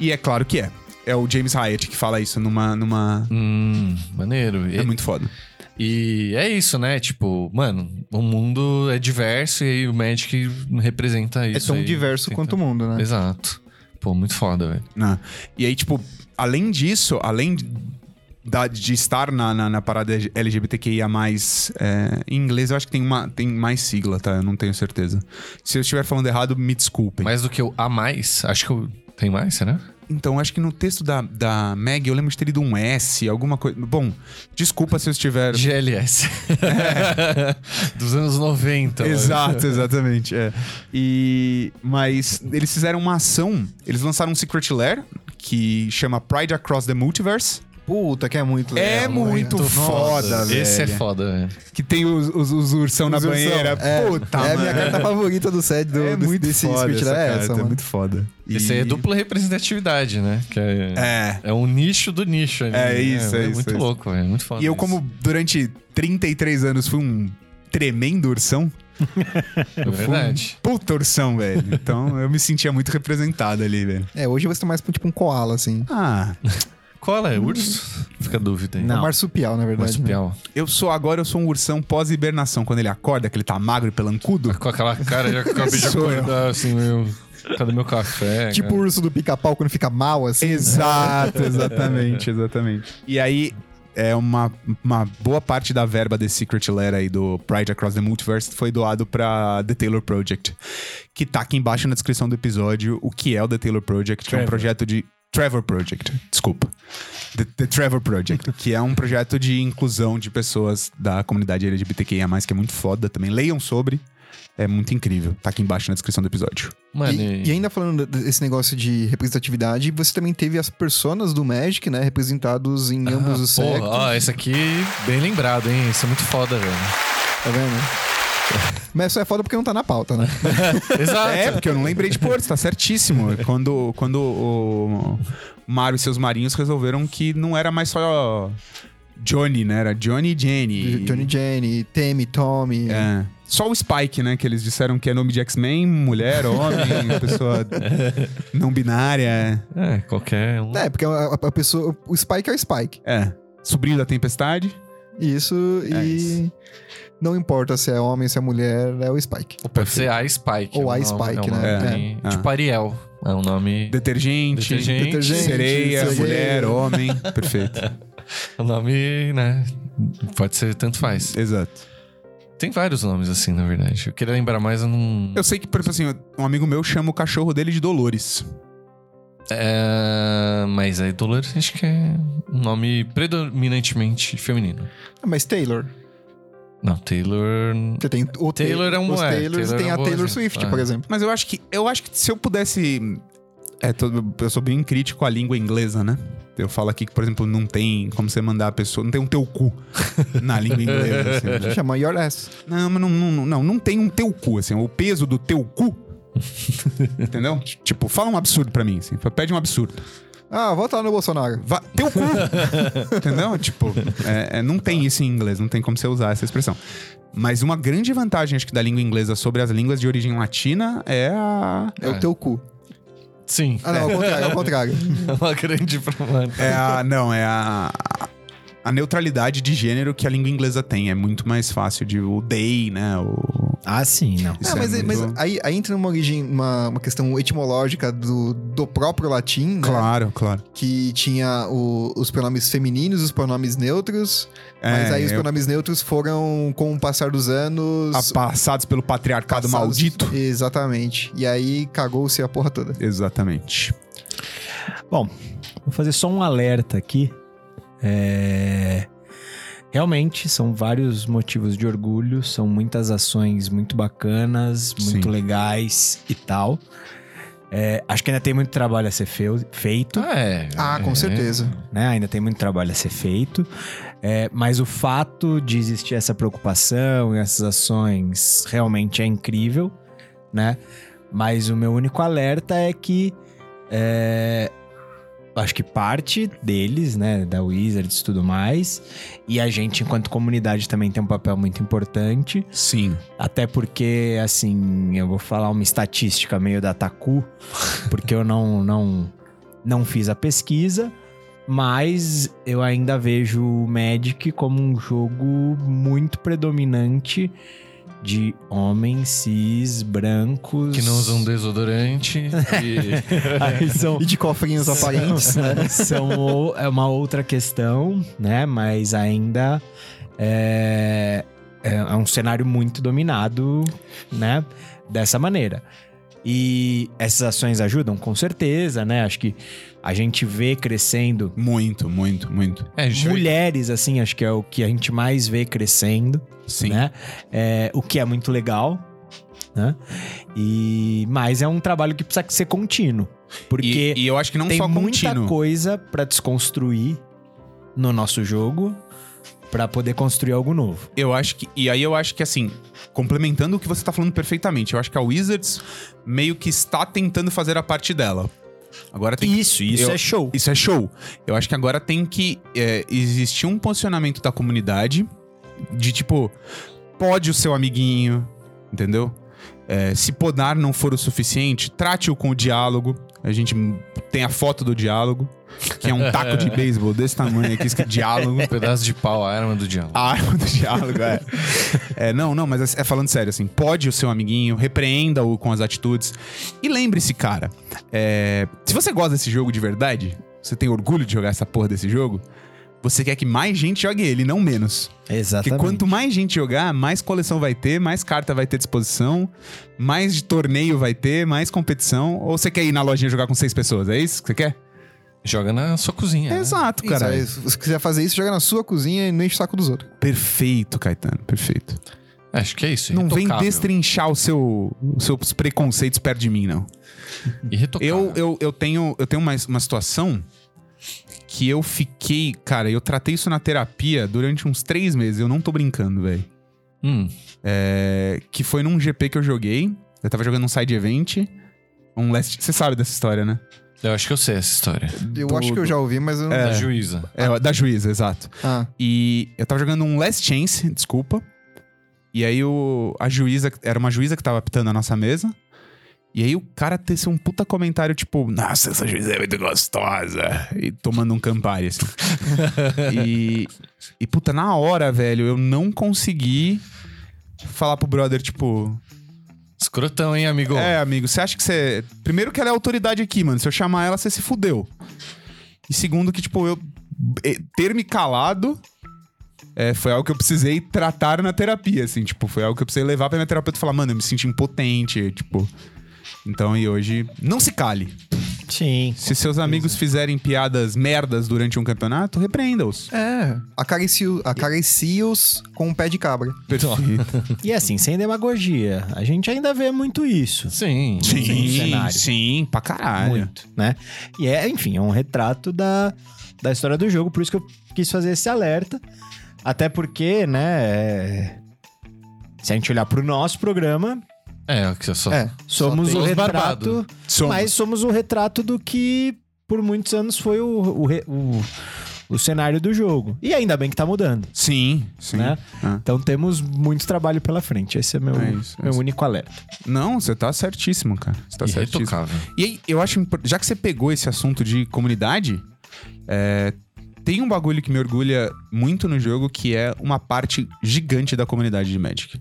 [SPEAKER 3] E é claro que é. É o James Hyatt que fala isso numa. numa...
[SPEAKER 1] Hum, maneiro.
[SPEAKER 3] É
[SPEAKER 1] E,
[SPEAKER 3] muito foda.
[SPEAKER 1] e é isso, né? Tipo, mano, o mundo é diverso e aí o Magic representa
[SPEAKER 4] é
[SPEAKER 1] isso.
[SPEAKER 4] tão
[SPEAKER 1] aí.
[SPEAKER 4] diverso
[SPEAKER 1] Tenta-
[SPEAKER 3] tá.
[SPEAKER 4] quanto o mundo, né?
[SPEAKER 1] Exato. Pô, muito foda, velho.
[SPEAKER 3] né? E aí, tipo, além disso, além da- de estar na, na, na parada LGBTQIA, é, em inglês eu acho que tem, uma, tem mais sigla, tá? Eu não tenho certeza. Se eu estiver falando errado, me desculpem.
[SPEAKER 1] Mais do que o a mais, acho que eu... tem mais, será?
[SPEAKER 3] Então, acho que no texto da, da Meg eu lembro de ter lido um S, alguma coisa. Bom, desculpa se eu estiver.
[SPEAKER 1] GLS. Dos anos 90. mano.
[SPEAKER 3] Exato, exatamente. é. E mas eles fizeram uma ação, eles lançaram um Secret Lair que chama Pride Across the Multiverse.
[SPEAKER 4] Puta, que é muito legal.
[SPEAKER 3] É muito foda,
[SPEAKER 1] Nossa,
[SPEAKER 3] velho.
[SPEAKER 1] Esse é foda, velho.
[SPEAKER 3] Que tem os, os, os ursão na
[SPEAKER 4] Os ursão.
[SPEAKER 3] banheira.
[SPEAKER 4] É,
[SPEAKER 3] Puta,
[SPEAKER 4] é a
[SPEAKER 3] mano.
[SPEAKER 4] minha carta favorita do set do,
[SPEAKER 3] é
[SPEAKER 4] do,
[SPEAKER 3] muito
[SPEAKER 4] desse
[SPEAKER 3] foda
[SPEAKER 4] Spirit
[SPEAKER 3] essa
[SPEAKER 4] é
[SPEAKER 3] carta,
[SPEAKER 4] essa,
[SPEAKER 3] é
[SPEAKER 4] mano.
[SPEAKER 3] muito foda.
[SPEAKER 1] Esse aí é
[SPEAKER 3] E-
[SPEAKER 1] dupla representatividade, né? Que é,
[SPEAKER 3] É.
[SPEAKER 1] é um nicho do nicho ali.
[SPEAKER 3] É
[SPEAKER 1] né?
[SPEAKER 3] isso, é isso,
[SPEAKER 1] muito
[SPEAKER 3] é isso.
[SPEAKER 1] louco, velho. Muito foda.
[SPEAKER 3] E eu,
[SPEAKER 1] isso.
[SPEAKER 3] como durante 33 anos fui um tremendo ursão,
[SPEAKER 1] É verdade.
[SPEAKER 3] puta ursão, velho. Então eu me sentia muito representado ali, velho.
[SPEAKER 4] É, hoje você tá mais tipo um koala, assim.
[SPEAKER 3] Ah,
[SPEAKER 1] Cola é urso? Fica a dúvida aí.
[SPEAKER 4] É
[SPEAKER 2] Não.
[SPEAKER 4] um marsupial, na verdade. né?
[SPEAKER 1] Marsupial.
[SPEAKER 3] eu sou agora, eu sou um ursão pós-hibernação. Quando ele acorda, que ele tá magro e pelancudo.
[SPEAKER 1] Com aquela cara, já acabei de
[SPEAKER 3] Sou eu.
[SPEAKER 1] acordar, assim, meu. Cadê meu café?
[SPEAKER 4] Tipo o
[SPEAKER 1] cara?
[SPEAKER 4] urso do pica-pau quando fica mal, assim.
[SPEAKER 3] Exato, exatamente, exatamente. E aí, é uma, uma boa parte da verba desse Secret Lair aí do Pride Across the Multiverse foi doado pra The Taylor Project, que tá aqui embaixo na descrição do episódio o que é o The Taylor Project, que é um projeto de... Trevor Project, desculpa. The, The Trevor Project, que é um projeto de inclusão de pessoas da comunidade LGBTQIA+, que é muito foda também. Leiam sobre, é muito incrível. Tá aqui embaixo na descrição do episódio.
[SPEAKER 1] Mano,
[SPEAKER 3] é
[SPEAKER 4] E, e ainda falando de- desse negócio de representatividade, você também teve as personas do Magic, né? Representados em ambos os
[SPEAKER 1] Porra,
[SPEAKER 4] sectos.
[SPEAKER 1] ó, esse aqui, bem lembrado, hein? Isso é muito foda, velho.
[SPEAKER 4] Tá vendo? Mas só é foda porque não tá na pauta, né?
[SPEAKER 1] Exato.
[SPEAKER 3] É, porque eu não lembrei de pôr, você tá certíssimo. Quando, quando o Mario e seus marinhos resolveram que não era mais só Johnny, né? Era Johnny e Jenny.
[SPEAKER 4] Johnny Jenny, Tammy, Tommy.
[SPEAKER 3] É. Só o Spike, né? Que eles disseram que é nome de X-Men, mulher, homem, pessoa não binária.
[SPEAKER 1] É, qualquer um.
[SPEAKER 4] É, porque a, a- a pessoa. O Spike é o Spike.
[SPEAKER 3] É. Sobrinho da Tempestade.
[SPEAKER 4] Isso
[SPEAKER 3] É
[SPEAKER 4] e.
[SPEAKER 3] isso.
[SPEAKER 4] Não importa se é homem, se é mulher, é o Spike.
[SPEAKER 1] Ou pode ser a Spike.
[SPEAKER 4] Ou
[SPEAKER 1] é um
[SPEAKER 4] a
[SPEAKER 1] nome-
[SPEAKER 4] Spike,
[SPEAKER 1] é um
[SPEAKER 4] né?
[SPEAKER 1] nome-
[SPEAKER 3] É.
[SPEAKER 1] Tipo Ariel. É um nome.
[SPEAKER 3] Detergente.
[SPEAKER 1] Detergente.
[SPEAKER 4] Detergente,
[SPEAKER 3] Sereia,
[SPEAKER 4] sereia.
[SPEAKER 3] mulher, homem. Perfeito.
[SPEAKER 1] O é um nome, né? Pode ser tanto faz.
[SPEAKER 3] Exato.
[SPEAKER 1] Tem vários nomes assim, na verdade. Eu queria lembrar, mas eu não.
[SPEAKER 3] Eu sei que, por exemplo, assim, um amigo meu chama o cachorro dele de Dolores.
[SPEAKER 1] É, Mas aí Dolores acho que é um nome predominantemente feminino.
[SPEAKER 4] Ah, Mas Taylor.
[SPEAKER 1] Não, Taylor.
[SPEAKER 4] Você tem o
[SPEAKER 1] Taylor é um-
[SPEAKER 4] os
[SPEAKER 1] é,
[SPEAKER 4] Taylors,
[SPEAKER 1] Taylor
[SPEAKER 4] tem
[SPEAKER 1] é um
[SPEAKER 4] a
[SPEAKER 1] bom
[SPEAKER 4] Taylor
[SPEAKER 1] exemplo,
[SPEAKER 4] Swift,
[SPEAKER 1] é.
[SPEAKER 4] por exemplo.
[SPEAKER 3] Mas eu acho que eu acho que se eu pudesse. É, todo, eu sou bem crítico à língua inglesa, né? Eu falo aqui que, por exemplo, não tem como você mandar a pessoa. Não tem um teu cu na língua inglesa. assim, né?
[SPEAKER 4] Chama Your Ass.
[SPEAKER 3] Não, mas não, não, não, não tem um teu cu, assim. O peso do teu cu. Entendeu? Tipo, fala um absurdo pra mim, assim. Pede um absurdo.
[SPEAKER 4] Ah, volta lá no Bolsonaro.
[SPEAKER 3] Va- teu cu! Entendeu? Tipo, é- é, não tem isso em inglês, não tem como você usar essa expressão. Mas uma grande vantagem, acho que, da língua inglesa sobre as línguas de origem latina é a.
[SPEAKER 4] É,
[SPEAKER 1] É.
[SPEAKER 4] o teu cu.
[SPEAKER 1] Sim.
[SPEAKER 4] Ah, não, é o contrário, é o contrário.
[SPEAKER 1] É uma grande problema.
[SPEAKER 3] É a. Não, é a. A neutralidade de gênero que a língua inglesa tem. É muito mais fácil de. O they, né? O.
[SPEAKER 2] Ah, sim, não.
[SPEAKER 3] Isso
[SPEAKER 4] Ah,
[SPEAKER 3] é
[SPEAKER 4] mas,
[SPEAKER 3] muito-
[SPEAKER 4] mas aí, aí entra uma origem, uma, uma questão etimológica do, do próprio latim, né?
[SPEAKER 3] Claro, claro.
[SPEAKER 4] Que tinha o- os pronomes femininos, os pronomes neutros. mas
[SPEAKER 3] É,
[SPEAKER 4] aí os
[SPEAKER 3] eu-
[SPEAKER 4] pronomes neutros foram, com o passar dos anos.
[SPEAKER 3] a- passados pelo patriarcado
[SPEAKER 4] passados-
[SPEAKER 3] maldito.
[SPEAKER 4] Exatamente. E aí cagou-se a porra toda.
[SPEAKER 3] Exatamente.
[SPEAKER 2] Vou fazer só um alerta aqui. É, Realmente, são vários motivos de orgulho, são muitas ações muito bacanas, muito
[SPEAKER 3] Sim.
[SPEAKER 2] legais e tal. É, acho que ainda tem muito trabalho a ser feu- feito,
[SPEAKER 1] Ah, é.
[SPEAKER 4] Ah, com
[SPEAKER 1] É.
[SPEAKER 4] certeza.
[SPEAKER 2] né? Ainda tem muito trabalho a ser feito. É, mas o fato de existir essa preocupação e essas ações realmente é incrível, né? Mas o meu único alerta é que é, acho que parte deles, né, da Wizards e tudo mais, e a gente enquanto comunidade também tem um papel muito importante,
[SPEAKER 3] Sim.
[SPEAKER 2] até porque, assim, eu vou falar uma estatística meio da Taku, porque eu não, não, não fiz a pesquisa, mas eu ainda vejo o Magic como um jogo muito predominante de homens cis, brancos.
[SPEAKER 1] Que não usam desodorante. e-
[SPEAKER 2] Aí
[SPEAKER 1] Oh.
[SPEAKER 2] são,
[SPEAKER 4] E de cofrinhos aparentes, né?
[SPEAKER 2] são o- é uma outra questão, né? Mas ainda é, é- é um cenário muito dominado, né? Dessa maneira. E essas ações ajudam, com certeza, né? Acho que a gente vê crescendo
[SPEAKER 3] Muito, muito, muito.
[SPEAKER 1] É, a gente vê-
[SPEAKER 2] mulheres, assim, acho que é o que a gente mais vê crescendo,
[SPEAKER 3] Sim.
[SPEAKER 2] né? É, o que é muito legal, né? E, mas é um trabalho que precisa ser contínuo. Porque
[SPEAKER 3] e, e eu acho que não
[SPEAKER 2] tem
[SPEAKER 3] só
[SPEAKER 2] muita
[SPEAKER 3] contínuo.
[SPEAKER 2] coisa pra desconstruir no nosso jogo pra poder construir algo novo.
[SPEAKER 3] Eu acho que. E aí eu acho que assim, complementando o que você tá falando perfeitamente, eu acho que a Wizards meio que está tentando fazer a parte dela. Agora tem que-
[SPEAKER 2] Isso, isso
[SPEAKER 3] eu-
[SPEAKER 2] é show.
[SPEAKER 3] Isso é show. Eu acho que agora tem que é, existir um posicionamento da comunidade de tipo, pode o seu amiguinho, entendeu? É, se podar não for o suficiente, trate-o com o diálogo. A gente tem a foto do diálogo, que é um taco de beisebol desse tamanho aqui, escrito diálogo.
[SPEAKER 1] Um pedaço de pau, a arma do diabo.
[SPEAKER 3] A arma do diálogo, é. É, não, não, mas é é falando sério, assim, pode o seu amiguinho, repreenda-o com as atitudes. E lembre-se, cara, é, se você gosta desse jogo de verdade, você tem orgulho de jogar essa porra desse jogo, você quer que mais gente jogue ele, não menos. Porque
[SPEAKER 2] Exatamente.
[SPEAKER 3] quanto mais gente jogar, mais coleção vai ter, mais carta vai ter à disposição, mais de torneio vai ter, mais competição. Ou você quer ir na lojinha jogar com seis pessoas, é isso que você quer?
[SPEAKER 1] Joga na sua cozinha. né?
[SPEAKER 3] Exato,
[SPEAKER 4] É. Isso,
[SPEAKER 3] cara.
[SPEAKER 4] aí, se você quiser fazer isso, joga na sua cozinha e não enche o saco dos outros.
[SPEAKER 3] Perfeito, Caetano, perfeito.
[SPEAKER 1] Acho que é isso.
[SPEAKER 3] Não vem
[SPEAKER 1] irretocável.
[SPEAKER 3] destrinchar o seu, os seus preconceitos perto de mim, não.
[SPEAKER 1] Irretocável.
[SPEAKER 3] Eu, eu, eu tenho, eu tenho uma, uma situação que eu fiquei. Cara, eu tratei isso na terapia durante uns três meses. Eu não tô brincando, velho.
[SPEAKER 1] Hum,
[SPEAKER 3] É, que foi num GP que eu joguei. Eu tava jogando um side event. Um last. Você sabe dessa história, né?
[SPEAKER 1] eu acho que eu sei essa história.
[SPEAKER 4] Eu
[SPEAKER 3] Do-
[SPEAKER 4] acho que eu já ouvi, mas eu não.
[SPEAKER 1] Da juíza.
[SPEAKER 3] É, da juíza, exato.
[SPEAKER 4] Ah,
[SPEAKER 3] E eu tava jogando um Last Chance, desculpa. E aí o, a juíza, era uma juíza que tava apitando a nossa mesa. E aí o cara teceu um puta comentário tipo, nossa, essa juíza é muito gostosa. E tomando um Campari, assim. e, e puta, na hora, velho, eu não consegui falar pro brother, tipo,
[SPEAKER 1] Escrotão, hein, amigo?
[SPEAKER 3] é, amigo, você acha que você. Primeiro que ela é autoridade aqui, mano. Se eu chamar ela, você se fudeu. E segundo que, tipo, eu. eh, Ter me calado é, foi algo que eu precisei tratar na terapia, assim, tipo, foi algo que eu precisei levar pra minha terapeuta e falar, mano, eu me senti impotente, tipo. Então, e hoje, não se cale.
[SPEAKER 2] Sim.
[SPEAKER 3] Se seus amigos fizerem piadas merdas durante um campeonato, repreenda-os.
[SPEAKER 4] é. Acaricio- Acaricios com o pé de cabra.
[SPEAKER 3] Perfeito.
[SPEAKER 2] E assim, sem demagogia, a gente ainda vê muito isso.
[SPEAKER 1] Sim.
[SPEAKER 2] Cenário.
[SPEAKER 3] sim, pra caralho.
[SPEAKER 2] Muito, né? E é, enfim, é um retrato da, da história do jogo, por isso que eu quis fazer esse alerta. Até porque, né, é, se a gente olhar pro nosso programa,
[SPEAKER 1] É, o que eu só.
[SPEAKER 4] É.
[SPEAKER 2] somos
[SPEAKER 1] tem
[SPEAKER 2] o
[SPEAKER 1] os
[SPEAKER 2] retrato...
[SPEAKER 1] barbados.
[SPEAKER 3] Somos.
[SPEAKER 2] Mas somos um retrato do que por muitos anos foi o, o, re- o- o cenário do jogo. E ainda bem que tá mudando,
[SPEAKER 3] Sim, sim.
[SPEAKER 2] né?
[SPEAKER 3] Ah.
[SPEAKER 2] Então temos muito trabalho pela frente. Esse é meu,
[SPEAKER 3] É isso, é
[SPEAKER 2] meu
[SPEAKER 3] isso.
[SPEAKER 2] único alerta.
[SPEAKER 3] Não, você tá certíssimo, cara. Você tá certíssimo.
[SPEAKER 1] Irretocável.
[SPEAKER 3] E aí, eu acho, impor- já que você pegou esse assunto de comunidade, é, tem um bagulho que me orgulha muito no jogo que é uma parte gigante da comunidade de Magic.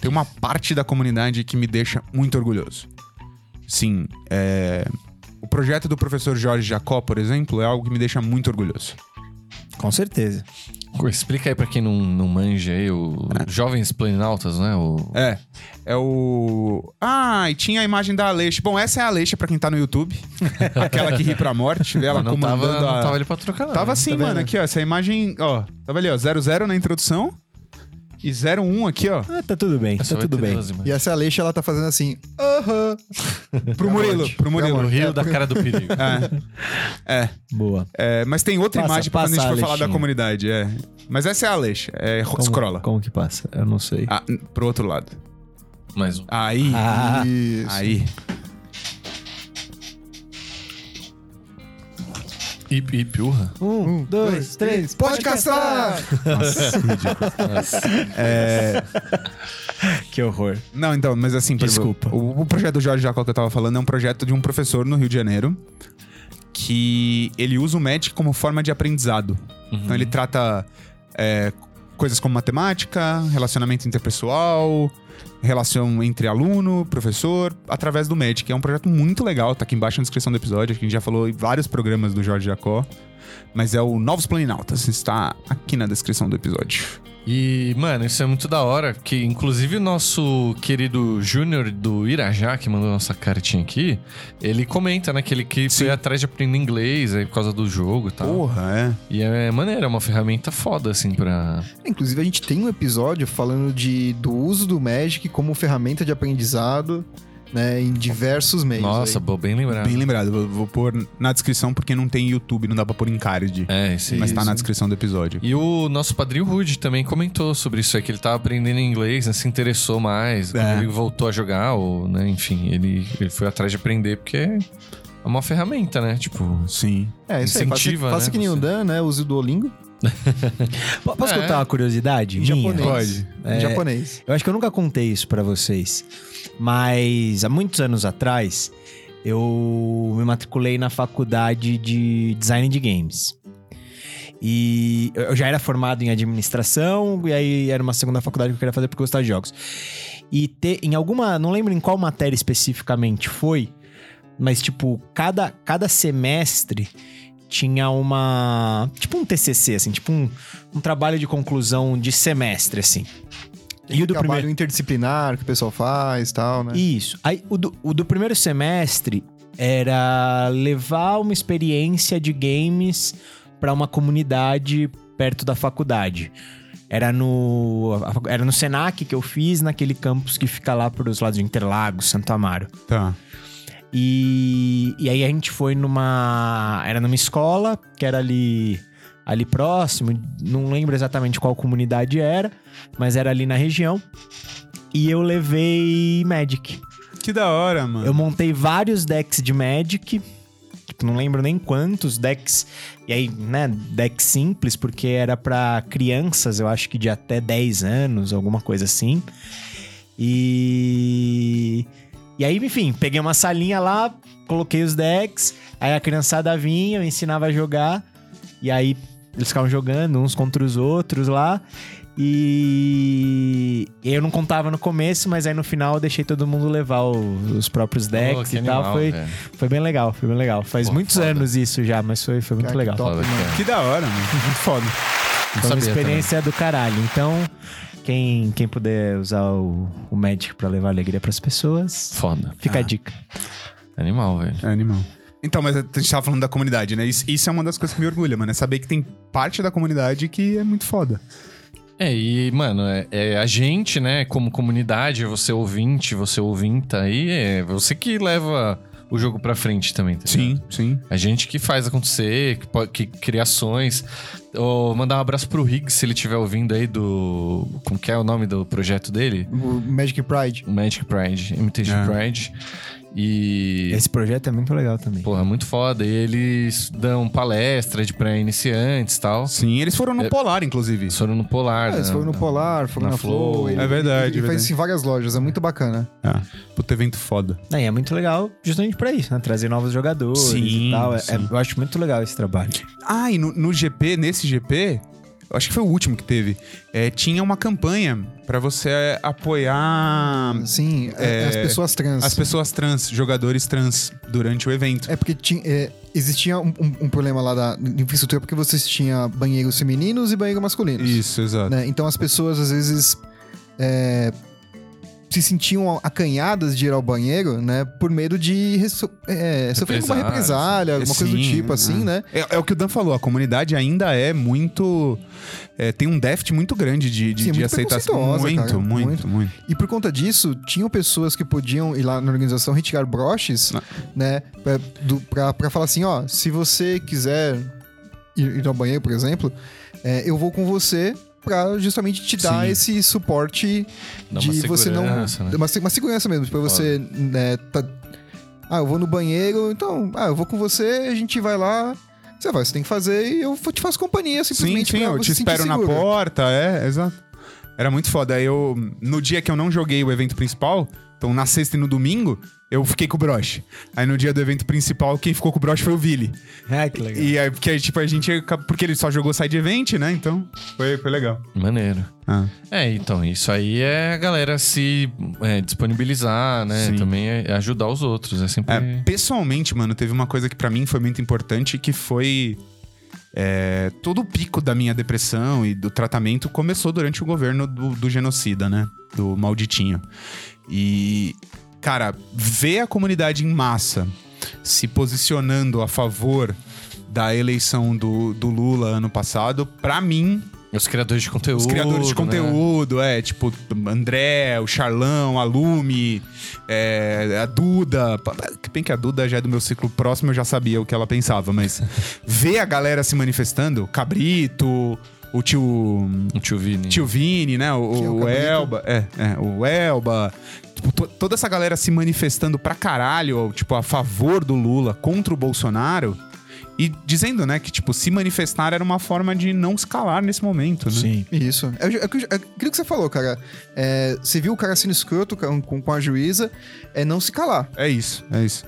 [SPEAKER 3] tem uma parte da comunidade que me deixa muito orgulhoso. Sim, é, o projeto do professor Jorge Jacó, por exemplo, é algo que me deixa muito orgulhoso.
[SPEAKER 2] Com certeza.
[SPEAKER 1] Explica aí pra quem não, não manja aí, o Jovens Planinautas, né? O...
[SPEAKER 3] É, é o... Ah, e tinha a imagem da Aleixo. Bom, essa é a Aleixo pra quem tá no YouTube. Aquela que ri pra morte. Ela
[SPEAKER 1] não, tava,
[SPEAKER 3] comandando a...
[SPEAKER 1] não tava ele pra trocar, não.
[SPEAKER 3] Tava assim,
[SPEAKER 1] Tá vendo?
[SPEAKER 3] mano, aqui, ó. Essa imagem, ó. Tava ali, ó. 00 na introdução. E 01 aqui, ó.
[SPEAKER 2] Ah, tá tudo bem,
[SPEAKER 1] Só
[SPEAKER 2] tá
[SPEAKER 1] vai
[SPEAKER 2] tudo
[SPEAKER 1] ter
[SPEAKER 2] bem.
[SPEAKER 1] duas imagens.
[SPEAKER 4] E essa Aleixa, ela tá fazendo assim.
[SPEAKER 2] Tá
[SPEAKER 3] Pro Murilo, pro
[SPEAKER 1] O
[SPEAKER 3] Murilo.
[SPEAKER 1] rio da cara do perigo.
[SPEAKER 3] É,
[SPEAKER 2] Boa.
[SPEAKER 3] é, mas tem outra
[SPEAKER 2] Passa,
[SPEAKER 3] imagem
[SPEAKER 2] passa
[SPEAKER 3] quando a gente
[SPEAKER 2] a
[SPEAKER 3] for falar da
[SPEAKER 2] Alexinha.
[SPEAKER 3] comunidade, é. Mas essa é a Alex, é ro-
[SPEAKER 2] Como,
[SPEAKER 3] scrolla.
[SPEAKER 2] Como que passa? Eu não sei.
[SPEAKER 3] Ah, n- pro outro lado.
[SPEAKER 1] Mais um.
[SPEAKER 3] Aí,
[SPEAKER 2] Ah,
[SPEAKER 4] Isso.
[SPEAKER 3] aí.
[SPEAKER 1] Ip, ip, urra.
[SPEAKER 2] um, dois, três. Pode caçar!
[SPEAKER 3] É,
[SPEAKER 2] Que horror.
[SPEAKER 3] Não, então, mas assim, por exemplo,
[SPEAKER 2] Desculpa.
[SPEAKER 3] O, o projeto do Jorge Jacó que eu tava falando é um projeto de um professor no Rio de Janeiro que ele usa o Magic como forma de aprendizado. Então ele trata é, coisas como matemática, relacionamento interpessoal, relação entre aluno, professor, através do Magic. É um projeto muito legal, tá aqui embaixo na descrição do episódio, acho que a gente já falou em vários programas do Jorge Jacó. Mas é o Novos Planinautas, está aqui na descrição do episódio.
[SPEAKER 1] E, mano, isso é muito da hora, que inclusive o nosso querido Júnior do Irajá, que mandou nossa cartinha aqui, ele comenta, né, que ele que foi atrás de aprender inglês aí por causa do jogo e tal.
[SPEAKER 3] Porra, é.
[SPEAKER 1] E é maneiro, é uma ferramenta foda, assim, pra...
[SPEAKER 4] Inclusive, a gente tem um episódio falando de, do uso do Magic como ferramenta de aprendizado, né? Em diversos meios.
[SPEAKER 1] Nossa,
[SPEAKER 4] aí.
[SPEAKER 1] boa, bem lembrado.
[SPEAKER 3] Bem lembrado, vou, vou pôr na descrição porque não tem YouTube, não dá pra pôr em card.
[SPEAKER 1] É, esse
[SPEAKER 3] mas tá
[SPEAKER 1] isso.
[SPEAKER 3] na descrição do episódio.
[SPEAKER 1] E o nosso padrinho Rude também comentou sobre isso aí, que ele tava aprendendo inglês, né, se interessou mais, quando
[SPEAKER 3] É.
[SPEAKER 1] ele voltou a jogar, ou, né, enfim, ele, ele foi atrás de aprender, porque é uma ferramenta, né, tipo...
[SPEAKER 3] Sim.
[SPEAKER 4] é, isso
[SPEAKER 1] incentiva,
[SPEAKER 4] aí. Faça, faça
[SPEAKER 1] né,
[SPEAKER 4] que nem o
[SPEAKER 1] você.
[SPEAKER 4] Dan, né? Use o Duolingo
[SPEAKER 2] Po- Posso
[SPEAKER 1] É.
[SPEAKER 2] contar uma curiosidade?
[SPEAKER 4] em
[SPEAKER 2] minha?
[SPEAKER 4] japonês.
[SPEAKER 2] É.
[SPEAKER 4] Em japonês.
[SPEAKER 2] Eu acho que eu nunca contei isso pra vocês, mas há muitos anos atrás eu me matriculei na faculdade de design de games. E eu eu já era formado em administração, e aí era uma segunda faculdade que eu queria fazer porque eu gostava de jogos. E te- em alguma, não lembro em qual matéria especificamente foi, mas tipo, cada, cada semestre tinha uma. Tipo um TCC, assim, tipo um, um trabalho de conclusão de semestre, assim. E o do
[SPEAKER 4] um Trabalho
[SPEAKER 2] primeiro.
[SPEAKER 4] interdisciplinar que o pessoal faz e tal, né?
[SPEAKER 2] Isso. Aí, o do, o do primeiro semestre era levar uma experiência de games para uma comunidade perto da faculdade. Era no, a facu- era no Senac que eu fiz, naquele campus que fica lá para os lados de Interlagos, Santo Amaro.
[SPEAKER 3] Tá.
[SPEAKER 2] E, e aí a gente foi numa. Era numa escola que era ali. Ali próximo, não lembro exatamente qual comunidade era, mas era ali na região. E eu levei Magic.
[SPEAKER 3] Que da hora, mano.
[SPEAKER 2] Eu montei vários decks de Magic. Tipo, não lembro nem quantos decks. E aí, né, deck simples, porque era pra crianças, eu acho que de até 10 anos, alguma coisa assim. E. E aí, enfim, peguei uma salinha lá, coloquei os decks, aí a criançada vinha, eu ensinava a jogar, e aí eles ficavam jogando uns contra os outros lá. E eu não contava no começo, mas aí no final eu deixei todo mundo levar o- os próprios
[SPEAKER 1] Pô,
[SPEAKER 2] decks
[SPEAKER 1] que
[SPEAKER 2] e tal.
[SPEAKER 1] animal,
[SPEAKER 2] foi,
[SPEAKER 1] velho.
[SPEAKER 2] foi bem legal, foi bem legal. Faz
[SPEAKER 1] Pô,
[SPEAKER 2] muitos
[SPEAKER 1] foda.
[SPEAKER 2] anos isso já, mas foi, foi muito
[SPEAKER 4] Cara, que
[SPEAKER 2] legal.
[SPEAKER 4] top,
[SPEAKER 1] Foda,
[SPEAKER 4] mano.
[SPEAKER 1] cara.
[SPEAKER 3] Que da hora, mano. Muito foda.
[SPEAKER 2] Foi uma
[SPEAKER 1] sabia também.
[SPEAKER 2] experiência do caralho. Então, quem, quem puder usar o, o Magic pra levar alegria pras pessoas,
[SPEAKER 1] Foda.
[SPEAKER 2] fica a dica.
[SPEAKER 1] Animal, velho.
[SPEAKER 3] É animal. Então, mas a gente tava falando da comunidade, né? Isso, isso é uma das coisas que me orgulha, mano. É saber que tem parte da comunidade que é muito foda.
[SPEAKER 1] É, e, mano, é, é a gente, né, como comunidade, você ouvinte, você ouvinta aí, é você que leva o jogo pra frente também, tá ligado?
[SPEAKER 3] sim.
[SPEAKER 1] A gente que faz acontecer, que, po- que cria ações. Ô, mandar um abraço pro Riggs, se ele estiver ouvindo aí do... Como que é o nome do projeto dele?
[SPEAKER 4] O Magic Pride.
[SPEAKER 1] Magic Pride, MTG
[SPEAKER 3] É.
[SPEAKER 1] Pride. E...
[SPEAKER 2] Esse projeto é muito legal também.
[SPEAKER 1] Porra, muito foda. E eles dão palestra de pra iniciantes e tal.
[SPEAKER 3] Sim, eles foram no
[SPEAKER 1] É-
[SPEAKER 3] Polar, inclusive.
[SPEAKER 1] Eles foram no Polar.
[SPEAKER 4] Ah, eles
[SPEAKER 1] né?
[SPEAKER 4] foram no Polar, foram
[SPEAKER 1] Na
[SPEAKER 4] na, Flow.
[SPEAKER 1] Flow.
[SPEAKER 4] ele-
[SPEAKER 3] É verdade,
[SPEAKER 4] Ele,
[SPEAKER 3] é
[SPEAKER 4] ele
[SPEAKER 3] verdade.
[SPEAKER 4] faz isso em várias lojas, é muito bacana.
[SPEAKER 3] É. Puta evento foda.
[SPEAKER 2] Não, e é muito legal justamente pra isso, né? Trazer novos jogadores
[SPEAKER 3] Sim,
[SPEAKER 2] e tal. É-
[SPEAKER 3] sim.
[SPEAKER 2] é- eu acho muito legal esse trabalho.
[SPEAKER 3] Ah, e no, no GP, nesse GP, acho que foi o último que teve, é, tinha uma campanha pra você apoiar
[SPEAKER 4] Sim, é-
[SPEAKER 3] É,
[SPEAKER 4] as pessoas trans.
[SPEAKER 3] as pessoas trans, jogadores trans, durante o evento.
[SPEAKER 4] É porque tinha, é, existia um, um- um problema lá da de infraestrutura porque vocês tinham banheiros femininos e banheiros masculinos.
[SPEAKER 3] Isso, exato.
[SPEAKER 4] né? Então as pessoas às vezes é, se sentiam acanhadas de ir ao banheiro, né? Por medo de resso- é, sofrer alguma
[SPEAKER 1] Represália,
[SPEAKER 4] represália, alguma coisa do
[SPEAKER 3] né? Sim,
[SPEAKER 4] tipo, assim, né?
[SPEAKER 3] É, é o que o Dan falou, a comunidade ainda é muito. é, tem um déficit muito grande de, de,
[SPEAKER 4] Sim, é
[SPEAKER 3] de
[SPEAKER 4] muito
[SPEAKER 3] aceitação.
[SPEAKER 4] preconceituosa,
[SPEAKER 3] Muito,
[SPEAKER 4] cara,
[SPEAKER 3] muito, muito,
[SPEAKER 4] muito. E por conta disso, tinham pessoas que podiam ir lá na organização retirar broches,
[SPEAKER 3] Ah.
[SPEAKER 4] né? Pra, do, pra, pra falar assim, ó, se você quiser ir, ir ao banheiro, por exemplo, é, eu vou com você pra justamente te dar
[SPEAKER 1] Sim.
[SPEAKER 4] esse suporte
[SPEAKER 1] Dá uma
[SPEAKER 4] de você não...
[SPEAKER 1] segurança, né?
[SPEAKER 4] Uma, se- uma segurança mesmo, pra você... né, tá- ah, eu vou no banheiro, então... Ah, eu vou com você, a gente vai lá... Você vai, você tem que fazer e eu te faço companhia
[SPEAKER 3] Sim,
[SPEAKER 4] simplesmente
[SPEAKER 3] sim,
[SPEAKER 4] pra
[SPEAKER 3] eu
[SPEAKER 4] você
[SPEAKER 3] te
[SPEAKER 4] se sentir
[SPEAKER 3] espero na
[SPEAKER 4] segura.
[SPEAKER 3] porta, é, exato. Era muito foda. Aí Eu, no dia que eu não joguei o evento principal, então na sexta e no domingo, eu fiquei com o broche. Aí no dia do evento principal, quem ficou com o broche foi o Vili.
[SPEAKER 2] É, que legal.
[SPEAKER 3] E aí, porque aí, tipo, a gente. acaba- Porque ele só jogou side event, né? Então, foi, foi legal.
[SPEAKER 1] Maneiro.
[SPEAKER 3] Ah.
[SPEAKER 1] É, então, isso aí é a galera se é, disponibilizar, né?
[SPEAKER 3] Sim.
[SPEAKER 1] Também é ajudar os outros. É sempre.
[SPEAKER 3] É, pessoalmente, mano, teve uma coisa que pra mim foi muito importante, que foi é, todo o pico da minha depressão e do tratamento começou durante o governo do, do genocida, né? Do malditinho. E, cara, ver a comunidade em massa se posicionando a favor da eleição do, do Lula ano passado, pra mim
[SPEAKER 1] Os criadores de conteúdo.
[SPEAKER 3] os criadores de
[SPEAKER 1] né?
[SPEAKER 3] conteúdo, é, tipo, André, o Charlão, a Lume, é, a Duda. Pa- pa- que Bem que a Duda já é do meu ciclo próximo, eu já sabia o que ela pensava, mas ver a galera se manifestando, Cabrito, o tio.
[SPEAKER 1] O tio Vini.
[SPEAKER 3] Tio Vini, né? O,
[SPEAKER 4] Que é o
[SPEAKER 3] o
[SPEAKER 4] Cabrito.
[SPEAKER 3] Elba. É, é, o Elba. Tipo, to- toda essa galera se manifestando pra caralho, tipo, a favor do Lula contra o Bolsonaro. E dizendo, né, que, tipo, se manifestar era uma forma de não se calar nesse momento, né?
[SPEAKER 2] Sim.
[SPEAKER 4] Isso. É, o- é, o que- é aquilo que você falou, cara. É, você viu o cara sendo escroto com, com- com a juíza, é não se calar.
[SPEAKER 3] É isso, é isso.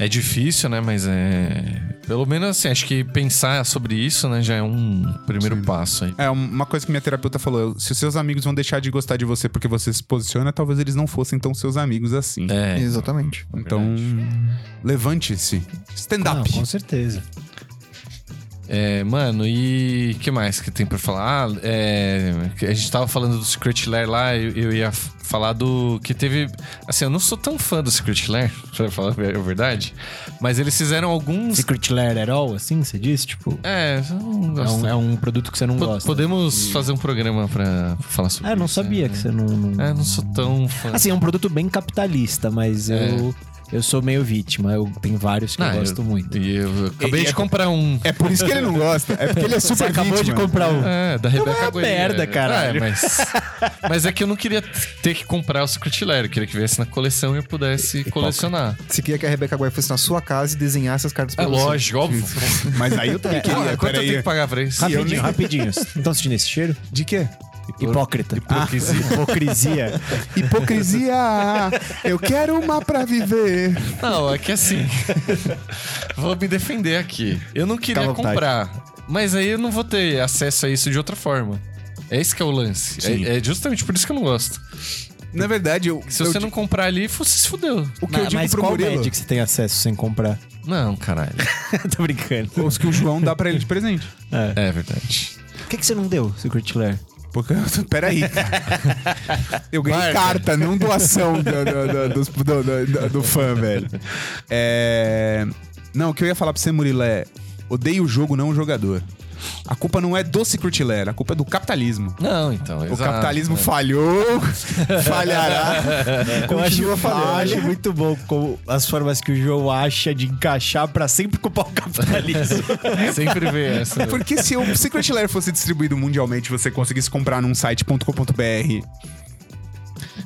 [SPEAKER 1] É difícil, né? Mas é. Pelo menos assim, acho que pensar sobre isso, né, já é um primeiro passo aí.
[SPEAKER 3] É uma coisa que minha terapeuta falou: se os seus amigos vão deixar de gostar de você porque você se posiciona, talvez eles não fossem tão seus amigos assim.
[SPEAKER 1] É.
[SPEAKER 4] Exatamente.
[SPEAKER 3] Então, levante-se. Stand
[SPEAKER 2] Não,
[SPEAKER 3] up.
[SPEAKER 2] com certeza.
[SPEAKER 1] É, mano, e que mais que tem pra falar? Ah, é, que a gente tava falando do Secret Lair lá, eu, eu ia f- falar do que teve. Assim, eu não sou tão fã do Secret Lair, pra falar a ver- a verdade, mas eles fizeram alguns.
[SPEAKER 2] Um Secret Lair at all, assim, você diz? Tipo,
[SPEAKER 1] É, eu não
[SPEAKER 2] é
[SPEAKER 1] gosto.
[SPEAKER 2] um, é um produto que você não
[SPEAKER 1] Po-
[SPEAKER 2] gosta.
[SPEAKER 1] Podemos fazer um programa pra falar sobre
[SPEAKER 2] Ah, eu não
[SPEAKER 1] isso,
[SPEAKER 2] sabia
[SPEAKER 1] é.
[SPEAKER 2] que você não... não-
[SPEAKER 1] É, eu não sou tão fã.
[SPEAKER 2] Assim, é um produto bem capitalista, mas eu... Eu sou meio vítima, eu tenho vários que
[SPEAKER 1] Ah,
[SPEAKER 2] eu
[SPEAKER 1] eu-
[SPEAKER 2] gosto muito.
[SPEAKER 1] E eu acabei
[SPEAKER 3] E- e
[SPEAKER 1] de
[SPEAKER 3] é-
[SPEAKER 1] comprar um.
[SPEAKER 3] É por isso que ele não gosta. É porque ele é super
[SPEAKER 2] Você acabou
[SPEAKER 3] vítima.
[SPEAKER 2] de comprar um.
[SPEAKER 1] É, da Rebeca
[SPEAKER 2] uma
[SPEAKER 1] Guerreiro.
[SPEAKER 2] merda, caralho.
[SPEAKER 1] É, mas, mas é que eu não queria ter que comprar o Secret Lair. Eu queria que viesse na coleção e eu pudesse colecionar.
[SPEAKER 4] Você queria que a Rebeca Guay fosse na sua casa e desenhasse as cartas
[SPEAKER 1] É
[SPEAKER 4] pra você.
[SPEAKER 1] lógico, óbvio.
[SPEAKER 3] Mas aí eu
[SPEAKER 2] É,
[SPEAKER 3] também
[SPEAKER 1] Olha,
[SPEAKER 3] queria.
[SPEAKER 1] quanto eu tenho que
[SPEAKER 3] Peraí.
[SPEAKER 1] pagar pra isso?
[SPEAKER 2] Rapidinho,
[SPEAKER 3] nem-
[SPEAKER 2] rapidinho. Estão sentindo esse cheiro?
[SPEAKER 3] De quê?
[SPEAKER 2] Hipócrita.
[SPEAKER 1] Hipocrisia.
[SPEAKER 2] Ah, hipocrisia.
[SPEAKER 3] Hipocrisia! Eu quero uma pra viver.
[SPEAKER 1] Não, é que assim. vou me defender aqui. Eu não
[SPEAKER 2] Fica
[SPEAKER 1] queria
[SPEAKER 2] à vontade.
[SPEAKER 1] comprar, mas aí eu não vou ter acesso a isso de outra forma. É esse que é o lance. É, é justamente por isso que eu não gosto.
[SPEAKER 3] Na verdade, eu.
[SPEAKER 1] Se
[SPEAKER 3] eu
[SPEAKER 1] você
[SPEAKER 3] di-
[SPEAKER 1] não comprar ali, fu- se fudeu.
[SPEAKER 3] O que eu
[SPEAKER 2] Mas-
[SPEAKER 3] digo
[SPEAKER 2] mas
[SPEAKER 3] pro
[SPEAKER 2] qual
[SPEAKER 3] Murilo?
[SPEAKER 2] média que você tem acesso sem comprar?
[SPEAKER 1] Não, caralho.
[SPEAKER 2] Tô brincando.
[SPEAKER 3] Os que o João dá pra ele de presente.
[SPEAKER 1] É verdade.
[SPEAKER 2] Por que, que você não deu, Secret Lair?
[SPEAKER 3] Porque, peraí, cara. Eu ganhei carta, não doação do, do, do- dos- do- do- do- do fã, velho. É... Não, o que eu ia falar pra você, Murilo, é... Odeio o jogo, não o jogador. A culpa não é do Secret Lair, a culpa é do capitalismo.
[SPEAKER 1] Não, então.
[SPEAKER 3] O capitalismo falhou, falhará.
[SPEAKER 2] é. Eu acho,
[SPEAKER 3] Continua falhando.
[SPEAKER 2] eu acho muito bom como as formas que o João acha de encaixar pra sempre culpar o capitalismo.
[SPEAKER 1] É, Sempre vê essa.
[SPEAKER 3] É Porque se o Secret Lair fosse distribuído mundialmente, você conseguisse comprar num site.com.br é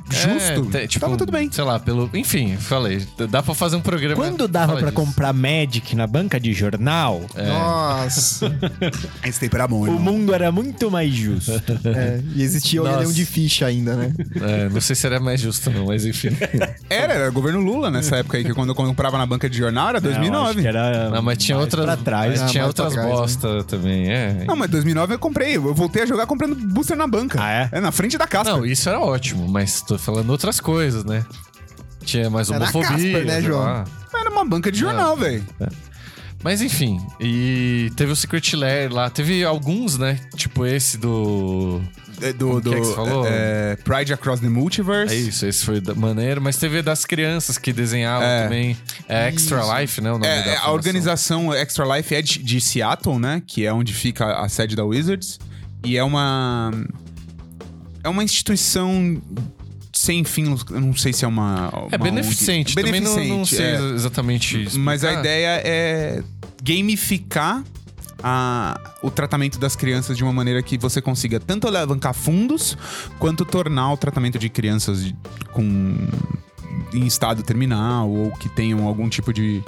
[SPEAKER 2] É,
[SPEAKER 3] justo,
[SPEAKER 1] te- tipo,
[SPEAKER 3] tava tudo bem.
[SPEAKER 1] Sei lá, pelo. Enfim, falei. d- Dá pra fazer um programa.
[SPEAKER 2] Quando dava
[SPEAKER 1] Fala
[SPEAKER 2] pra
[SPEAKER 1] disso.
[SPEAKER 2] comprar Magic na banca de jornal,
[SPEAKER 1] É.
[SPEAKER 4] Nossa.
[SPEAKER 3] Esse tempo era bom,
[SPEAKER 2] o
[SPEAKER 3] irmão.
[SPEAKER 2] mundo era muito mais justo.
[SPEAKER 4] É, e existia
[SPEAKER 1] Nossa.
[SPEAKER 4] olhadão de ficha ainda, né?
[SPEAKER 1] É, não sei se era mais justo, não, mas enfim.
[SPEAKER 3] Era, era governo Lula nessa época aí, que quando eu comprava na banca de jornal era
[SPEAKER 2] É. Não, acho
[SPEAKER 3] 2009.
[SPEAKER 2] que era
[SPEAKER 1] Não, mas tinha
[SPEAKER 2] mais
[SPEAKER 1] outras.
[SPEAKER 2] Pra trás.
[SPEAKER 1] mas
[SPEAKER 4] Ah,
[SPEAKER 1] tinha
[SPEAKER 4] mais
[SPEAKER 1] outras
[SPEAKER 4] pra trás, né?
[SPEAKER 1] bosta também, é.
[SPEAKER 3] Não, mas 2009 eu comprei. Eu voltei a jogar comprando booster na banca.
[SPEAKER 2] Ah, é?
[SPEAKER 3] É, na frente da casa.
[SPEAKER 1] Não, isso era ótimo, mas tô falando outras coisas, né? Tinha mais
[SPEAKER 4] Era a
[SPEAKER 1] homofobia.
[SPEAKER 4] Casper, né,
[SPEAKER 1] sei
[SPEAKER 4] João?
[SPEAKER 1] lá.
[SPEAKER 3] Era uma banca de jornal, velho.
[SPEAKER 1] Mas enfim, e teve o Secret Lair lá, teve alguns, né? Tipo esse do.
[SPEAKER 3] É, Do,
[SPEAKER 1] Como que é que você falou?
[SPEAKER 3] é, Pride Across the Multiverse.
[SPEAKER 1] É isso, esse foi da- maneiro, mas teve das crianças que desenhavam
[SPEAKER 3] É.
[SPEAKER 1] também. É Extra Life, né? O nome
[SPEAKER 3] É,
[SPEAKER 1] da
[SPEAKER 3] é, a
[SPEAKER 1] fundação.
[SPEAKER 3] organização Extra Life é de, de Seattle, né? Que é onde fica a sede da Wizards. E é uma. É uma instituição sem fim. Eu não sei se é uma.
[SPEAKER 1] É
[SPEAKER 3] uma
[SPEAKER 1] beneficente,
[SPEAKER 3] ONG.
[SPEAKER 1] também não, não
[SPEAKER 3] Beneficente,
[SPEAKER 1] sei
[SPEAKER 3] é.
[SPEAKER 1] exatamente isso.
[SPEAKER 3] Mas a ideia é gamificar a- o tratamento das crianças de uma maneira que você consiga tanto alavancar fundos quanto tornar o tratamento de crianças de- com em estado terminal ou que tenham algum tipo de,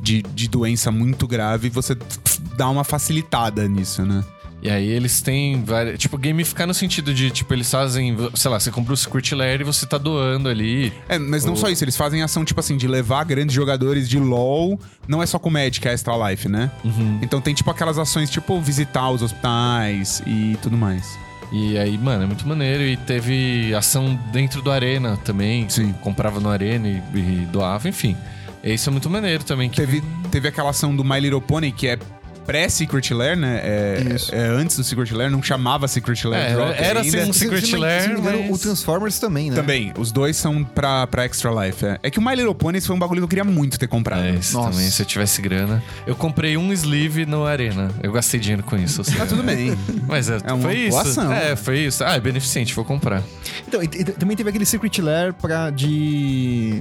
[SPEAKER 3] de, de doença muito grave, você pf, dá uma facilitada nisso, né?
[SPEAKER 1] E aí eles têm várias. Tipo, gamificar no sentido de, tipo, eles fazem. Sei lá, você compra o Secret Lair e você tá doando ali.
[SPEAKER 3] É, mas não só isso, eles fazem ação, tipo assim, de levar grandes jogadores de LoL, não é só com Magic, é Extra Life, né? Então tem, tipo, aquelas ações, tipo, visitar os hospitais e tudo mais.
[SPEAKER 1] E aí, mano, é muito maneiro. E teve ação dentro do Arena também.
[SPEAKER 3] Sim.
[SPEAKER 1] Comprava no Arena e, e doava, enfim. E isso é muito maneiro também. Que
[SPEAKER 3] Teve, teve aquela ação do My Little Pony, que é pré-Secret Lair, né? É,
[SPEAKER 4] Isso.
[SPEAKER 3] é antes do Secret Lair, não chamava Secret Lair.
[SPEAKER 1] É,
[SPEAKER 3] Drop
[SPEAKER 1] era
[SPEAKER 3] ainda.
[SPEAKER 1] assim, Um Secret
[SPEAKER 4] Se- se não- se não me engano,
[SPEAKER 1] Lair, mas-
[SPEAKER 4] é O Transformers também, né?
[SPEAKER 3] Também, os dois são pra, pra Extra Life. É. É que o My Little Pony esse foi um bagulho que eu queria muito ter comprado.
[SPEAKER 1] É, isso
[SPEAKER 4] Nossa.
[SPEAKER 1] também, se eu tivesse grana. Eu comprei um sleeve no Arena. Eu gastei dinheiro com isso. assim,
[SPEAKER 3] Tá tudo bem.
[SPEAKER 1] Mas é,
[SPEAKER 3] É uma
[SPEAKER 1] foi isso.
[SPEAKER 3] boa ação.
[SPEAKER 1] É, foi isso. Ah, é beneficente, vou comprar.
[SPEAKER 4] Então, e, e também teve aquele Secret Lair pra, de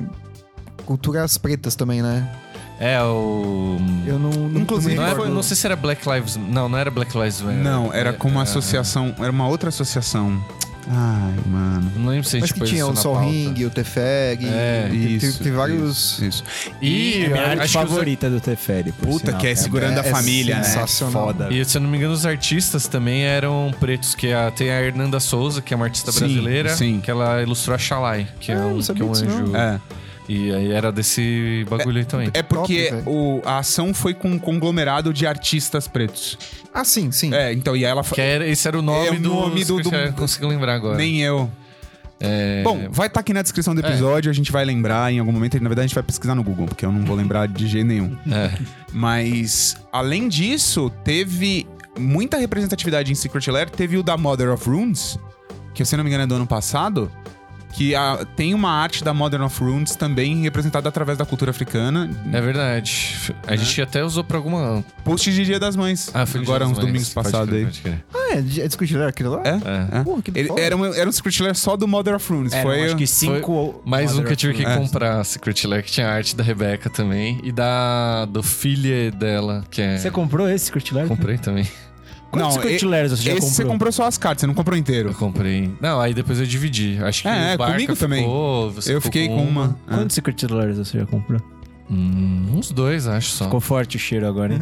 [SPEAKER 4] culturas pretas também, né?
[SPEAKER 1] É o.
[SPEAKER 4] Eu não... não
[SPEAKER 3] Inclusive,
[SPEAKER 4] não
[SPEAKER 1] Não, é
[SPEAKER 4] me
[SPEAKER 1] era-
[SPEAKER 4] recordo.
[SPEAKER 1] não sei se era Black Lives. Não, não era Black Lives Matter.
[SPEAKER 3] Não, era com uma
[SPEAKER 1] É,
[SPEAKER 3] associação, era uma outra associação. Ai, mano.
[SPEAKER 1] Não lembro se a gente
[SPEAKER 4] Mas que
[SPEAKER 1] pôs
[SPEAKER 4] tinha
[SPEAKER 3] um
[SPEAKER 1] isso
[SPEAKER 4] o
[SPEAKER 1] na
[SPEAKER 4] Sol
[SPEAKER 1] pauta.
[SPEAKER 4] Ring, o Tefeg...
[SPEAKER 1] É,
[SPEAKER 4] teve-
[SPEAKER 3] isso,
[SPEAKER 4] Teve vários...
[SPEAKER 3] Isso.
[SPEAKER 1] E,
[SPEAKER 2] É minha arte
[SPEAKER 1] acho que os-
[SPEAKER 2] favorita do Teferi. por
[SPEAKER 3] Puta,
[SPEAKER 2] sinal.
[SPEAKER 3] que é segurando
[SPEAKER 4] é
[SPEAKER 3] a família, né?
[SPEAKER 4] sensacional.
[SPEAKER 2] Foda.
[SPEAKER 1] E se eu não me engano, os artistas também eram pretos, que é a- tem a Hernanda Souza, que é uma artista
[SPEAKER 3] Sim,
[SPEAKER 1] brasileira,
[SPEAKER 3] sim.
[SPEAKER 1] que ela ilustrou a Shalai, que é
[SPEAKER 4] Ah,
[SPEAKER 1] um,
[SPEAKER 4] não
[SPEAKER 1] que
[SPEAKER 4] sabia
[SPEAKER 1] é um
[SPEAKER 4] disso, não.
[SPEAKER 1] anjo.
[SPEAKER 3] É.
[SPEAKER 1] E aí era desse bagulho aí também.
[SPEAKER 3] É porque
[SPEAKER 4] Top, velho.
[SPEAKER 3] o- a ação foi com um conglomerado de artistas pretos.
[SPEAKER 4] Ah, sim, sim.
[SPEAKER 3] É, então, e aí ela. fa-
[SPEAKER 1] Que era, esse era o nome
[SPEAKER 3] É o
[SPEAKER 1] do.
[SPEAKER 3] nome do- do-
[SPEAKER 1] Eu consigo lembrar agora. É.
[SPEAKER 3] Nem eu. Bom, vai estar aqui na descrição do episódio, a gente vai lembrar em algum momento. Na verdade, a gente vai pesquisar no Google, porque eu não vou lembrar de jeito nenhum.
[SPEAKER 1] É.
[SPEAKER 3] Mas, além disso, teve muita representatividade em Secret Lair. Teve o da Mother of Runes, que se eu não me engano é do ano passado. Que a- tem uma arte da Modern of Runes também representada através da cultura africana.
[SPEAKER 1] É verdade. A gente até usou pra alguma.
[SPEAKER 3] Post de Dia das Mães.
[SPEAKER 1] É. Ah, foi no
[SPEAKER 3] Agora,
[SPEAKER 1] Dia
[SPEAKER 3] uns
[SPEAKER 1] das Mães.
[SPEAKER 3] domingos
[SPEAKER 1] Pode
[SPEAKER 3] passados
[SPEAKER 1] crer,
[SPEAKER 3] aí.
[SPEAKER 1] pode crer.
[SPEAKER 4] Ah, é, de- é Secret Lair aquilo lá?
[SPEAKER 3] É?
[SPEAKER 1] É.
[SPEAKER 3] É.
[SPEAKER 4] Pô, que
[SPEAKER 3] Ele-
[SPEAKER 4] da hora.
[SPEAKER 3] era, um, era um Secret Lair só do Mother of Runes.
[SPEAKER 2] Eram,
[SPEAKER 3] foi
[SPEAKER 2] É, acho que cinco.
[SPEAKER 1] Mais um que eu tive que
[SPEAKER 3] É.
[SPEAKER 1] comprar, Secret Lair, que tinha a arte da Rebeca também. E da. do filho dela, que é.
[SPEAKER 2] Você comprou esse Secret Lair?
[SPEAKER 1] Comprei também.
[SPEAKER 3] Não,
[SPEAKER 2] Quantos Secret
[SPEAKER 3] e-
[SPEAKER 2] Lairs você já
[SPEAKER 3] Esse
[SPEAKER 2] comprou?
[SPEAKER 3] você comprou só as cartas, você não comprou
[SPEAKER 1] Eu
[SPEAKER 3] inteiro.
[SPEAKER 1] comprei. Não, aí depois eu dividi. Acho que
[SPEAKER 3] É,
[SPEAKER 1] o
[SPEAKER 3] é,
[SPEAKER 1] Barca
[SPEAKER 3] comigo também.
[SPEAKER 1] ficou, você
[SPEAKER 3] eu
[SPEAKER 1] ficou
[SPEAKER 3] fiquei com uma. Ah.
[SPEAKER 2] Quantos Secret Lairs você já comprou?
[SPEAKER 1] Hum, uns dois, acho só.
[SPEAKER 2] Ficou forte o cheiro agora, hein?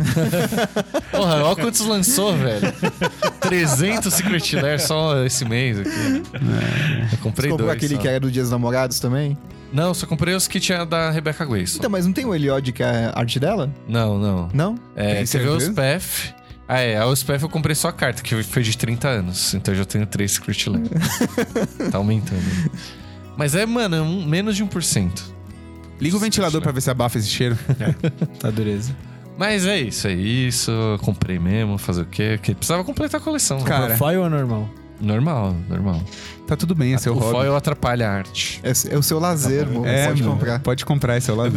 [SPEAKER 1] Porra, olha quantos lançou, velho. 300 Secret Lair só esse mês aqui.
[SPEAKER 3] É.
[SPEAKER 1] Eu
[SPEAKER 4] Você
[SPEAKER 1] comprei
[SPEAKER 4] comprou
[SPEAKER 1] dois.
[SPEAKER 4] aquele
[SPEAKER 1] só.
[SPEAKER 4] que era do Dias dos Namorados também?
[SPEAKER 1] Não, só comprei os que tinha da Rebecca Grace.
[SPEAKER 4] Então, mas não tem o Eliod que é a arte dela?
[SPEAKER 1] Não, não.
[SPEAKER 4] Não?
[SPEAKER 1] É,
[SPEAKER 3] Tem
[SPEAKER 1] você vê os
[SPEAKER 3] certeza?
[SPEAKER 1] PF. Ah, é. A OSPF eu comprei só a carta, que foi de 30 anos. Então eu já tenho três Secret Lair. tá aumentando. Mas é, mano, é um- menos de 1%.
[SPEAKER 3] Liga o ventilador pra ver se abafa esse cheiro.
[SPEAKER 2] tá dureza.
[SPEAKER 1] Mas é isso, é isso. Eu comprei mesmo, fazer o quê? Que precisava completar a coleção. né?
[SPEAKER 3] Cara.
[SPEAKER 2] Foil ou normal?
[SPEAKER 1] Normal, normal.
[SPEAKER 3] Tá tudo bem, é seu
[SPEAKER 1] o
[SPEAKER 3] hobby.
[SPEAKER 1] foil atrapalha a arte.
[SPEAKER 4] É, é o seu lazer, amor.
[SPEAKER 3] é,
[SPEAKER 4] pode
[SPEAKER 3] mano,
[SPEAKER 4] comprar.
[SPEAKER 3] Pode comprar, é seu lado.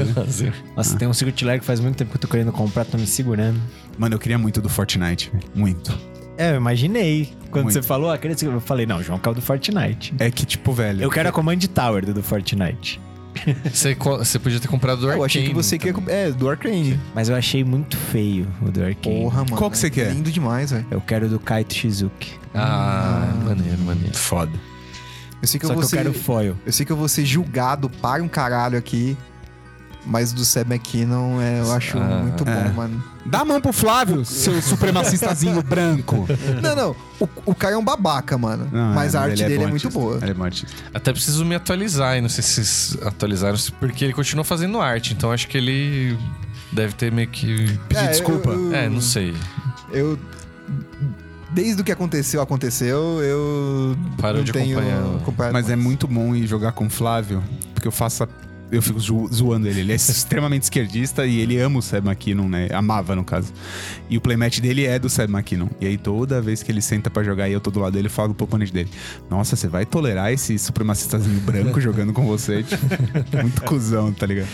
[SPEAKER 2] Nossa, tem um Secret Lair que faz muito tempo que eu tô querendo comprar, tô me segurando.
[SPEAKER 3] Mano, eu queria muito do Fortnite. velho. Muito.
[SPEAKER 2] É, eu imaginei. Quando
[SPEAKER 3] Muito.
[SPEAKER 2] você falou, ah, queria Secret Lair", eu falei, não, João, que é o do Fortnite.
[SPEAKER 3] É que, tipo, velho.
[SPEAKER 2] Eu quero a Command Tower do, do Fortnite.
[SPEAKER 1] Você, co- você podia ter comprado do
[SPEAKER 4] Ah, Eu achei que
[SPEAKER 1] Arcane então.
[SPEAKER 4] você queria.
[SPEAKER 1] também.
[SPEAKER 4] comp- É, do Arcane.
[SPEAKER 2] Mas eu achei muito feio o do Arcane.
[SPEAKER 4] Porra, mano.
[SPEAKER 3] Qual que você quer?
[SPEAKER 4] Lindo demais, velho.
[SPEAKER 2] Eu quero o do Kaito Shizuki.
[SPEAKER 1] Ah, maneiro, maneiro.
[SPEAKER 3] é Foda.
[SPEAKER 4] Eu sei que,
[SPEAKER 2] Só
[SPEAKER 4] eu vou,
[SPEAKER 2] que eu
[SPEAKER 4] ser,
[SPEAKER 2] quero foil.
[SPEAKER 4] eu sei que eu vou ser julgado para um caralho aqui. Mas do Seb McKinnon é, eu acho
[SPEAKER 1] Ah,
[SPEAKER 4] muito bom,
[SPEAKER 3] é.
[SPEAKER 4] mano.
[SPEAKER 3] Dá a mão pro Flávio, seu supremacistazinho branco.
[SPEAKER 4] Não, não. O, o cara é um babaca, mano.
[SPEAKER 3] Não,
[SPEAKER 4] mas
[SPEAKER 3] é,
[SPEAKER 4] a
[SPEAKER 3] ele
[SPEAKER 4] arte
[SPEAKER 3] é
[SPEAKER 4] dele é,
[SPEAKER 3] bom
[SPEAKER 4] muito
[SPEAKER 3] artista.
[SPEAKER 4] boa.
[SPEAKER 3] Ele é bom artista.
[SPEAKER 1] Até preciso me atualizar, e não sei se vocês atualizaram, porque ele continua fazendo arte, então acho que ele deve ter meio que.
[SPEAKER 3] Pedir
[SPEAKER 4] É, eu-
[SPEAKER 3] desculpa.
[SPEAKER 4] eu-
[SPEAKER 1] É, não sei.
[SPEAKER 4] Eu. Desde o que aconteceu, aconteceu, eu.
[SPEAKER 1] Parou
[SPEAKER 4] não
[SPEAKER 1] de
[SPEAKER 4] tenho
[SPEAKER 1] acompanhar.
[SPEAKER 4] acompanhado
[SPEAKER 3] Mas é
[SPEAKER 4] mais.
[SPEAKER 3] muito bom ir jogar com o Flávio, porque eu faço. a- Eu fico zo- zoando ele. Ele é extremamente esquerdista e ele ama o Seb McKinnon, né? Amava, no caso. E o playmatch dele é do Seb McKinnon. E aí, toda vez que ele senta pra jogar e eu tô do lado dele, eu falo pro oponente dele: Nossa, você vai tolerar esse supremacistazinho branco jogando com você? Tipo, muito cuzão, tá ligado?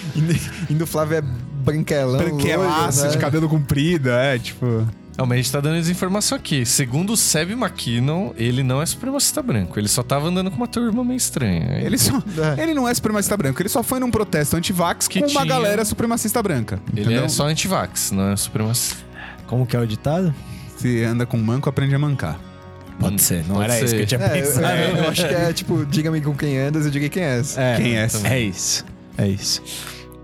[SPEAKER 4] Indo o Flávio é branquelão.
[SPEAKER 3] Branquelaço,
[SPEAKER 4] loiro,
[SPEAKER 3] de
[SPEAKER 4] né?
[SPEAKER 3] cabelo comprido, é, tipo.
[SPEAKER 1] Não, mas a gente tá dando desinformação aqui. Segundo o Seb McKinnon, ele não é supremacista branco. Ele só tava andando com uma turma meio estranha.
[SPEAKER 3] Ele só.
[SPEAKER 4] É.
[SPEAKER 3] Ele não é supremacista branco, ele só foi num protesto anti-vax com
[SPEAKER 1] Que
[SPEAKER 3] uma
[SPEAKER 1] tinha-
[SPEAKER 3] galera supremacista branca.
[SPEAKER 1] Ele
[SPEAKER 3] entendeu?
[SPEAKER 1] é só antivax, não é supremacista.
[SPEAKER 2] Como que é o ditado?
[SPEAKER 3] Se anda com manco, aprende a mancar.
[SPEAKER 2] Pode ser, não
[SPEAKER 1] pode
[SPEAKER 2] era isso
[SPEAKER 1] ser.
[SPEAKER 2] que eu tinha
[SPEAKER 4] É,
[SPEAKER 2] pensado.
[SPEAKER 4] eu, eu acho que é tipo, diga-me com quem andas, eu diga quem és.
[SPEAKER 2] É,
[SPEAKER 3] Quem é?
[SPEAKER 2] É isso. É isso.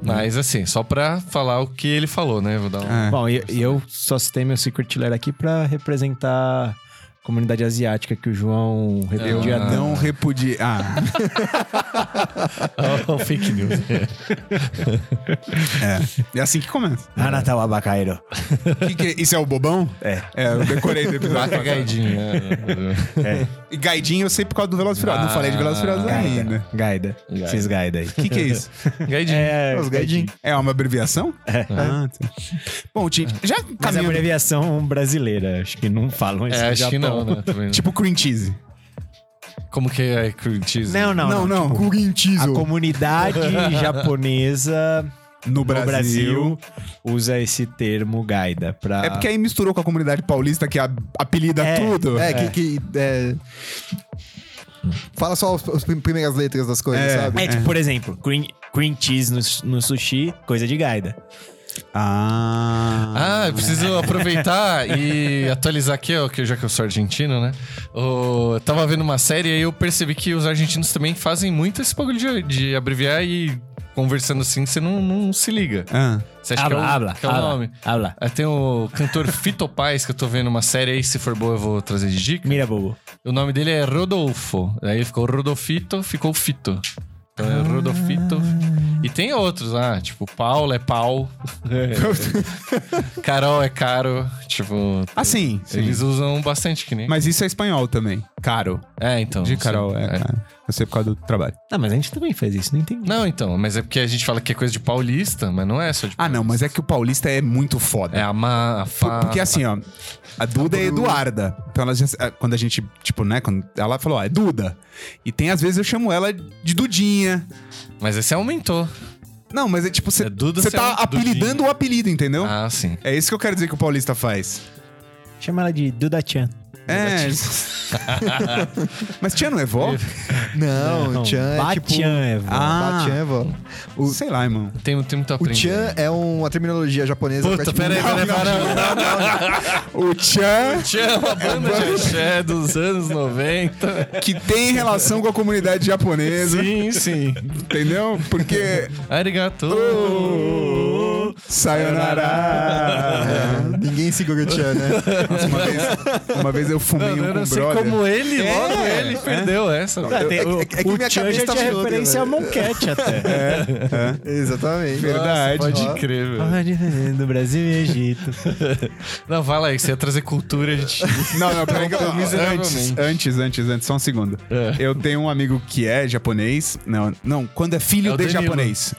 [SPEAKER 2] Né?
[SPEAKER 1] Mas assim, só pra falar o que ele falou, né? Vou dar um.
[SPEAKER 3] É.
[SPEAKER 2] Bom, e, e eu só citei meu Secret Killer aqui pra representar a comunidade asiática que o João
[SPEAKER 1] É.
[SPEAKER 3] Eu
[SPEAKER 2] repudia tanto.
[SPEAKER 3] não repudiei. Ah,
[SPEAKER 2] Ah.
[SPEAKER 1] um fake news.
[SPEAKER 3] é. É assim que começa.
[SPEAKER 1] Ah.
[SPEAKER 2] Hanata wa Bakairo.
[SPEAKER 3] Que que é- isso é o bobão?
[SPEAKER 2] É.
[SPEAKER 3] É, eu decorei do episódio.
[SPEAKER 1] Vaca
[SPEAKER 3] passado.
[SPEAKER 1] gaidinha.
[SPEAKER 2] né?
[SPEAKER 3] E Gaidinho eu sei por causa do Velozes e Furiosos. Não
[SPEAKER 1] Ah,
[SPEAKER 3] falei de Velozes e Furiosos ainda.
[SPEAKER 2] Gaida. Gaida. Esses Gaida aí.
[SPEAKER 3] O que, que é isso?
[SPEAKER 1] Gaidinha.
[SPEAKER 2] É,
[SPEAKER 4] Os gaidinho.
[SPEAKER 3] É uma abreviação? É. Ah, tá. Bom, Tim, já
[SPEAKER 2] Mas é
[SPEAKER 3] caminhando...
[SPEAKER 2] abreviação brasileira. Acho que não falam isso
[SPEAKER 1] É,
[SPEAKER 2] no
[SPEAKER 1] acho que
[SPEAKER 2] Japão.
[SPEAKER 1] não, né? Também.
[SPEAKER 3] Tipo cream cheese.
[SPEAKER 1] Como que é cream cheese?
[SPEAKER 2] Não, não, não. Tipo,
[SPEAKER 3] não.
[SPEAKER 2] A
[SPEAKER 3] Corinthians.
[SPEAKER 2] comunidade japonesa
[SPEAKER 3] No
[SPEAKER 2] no
[SPEAKER 3] Brasil.
[SPEAKER 2] Brasil usa esse termo gaida pra...
[SPEAKER 3] É porque aí misturou com a comunidade paulista que a- apelida
[SPEAKER 2] É.
[SPEAKER 3] tudo.
[SPEAKER 4] É, que. que, é, Fala só os- as prim- primeiras letras das coisas,
[SPEAKER 3] É.
[SPEAKER 4] sabe?
[SPEAKER 2] É, tipo, por exemplo, green, green cheese no, su- no sushi, coisa de gaida.
[SPEAKER 3] Ah.
[SPEAKER 1] Ah, eu preciso aproveitar e atualizar aqui, ó, que já que eu sou argentino, né? Ô, Eu tava vendo uma série e eu percebi que os argentinos também fazem muito esse bagulho de, de abreviar e conversando assim, você não, não se liga.
[SPEAKER 3] Ah.
[SPEAKER 1] Você acha que é o, que é o nome?
[SPEAKER 2] habla.
[SPEAKER 1] Aí tem o cantor Fito Paz, que eu tô vendo uma série aí, se for boa eu vou trazer de dica.
[SPEAKER 2] Mira, bobo.
[SPEAKER 1] O nome dele é Rodolfo. Aí ficou Rodolfito, ficou Fito. Então é Rodolfito. E tem outros lá, tipo, Paulo é pau. Carol é caro. Tipo,
[SPEAKER 3] Assim. sim.
[SPEAKER 1] eles usam bastante que nem.
[SPEAKER 3] Mas isso é espanhol também. Caro.
[SPEAKER 1] É, então.
[SPEAKER 3] De
[SPEAKER 1] não sei.
[SPEAKER 3] Carol, é, cara. Eu sei por causa do trabalho.
[SPEAKER 2] Não, mas a gente também fez isso, não entendi.
[SPEAKER 1] Não, então, mas é porque a gente fala que é coisa de paulista, mas não é só de
[SPEAKER 3] Ah, não,
[SPEAKER 1] paulista.
[SPEAKER 3] mas é que o paulista é muito foda.
[SPEAKER 1] É a ma, a
[SPEAKER 3] Por-
[SPEAKER 1] fa...
[SPEAKER 3] Porque assim, ó, a Duda é Eduarda. Então ela já, eh, quando a gente, tipo, né, quando ela falou, ó, é Duda. E tem às vezes eu chamo ela de Dudinha.
[SPEAKER 1] Mas esse aumentou.
[SPEAKER 3] Então, Não, mas é tipo, você
[SPEAKER 1] É Duda,
[SPEAKER 3] você
[SPEAKER 1] você
[SPEAKER 3] tá
[SPEAKER 1] é um
[SPEAKER 3] apelidando
[SPEAKER 1] Dudinha.
[SPEAKER 3] o apelido, entendeu?
[SPEAKER 1] Ah, sim.
[SPEAKER 3] É isso que eu quero dizer que o paulista faz.
[SPEAKER 2] Chama ela de Duda-chan.
[SPEAKER 3] É. mas tia não é vó?
[SPEAKER 4] Não, o Chan é
[SPEAKER 2] Batian
[SPEAKER 4] tipo.
[SPEAKER 2] é vó.
[SPEAKER 3] Ah.
[SPEAKER 4] Batian, vó. Tá, O,
[SPEAKER 3] Sei lá, irmão.
[SPEAKER 1] Tem, tem muito a
[SPEAKER 4] o
[SPEAKER 1] aprender.
[SPEAKER 4] Chan é uma terminologia japonesa. tipo,
[SPEAKER 1] Puta, peraí,
[SPEAKER 4] Tá
[SPEAKER 1] peraí, peraí.
[SPEAKER 3] O Tchan
[SPEAKER 1] Tchan é uma banda de axé dos anos 90.
[SPEAKER 3] que tem relação com a comunidade japonesa,
[SPEAKER 1] Sim, sim.
[SPEAKER 3] entendeu? Porque.
[SPEAKER 1] Arigato.
[SPEAKER 3] Sayonara!
[SPEAKER 4] É, ninguém segura o Chan, né?
[SPEAKER 3] Nossa, uma vez, uma vez eu fumei um
[SPEAKER 1] Eu
[SPEAKER 3] com
[SPEAKER 1] não
[SPEAKER 3] um
[SPEAKER 1] sei
[SPEAKER 3] brother.
[SPEAKER 1] como ele, logo
[SPEAKER 3] É,
[SPEAKER 1] ele
[SPEAKER 3] é.
[SPEAKER 1] perdeu essa.
[SPEAKER 2] Ah, tem- o
[SPEAKER 3] é que- é que
[SPEAKER 2] o
[SPEAKER 3] minha
[SPEAKER 2] Chan
[SPEAKER 3] cabeça
[SPEAKER 2] já
[SPEAKER 3] tá
[SPEAKER 2] tinha
[SPEAKER 3] toda,
[SPEAKER 2] referência a Monquete até.
[SPEAKER 3] É.
[SPEAKER 4] Exatamente.
[SPEAKER 3] Verdade.
[SPEAKER 1] Pode
[SPEAKER 4] Ó.
[SPEAKER 1] crer, velho.
[SPEAKER 2] Ah, Do Brasil e Egito.
[SPEAKER 1] Não, vai lá, você ia trazer cultura, a gente.
[SPEAKER 3] Não, não, peraí que eu... Antes,
[SPEAKER 1] Miseravelmente.
[SPEAKER 3] antes, antes, antes, só um segundo.
[SPEAKER 1] É.
[SPEAKER 3] Eu tenho um amigo que é japonês. Não, não, quando é filho
[SPEAKER 1] É o
[SPEAKER 3] de
[SPEAKER 1] Danilo.
[SPEAKER 3] japonês.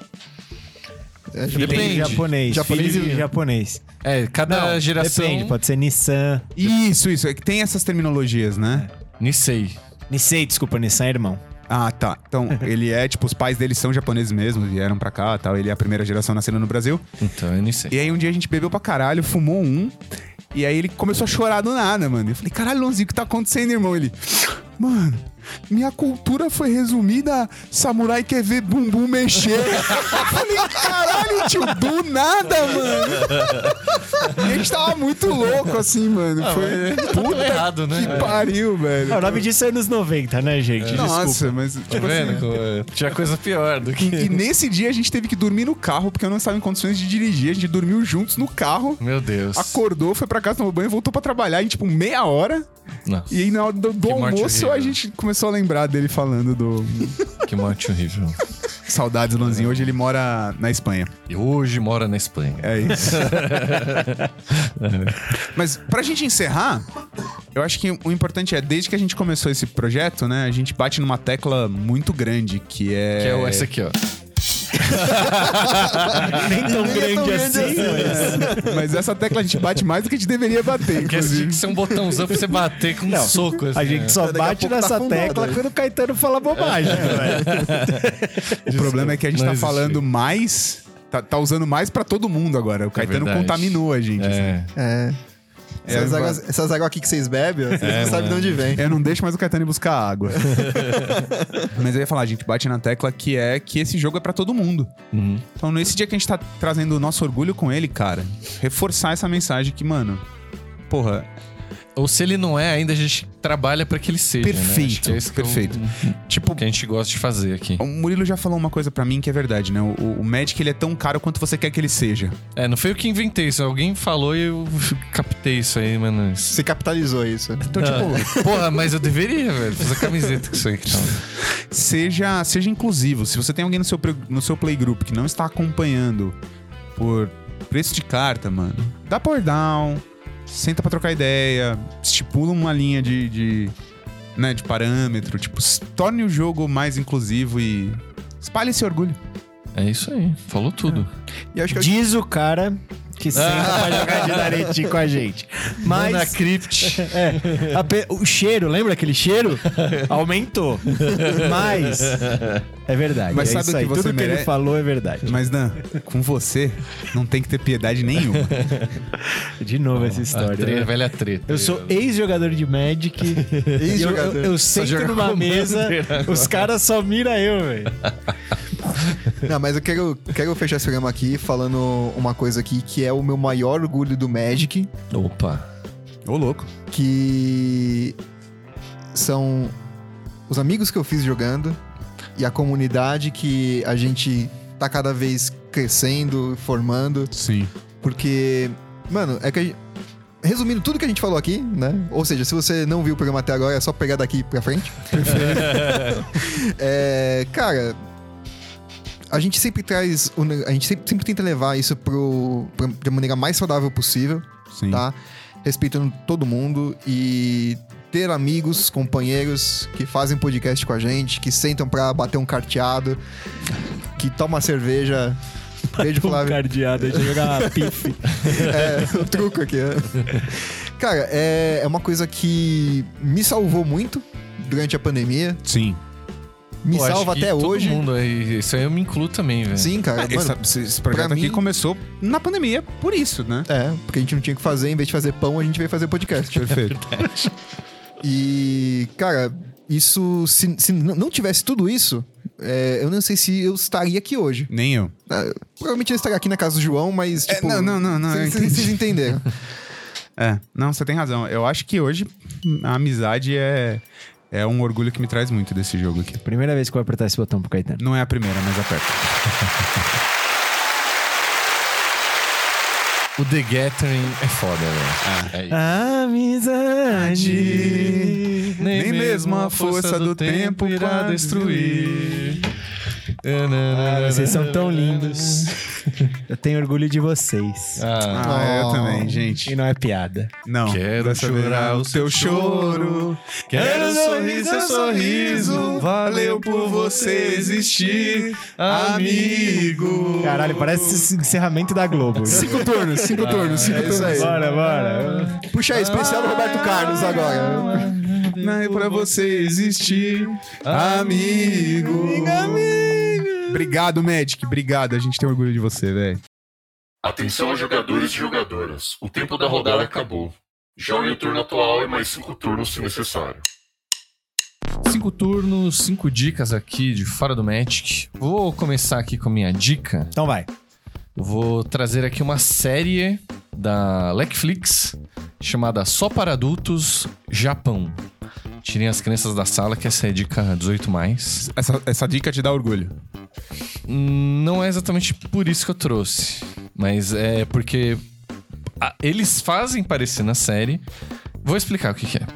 [SPEAKER 4] É,
[SPEAKER 1] Depende.
[SPEAKER 2] Japonês.
[SPEAKER 4] Japonês
[SPEAKER 2] filho
[SPEAKER 4] e-
[SPEAKER 2] japonês.
[SPEAKER 1] É, cada
[SPEAKER 2] Não,
[SPEAKER 1] geração.
[SPEAKER 2] Depende, pode ser Nissan.
[SPEAKER 3] Isso, isso. É que tem essas terminologias, né?
[SPEAKER 1] É. Nisei.
[SPEAKER 2] Nisei, desculpa, Nissan é irmão.
[SPEAKER 3] Ah, tá. Então, ele é, tipo, os pais dele são japoneses mesmo, vieram pra cá tal. Ele é a primeira geração nascendo no Brasil.
[SPEAKER 1] Então, é Nisei.
[SPEAKER 3] E aí, um dia a gente bebeu pra caralho, fumou um. E aí, ele começou a chorar do nada, mano. Eu falei, caralho, Lonzinho, o que tá acontecendo, irmão? Ele, mano, minha cultura foi resumida. a Samurai quer ver bumbum mexer. eu falei, caralho, tio, do nada, mano. E a gente tava muito louco, assim, mano.
[SPEAKER 1] é.
[SPEAKER 3] Foi.
[SPEAKER 1] Tudo errado, né?
[SPEAKER 3] Que pariu, velho.
[SPEAKER 2] Ah, O nome disso é anos 90, né, gente? Desculpa.
[SPEAKER 3] Nossa, mas.
[SPEAKER 1] Tá
[SPEAKER 3] Tipo assim,
[SPEAKER 1] vendo? co- Tinha coisa pior do
[SPEAKER 3] e
[SPEAKER 1] que.
[SPEAKER 3] nesse dia a gente teve que dormir no carro, porque eu não estava em condições de dirigir. A gente dormiu juntos no carro.
[SPEAKER 1] Meu Deus.
[SPEAKER 3] Acordou, foi pra casa, tomou banho, voltou pra trabalhar em tipo meia hora.
[SPEAKER 1] Não,
[SPEAKER 3] E aí na hora do,
[SPEAKER 1] Que
[SPEAKER 3] do
[SPEAKER 1] morte
[SPEAKER 3] almoço a
[SPEAKER 1] horrível.
[SPEAKER 3] gente começou a lembrar dele falando do.
[SPEAKER 1] que morte horrível.
[SPEAKER 3] Saudades, Lanzinho. Hoje ele mora na Espanha.
[SPEAKER 1] E hoje mora na Espanha.
[SPEAKER 3] É isso. Mas pra gente encerrar, eu acho que o importante é, desde que a gente começou esse projeto, né, a gente bate numa tecla muito grande, que é.
[SPEAKER 1] Que é o- essa aqui, ó.
[SPEAKER 2] Nem tão
[SPEAKER 4] é
[SPEAKER 2] grande, assim.
[SPEAKER 3] Mas essa tecla a gente bate mais do que a gente deveria bater,
[SPEAKER 1] Que esse tinha
[SPEAKER 3] inclusive.
[SPEAKER 1] que ser um botãozão pra você bater com um
[SPEAKER 2] Não,
[SPEAKER 1] soco.
[SPEAKER 2] A
[SPEAKER 1] assim, né?
[SPEAKER 2] gente só
[SPEAKER 4] Daqui a
[SPEAKER 2] bate
[SPEAKER 4] pouco tá
[SPEAKER 2] nessa
[SPEAKER 4] afundado,
[SPEAKER 2] tecla
[SPEAKER 4] né?
[SPEAKER 2] quando o Caetano fala bobagem, velho.
[SPEAKER 3] O problema é que a gente
[SPEAKER 1] Não
[SPEAKER 3] tá
[SPEAKER 1] existe.
[SPEAKER 3] falando mais. Tá, tá usando mais pra todo mundo agora. O Caetano
[SPEAKER 1] É verdade.
[SPEAKER 3] contaminou a gente. assim.
[SPEAKER 1] É.
[SPEAKER 4] É. Essas,
[SPEAKER 3] É,
[SPEAKER 4] águas, essas águas aqui que vocês bebem, ó, vocês
[SPEAKER 1] É,
[SPEAKER 4] não sabem de
[SPEAKER 1] mano.
[SPEAKER 4] onde vem.
[SPEAKER 3] Eu não deixo mais o Caetano ir buscar água. Mas eu ia falar, a gente bate na tecla que é que esse jogo é pra todo mundo.
[SPEAKER 1] Uhum.
[SPEAKER 3] Então, nesse dia que a gente tá trazendo o nosso orgulho com ele, cara, reforçar essa mensagem que, mano, porra,
[SPEAKER 1] Ou se ele não é, ainda a gente trabalha pra que ele seja. né? Acho
[SPEAKER 3] Perfeito,
[SPEAKER 1] que é isso que eu-
[SPEAKER 3] perfeito. tipo,
[SPEAKER 1] que a gente gosta de fazer aqui.
[SPEAKER 3] o Murilo já falou uma coisa pra mim que é verdade, né? O, o Magic, ele é tão caro quanto você quer que ele seja.
[SPEAKER 1] É, não foi eu que inventei isso. Alguém falou e eu captei isso aí, mano. Isso-
[SPEAKER 4] Você capitalizou isso.
[SPEAKER 1] É.
[SPEAKER 3] Então, tipo,
[SPEAKER 1] Porra, mas eu deveria, velho. Fazer a camiseta com isso aí que tá.
[SPEAKER 3] seja, seja inclusivo. Se você tem alguém no seu, pre- no seu playgroup que não está acompanhando por preço de carta, mano, dá power down, senta pra trocar ideia, estipula uma linha de, de, né, de parâmetro, tipo, s- torne o jogo mais inclusivo e espalhe esse orgulho.
[SPEAKER 1] É isso aí. Falou tudo.
[SPEAKER 4] E acho que eu...
[SPEAKER 2] Diz o cara que senta pra jogar de Dareti com a gente. Mas...
[SPEAKER 1] Na Crypt.
[SPEAKER 2] É, ape- o cheiro, lembra aquele cheiro? Aumentou. Mas é verdade.
[SPEAKER 3] Mas
[SPEAKER 2] é
[SPEAKER 3] sabe
[SPEAKER 2] isso
[SPEAKER 3] o que
[SPEAKER 2] aí.
[SPEAKER 3] você
[SPEAKER 2] Tudo que
[SPEAKER 3] merece?
[SPEAKER 2] ele falou é verdade.
[SPEAKER 3] Mas, Dan, com você, não tem que ter piedade nenhuma.
[SPEAKER 2] De novo essa
[SPEAKER 1] A
[SPEAKER 2] história.
[SPEAKER 1] tre-
[SPEAKER 2] né?
[SPEAKER 1] velha treta.
[SPEAKER 2] Eu sou ex-jogador de Magic. e eu, eu,
[SPEAKER 4] Ex-jogador.
[SPEAKER 2] eu
[SPEAKER 1] Só
[SPEAKER 2] sento
[SPEAKER 1] joga
[SPEAKER 2] numa
[SPEAKER 1] com
[SPEAKER 2] mesa,
[SPEAKER 1] bandeira
[SPEAKER 2] os caras só miram eu, velho.
[SPEAKER 4] Não, mas eu quero, quero fechar esse programa aqui falando uma coisa aqui que é o meu maior orgulho do Magic,
[SPEAKER 1] Opa.
[SPEAKER 3] Ô, louco.
[SPEAKER 4] que são os amigos que eu fiz jogando e a comunidade que a gente tá cada vez crescendo, formando.
[SPEAKER 3] Sim.
[SPEAKER 4] Porque, mano, é que a gente, Resumindo tudo que a gente falou aqui, né? Ou seja, se você não viu o programa até agora, é só pegar daqui pra frente. é, cara, a gente sempre traz. o ne- A gente sempre, sempre tenta levar isso pro, pra, de maneira mais saudável possível,
[SPEAKER 3] Sim.
[SPEAKER 4] tá? Respeitando todo mundo e ter amigos, companheiros que fazem podcast com a gente, que sentam pra bater um carteado, que toma cerveja. Beijo,
[SPEAKER 2] Um
[SPEAKER 4] Flávio.
[SPEAKER 2] cardeado, a gente joga pife.
[SPEAKER 4] É, o truco aqui. né? Cara, é, é uma coisa que me salvou muito durante a pandemia.
[SPEAKER 3] Sim.
[SPEAKER 4] Me
[SPEAKER 1] Pô, acho
[SPEAKER 4] salva
[SPEAKER 1] que
[SPEAKER 4] até
[SPEAKER 1] todo
[SPEAKER 4] hoje.
[SPEAKER 1] mundo né? aí. Isso aí eu me incluo também, velho.
[SPEAKER 4] Sim, cara. É, mano,
[SPEAKER 3] Essa- esse, esse projeto
[SPEAKER 4] pra
[SPEAKER 3] aqui
[SPEAKER 4] mim-
[SPEAKER 3] começou na pandemia, por isso, né?
[SPEAKER 4] É, porque a gente não tinha o que fazer, em vez de fazer pão, a gente veio fazer podcast.
[SPEAKER 3] Perfeito.
[SPEAKER 4] E, cara, isso. Se, se n- não tivesse tudo isso, é, eu não sei se eu estaria aqui hoje.
[SPEAKER 3] Nem eu.
[SPEAKER 4] Ah, Provavelmente eu estaria aqui na casa do João, mas.
[SPEAKER 3] É,
[SPEAKER 4] Tipo,
[SPEAKER 3] não, não, não, não, eu
[SPEAKER 4] Vocês
[SPEAKER 3] entendi.
[SPEAKER 4] vocês entenderam.
[SPEAKER 3] É, não, você tem razão. Eu acho que hoje a amizade é, é um orgulho que me traz muito desse jogo aqui.
[SPEAKER 2] Primeira vez que eu vou apertar esse botão pro Caetano.
[SPEAKER 3] Não é a primeira, mas aperta.
[SPEAKER 1] O The Gathering é foda, velho. É. isso.
[SPEAKER 2] Amizade.
[SPEAKER 3] Nem mesmo a força do tempo irá destruir.
[SPEAKER 2] Ah,
[SPEAKER 1] né?
[SPEAKER 2] vocês
[SPEAKER 1] É
[SPEAKER 2] são tão lindos. Eu tenho orgulho de vocês.
[SPEAKER 1] Ah,
[SPEAKER 3] Ah, eu
[SPEAKER 4] Oh.
[SPEAKER 3] também,
[SPEAKER 2] E
[SPEAKER 3] gente.
[SPEAKER 2] não é piada.
[SPEAKER 3] Não.
[SPEAKER 1] Quero
[SPEAKER 3] dessa vez é
[SPEAKER 1] chorar
[SPEAKER 3] não.
[SPEAKER 1] o seu choro. Quero sorrir seu sorriso. Valeu por você existir, amigo.
[SPEAKER 2] Caralho, parece esse encerramento da Globo.
[SPEAKER 3] Cinco turnos, cinco
[SPEAKER 1] Ah,
[SPEAKER 3] turnos,
[SPEAKER 1] É
[SPEAKER 3] cinco turnos.
[SPEAKER 2] Bora, bora.
[SPEAKER 4] Puxa aí, especial do Roberto Carlos agora.
[SPEAKER 3] Não é pra você existir, amigo. Obrigado, Magic. Obrigado. A gente tem orgulho de você, velho.
[SPEAKER 5] Atenção, jogadores e jogadoras. O tempo da rodada acabou. Jogue o turno atual e mais cinco turnos se necessário.
[SPEAKER 1] Cinco turnos, cinco dicas aqui de fora do Magic. Vou começar aqui com a minha dica.
[SPEAKER 2] Então vai.
[SPEAKER 1] Vou trazer aqui uma série da Netflix chamada Só para Adultos Japão. Tirem as crianças da sala, que essa é dica 18. Mais.
[SPEAKER 3] Essa, essa dica te dá orgulho.
[SPEAKER 1] Hum, Não é exatamente por isso que eu trouxe, mas é porque a- eles fazem parecer na série. Vou explicar o que, que é.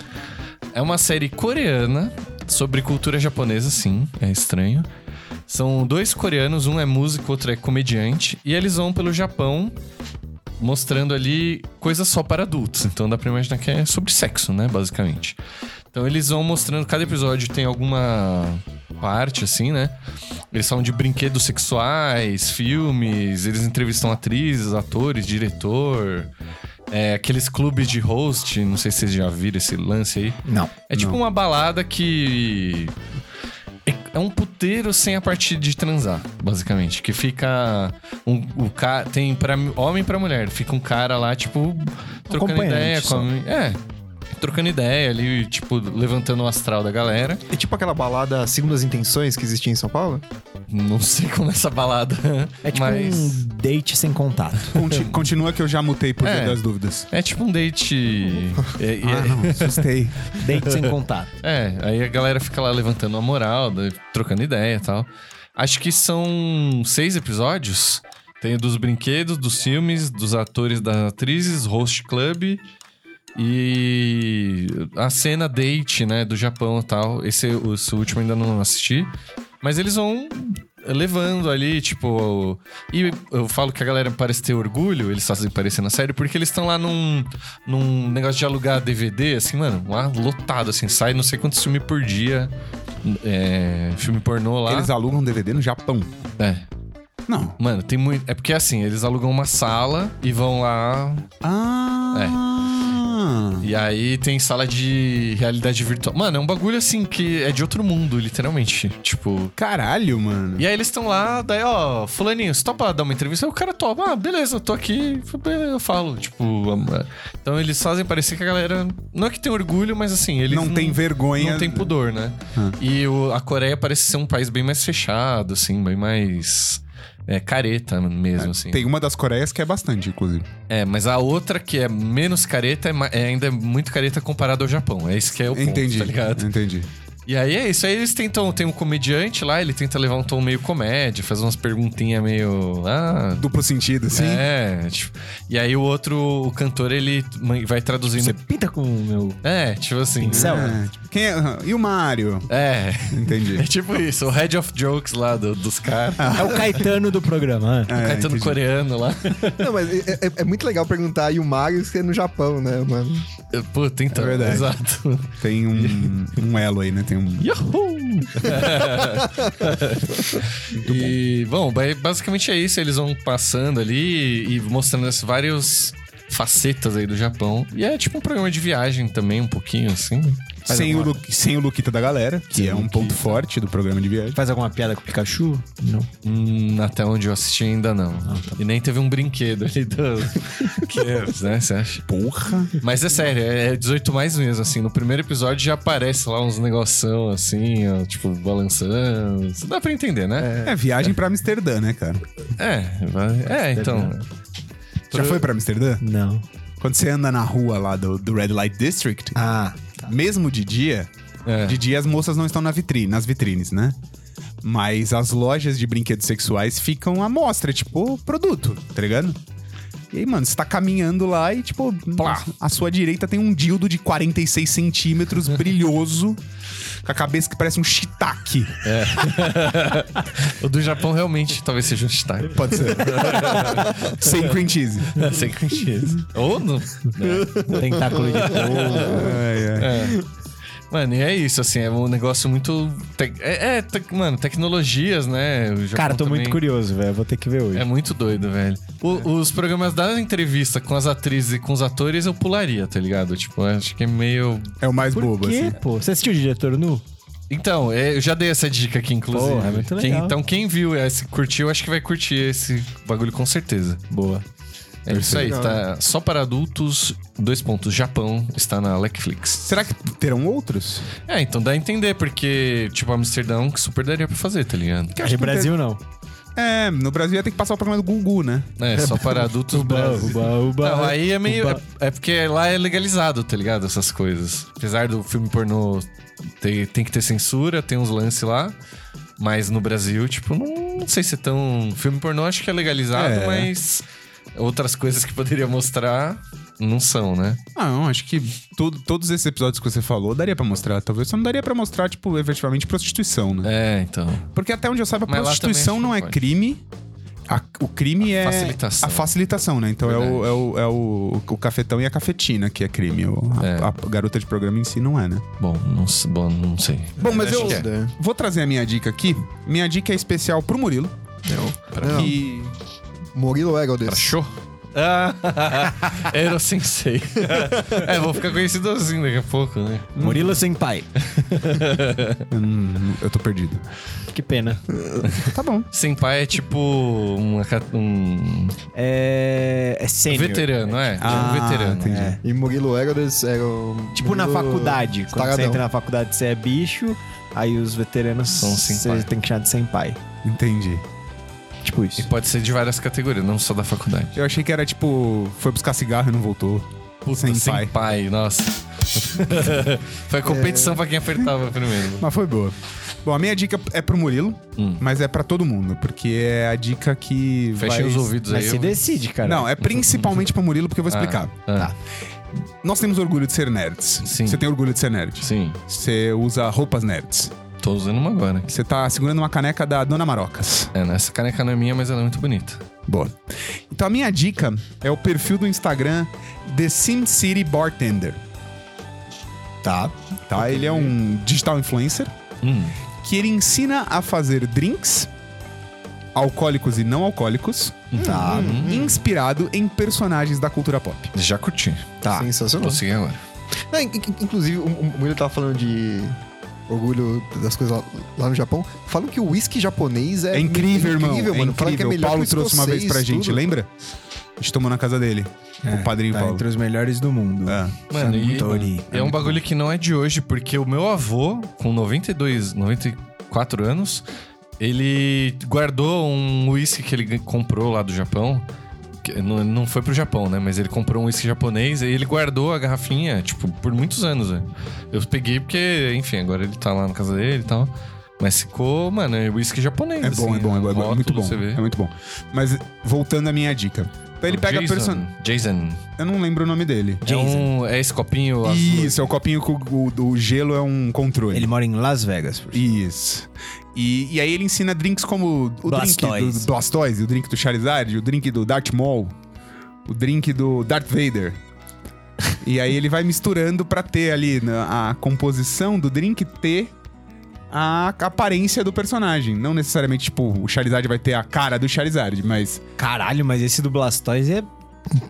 [SPEAKER 1] É uma série coreana sobre cultura japonesa, sim, é estranho. São dois coreanos, um é músico, outro é comediante, e eles vão pelo Japão mostrando ali coisas só para adultos. Então dá pra imaginar que é sobre sexo, né, basicamente. Então eles vão mostrando, cada episódio tem alguma parte, assim, né? Eles falam de brinquedos sexuais, filmes, eles entrevistam atrizes, atores, diretor. é, aqueles clubes de host, não sei se vocês já viram esse lance aí.
[SPEAKER 2] Não.
[SPEAKER 1] É tipo uma balada que. é- É um puteiro sem a parte de transar, basicamente. Que fica. Um, o cara. Tem pra homem e pra mulher. Fica um cara lá, tipo. Trocando
[SPEAKER 2] Acompanhante
[SPEAKER 1] ideia com a.
[SPEAKER 2] só.
[SPEAKER 1] mi- É. Trocando ideia ali, tipo, levantando o astral da galera.
[SPEAKER 4] É tipo aquela balada Segundas Intenções que existia em São Paulo?
[SPEAKER 1] Não sei como é essa balada.
[SPEAKER 2] É tipo
[SPEAKER 1] mas...
[SPEAKER 2] um date sem contato.
[SPEAKER 3] Conti- continua que eu já mutei por
[SPEAKER 1] É.
[SPEAKER 3] via das dúvidas.
[SPEAKER 1] É tipo um date. é, e-
[SPEAKER 3] Ah, não, assustei.
[SPEAKER 2] Date sem contato.
[SPEAKER 1] É, aí a galera fica lá levantando a moral, da- trocando ideia e tal. Acho que são seis episódios. Tem o dos brinquedos, dos filmes, dos atores, das atrizes, host club e a cena date, né, do Japão e tal. Esse, esse último ainda não assisti. Mas eles vão levando ali, tipo... E eu falo que a galera parece ter orgulho, eles fazem parecer na série, porque eles estão lá num, num negócio de alugar DVD, assim, mano, lá lotado, assim, sai não sei quantos filmes por dia, é, filme pornô lá.
[SPEAKER 3] Eles alugam DVD no Japão.
[SPEAKER 1] É.
[SPEAKER 3] Não.
[SPEAKER 1] Mano, tem muito... É porque, assim, eles alugam uma sala e vão lá
[SPEAKER 3] Ah.
[SPEAKER 1] E aí tem sala de realidade virtual. Mano, é um bagulho assim que é de outro mundo, literalmente. Tipo.
[SPEAKER 3] Caralho, mano.
[SPEAKER 1] E aí eles estão lá, daí, ó, fulaninho, você topa dar uma entrevista? Aí o cara topa, ah, beleza, eu tô aqui, eu falo, tipo... am- Então eles fazem parecer que a galera, não é que tem orgulho, mas assim, eles...
[SPEAKER 3] não, tem vergonha. Ah.
[SPEAKER 1] Não tem pudor, né? E o- a Coreia parece ser um país bem mais fechado, assim, bem mais... é, careta mesmo, assim.
[SPEAKER 3] Tem uma das Coreias que é bastante, inclusive.
[SPEAKER 1] É, mas a outra que é menos careta é, ma- é ainda muito careta comparado ao Japão. É isso que é o ponto,
[SPEAKER 3] entendi.
[SPEAKER 1] tá ligado?
[SPEAKER 3] entendi.
[SPEAKER 1] E aí é isso. Aí eles tentam... Tem um comediante lá, ele tenta levar um tom meio comédia, fazer umas perguntinhas meio... Ah...
[SPEAKER 3] Duplo sentido, assim.
[SPEAKER 1] É, tipo, e aí o outro, o cantor, ele vai traduzindo.
[SPEAKER 2] Você pinta com o meu
[SPEAKER 1] É, tipo assim.
[SPEAKER 2] pincel?
[SPEAKER 3] É, tipo, Quem é? aham, E o Mario?
[SPEAKER 1] É,
[SPEAKER 3] Entendi.
[SPEAKER 1] é tipo isso, o head of jokes lá do- dos caras.
[SPEAKER 2] É o Caetano do programa.
[SPEAKER 1] o
[SPEAKER 2] né?
[SPEAKER 1] Caetano
[SPEAKER 3] Ah, é, entendi.
[SPEAKER 1] coreano lá.
[SPEAKER 4] Não, mas é, é- é muito legal perguntar e o Mario se é no Japão, né, mano?
[SPEAKER 1] Puta, então.
[SPEAKER 3] É verdade.
[SPEAKER 1] Exato.
[SPEAKER 3] Tem um, um elo aí, né? Tem um.
[SPEAKER 1] Yahoo! e, bom, ba- basicamente é isso. Eles vão passando ali e mostrando as várias facetas aí do Japão. E é tipo um programa de viagem também, um pouquinho assim. Mas
[SPEAKER 3] Sem
[SPEAKER 1] é
[SPEAKER 3] o,
[SPEAKER 1] uma-
[SPEAKER 3] Lu- sem o Luquita da galera, que é um ponto forte do programa de viagem.
[SPEAKER 2] Faz alguma piada com o Pikachu? Não.
[SPEAKER 1] Hum, até onde eu assisti ainda não. E nem teve um brinquedo ali do. que é, né? Você acha?
[SPEAKER 3] Porra!
[SPEAKER 1] Mas é sério, é 18 mais mesmo, assim. No primeiro episódio já aparece lá uns negoção, assim, ó, tipo, balançando. Isso Dá pra entender, né?
[SPEAKER 3] É viagem pra Amsterdã, né, cara?
[SPEAKER 1] É, vai- é, então.
[SPEAKER 3] Já foi pra Amsterdã?
[SPEAKER 2] Não.
[SPEAKER 3] Quando você anda na rua lá do, do Red Light District,
[SPEAKER 2] Ah,
[SPEAKER 3] mesmo de dia,
[SPEAKER 1] É.
[SPEAKER 3] de dia as moças não estão na vitrine, nas vitrines, né? Mas as lojas de brinquedos sexuais ficam à mostra, tipo, produto, tá ligado? E aí, mano, você tá caminhando lá e, tipo,
[SPEAKER 1] Plá.
[SPEAKER 3] à sua direita tem um dildo de 46 centímetros, brilhoso, com a cabeça que parece um shiitake.
[SPEAKER 1] O do Japão realmente talvez seja um Stein.
[SPEAKER 3] Pode ser. Sem cream cheese.
[SPEAKER 1] Sem conhecido. Ou não.
[SPEAKER 2] tentáculo de polvo.
[SPEAKER 3] Ai, ai.
[SPEAKER 1] Mano, e é isso, assim, é um negócio muito. tec- É, é, tec- mano, tecnologias, né? O Japão
[SPEAKER 2] Cara, tô
[SPEAKER 1] também-
[SPEAKER 2] muito curioso, velho. Vou ter que ver hoje.
[SPEAKER 1] É muito doido, velho. O- os programas da entrevista com as atrizes e com os atores eu pularia, tá ligado? Tipo, eu acho que é meio.
[SPEAKER 3] É o mais
[SPEAKER 2] Por
[SPEAKER 3] bobo,
[SPEAKER 2] quê,
[SPEAKER 3] assim.
[SPEAKER 2] pô? Você assistiu o diretor nu?
[SPEAKER 1] Então, é, eu já dei essa dica aqui, inclusive.
[SPEAKER 2] Porra, é muito
[SPEAKER 1] Quem-
[SPEAKER 2] legal.
[SPEAKER 1] então, quem viu esse curtiu, acho que vai curtir esse bagulho com certeza.
[SPEAKER 2] Boa.
[SPEAKER 1] É isso aí, tá? Só para adultos, dois pontos, Japão, está na Netflix.
[SPEAKER 3] Será que terão outros?
[SPEAKER 1] É, então dá a entender, porque, tipo, Amsterdã é um que super daria pra fazer, tá ligado?
[SPEAKER 2] Aí Brasil não.
[SPEAKER 3] É, no Brasil ia ter que passar o programa do Gugu, né?
[SPEAKER 1] É, só para adultos brasileiros.
[SPEAKER 2] uba, uba.
[SPEAKER 1] Não, aí é meio.
[SPEAKER 2] Uba.
[SPEAKER 1] É, é porque lá é legalizado, tá ligado? Essas coisas. Apesar do filme pornô ter, tem que ter censura, tem uns lances lá. Mas no Brasil, tipo, não, não sei se é tão. Filme pornô acho que é legalizado,
[SPEAKER 2] É.
[SPEAKER 1] mas outras coisas que poderia mostrar não são, né?
[SPEAKER 3] Ah, não, acho que to- todos esses episódios que você falou daria pra mostrar. Talvez só não daria pra mostrar, tipo, efetivamente prostituição, né?
[SPEAKER 1] É, então.
[SPEAKER 3] Porque até onde eu saiba,
[SPEAKER 1] Mas lá
[SPEAKER 3] prostituição
[SPEAKER 1] também
[SPEAKER 3] não é
[SPEAKER 1] acho que
[SPEAKER 3] crime. A- o crime
[SPEAKER 1] A
[SPEAKER 3] é
[SPEAKER 1] facilitação.
[SPEAKER 3] a facilitação, né? Então é, o, é, o, é o, o cafetão e a cafetina que é crime. O- a-
[SPEAKER 1] É.
[SPEAKER 3] a garota de programa em si não é, né?
[SPEAKER 1] Bom, não, se- bom, não sei.
[SPEAKER 3] Bom, mas
[SPEAKER 1] Acho
[SPEAKER 3] eu
[SPEAKER 1] que é.
[SPEAKER 3] vou trazer a minha dica aqui. Minha dica é especial pro Murilo.
[SPEAKER 4] Não,
[SPEAKER 3] E
[SPEAKER 4] Murilo Egel
[SPEAKER 1] Pra
[SPEAKER 4] desse.
[SPEAKER 1] show? Ah, Era sensei. é, vou ficar conhecido assim daqui a pouco, né?
[SPEAKER 2] Murilo Senpai.
[SPEAKER 3] eu, não- eu tô perdido.
[SPEAKER 2] Que pena.
[SPEAKER 3] Tá bom.
[SPEAKER 1] Senpai é tipo uma, ca- um
[SPEAKER 2] É. É sênior.
[SPEAKER 1] veterano, é?
[SPEAKER 3] Ah,
[SPEAKER 1] um veterano.
[SPEAKER 3] entendi.
[SPEAKER 2] É.
[SPEAKER 4] E Murilo Egel desse era o.
[SPEAKER 2] Tipo na
[SPEAKER 4] Murilo
[SPEAKER 2] faculdade. Quando você
[SPEAKER 4] Taradão.
[SPEAKER 2] entra na faculdade, você é bicho. Aí os veteranos
[SPEAKER 1] São senpai.
[SPEAKER 2] você tem que chamar de senpai.
[SPEAKER 3] Entendi.
[SPEAKER 2] Tipo
[SPEAKER 1] E
[SPEAKER 2] isso.
[SPEAKER 1] pode ser de várias categorias, não só da faculdade.
[SPEAKER 3] Eu achei que era tipo, foi buscar cigarro e não voltou. Sem pai.
[SPEAKER 1] Senpai, nossa. Foi competição pra quem apertava primeiro.
[SPEAKER 3] Mas foi boa. Bom, a minha dica é pro Murilo,
[SPEAKER 1] Hum.
[SPEAKER 3] mas é pra todo mundo, porque é a dica que
[SPEAKER 1] Fechem
[SPEAKER 3] vai...
[SPEAKER 1] os ouvidos
[SPEAKER 2] Mas
[SPEAKER 1] aí.
[SPEAKER 2] se
[SPEAKER 1] eu-
[SPEAKER 2] decide, cara.
[SPEAKER 3] Não, é principalmente pro Murilo, porque eu vou
[SPEAKER 1] Ah,
[SPEAKER 3] explicar.
[SPEAKER 1] ah,
[SPEAKER 3] Nós temos orgulho de ser nerds.
[SPEAKER 1] Sim.
[SPEAKER 3] Você tem orgulho de ser nerd.
[SPEAKER 1] Sim,
[SPEAKER 3] Você usa roupas nerds.
[SPEAKER 1] tô usando uma agora.
[SPEAKER 3] Você tá segurando uma caneca da Dona Marocas.
[SPEAKER 1] É, né? essa caneca não é minha, mas ela é muito bonita.
[SPEAKER 3] Boa. Então a minha dica é o perfil do Instagram The Sim City Bartender. Tá. Tá, ele é um digital influencer
[SPEAKER 1] Hum,
[SPEAKER 3] que ele ensina a fazer drinks alcoólicos e não alcoólicos,
[SPEAKER 4] Uhum.
[SPEAKER 2] Tá.
[SPEAKER 3] inspirado em personagens da cultura pop.
[SPEAKER 1] já curti.
[SPEAKER 2] Tá.
[SPEAKER 4] Sensacional.
[SPEAKER 1] Consegui agora.
[SPEAKER 4] É, in- in- inclusive, o o Murilo tava falando de orgulho das coisas lá, lá no Japão. Falam que o uísque japonês é,
[SPEAKER 3] É incrível, irmão.
[SPEAKER 4] incrível, mano.
[SPEAKER 3] É
[SPEAKER 4] Falam que é
[SPEAKER 3] incrível. o
[SPEAKER 4] melhor
[SPEAKER 3] Paulo
[SPEAKER 4] que o
[SPEAKER 3] trouxe uma vez pra
[SPEAKER 4] escocês,
[SPEAKER 3] gente,
[SPEAKER 4] tudo. É,
[SPEAKER 3] lembra? A gente tomou na casa dele. o padrinho
[SPEAKER 2] tá
[SPEAKER 3] Paulo.
[SPEAKER 2] entre os melhores do mundo.
[SPEAKER 3] É.
[SPEAKER 1] Mano, e
[SPEAKER 2] Santori.
[SPEAKER 1] é um bagulho que não é de hoje, porque o meu avô, com 92, 94 anos, ele guardou um uísque que ele comprou lá do Japão. que Não, não foi pro Japão, né? Mas ele comprou um uísque japonês e ele guardou a garrafinha, tipo, por muitos anos, né? Eu peguei porque, enfim, agora ele tá lá na casa dele e tal. Mas ficou, mano, é uísque japonês.
[SPEAKER 3] É bom,
[SPEAKER 1] assim,
[SPEAKER 3] é bom, é bom, é bom,
[SPEAKER 1] rótulo,
[SPEAKER 3] é muito bom.
[SPEAKER 1] Você vê.
[SPEAKER 3] É muito bom. Mas voltando à minha dica. Então ele
[SPEAKER 1] O
[SPEAKER 3] pega
[SPEAKER 1] Jason,
[SPEAKER 3] person...
[SPEAKER 1] Jason.
[SPEAKER 3] Eu não lembro o nome dele.
[SPEAKER 1] É, um- é esse copinho azul.
[SPEAKER 3] Isso, é o copinho com o, o gelo é um controle.
[SPEAKER 2] Ele mora em Las Vegas. por
[SPEAKER 3] Isso. E, e aí ele ensina drinks como o drink
[SPEAKER 2] Blastoise.
[SPEAKER 3] do Blastoise, o drink do Charizard, o drink do Darth Maul, o drink do Darth Vader. E aí ele vai misturando pra ter ali na- a composição do drink ter a aparência do personagem. Não necessariamente, tipo, o Charizard vai ter a cara do Charizard, mas...
[SPEAKER 2] Caralho, mas esse do Blastoise é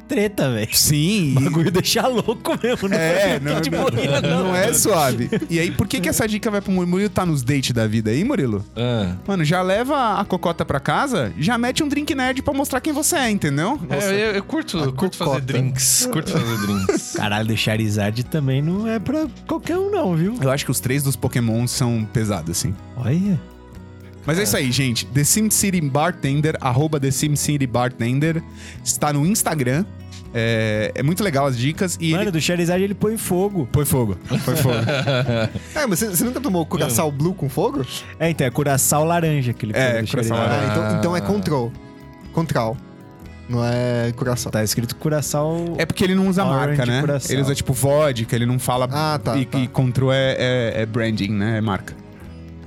[SPEAKER 2] treta, velho.
[SPEAKER 3] Sim,
[SPEAKER 2] O
[SPEAKER 3] e-
[SPEAKER 2] bagulho deixa louco mesmo. Não
[SPEAKER 3] É,
[SPEAKER 2] fica
[SPEAKER 3] não,
[SPEAKER 2] de
[SPEAKER 3] não,
[SPEAKER 2] boinha, não.
[SPEAKER 3] não é suave. E aí, por que que essa dica vai pro Murilo? Murilo tá nos dates da vida aí, Murilo?
[SPEAKER 1] Ah.
[SPEAKER 3] Mano, já leva a cocota pra casa, já mete um drink nerd pra mostrar quem você é, entendeu?
[SPEAKER 1] É, eu, eu curto, eu curto fazer
[SPEAKER 4] cocota.
[SPEAKER 1] drinks. Curto fazer drinks.
[SPEAKER 2] Caralho, do Charizard também não é pra qualquer um, não, viu?
[SPEAKER 3] Eu acho que os três dos Pokémon são pesados, assim.
[SPEAKER 2] Olha.
[SPEAKER 3] Mas é, isso aí, gente. The Sim City Bartender, arroba The Sim City Bartender, está no Instagram. É, é muito legal as dicas e
[SPEAKER 2] Mano,
[SPEAKER 3] ele...
[SPEAKER 2] do Charizard ele põe fogo.
[SPEAKER 3] Põe fogo, põe fogo.
[SPEAKER 4] Ah, mas você, você nunca tomou curaçao blue com fogo?
[SPEAKER 2] É, então, é curaçal laranja que ele põe
[SPEAKER 3] É,
[SPEAKER 2] do
[SPEAKER 3] curaçao
[SPEAKER 2] Charizard.
[SPEAKER 4] Ah, então, então é control. Contral. Não é curaçao.
[SPEAKER 2] Tá escrito curaçal...
[SPEAKER 3] É porque ele não usa
[SPEAKER 2] Orange
[SPEAKER 3] marca, né?
[SPEAKER 2] coração.
[SPEAKER 3] Ele usa tipo vodka, ele não fala.
[SPEAKER 4] Ah, tá,
[SPEAKER 3] E,
[SPEAKER 4] tá.
[SPEAKER 3] e control é, é- é branding, né? É marca.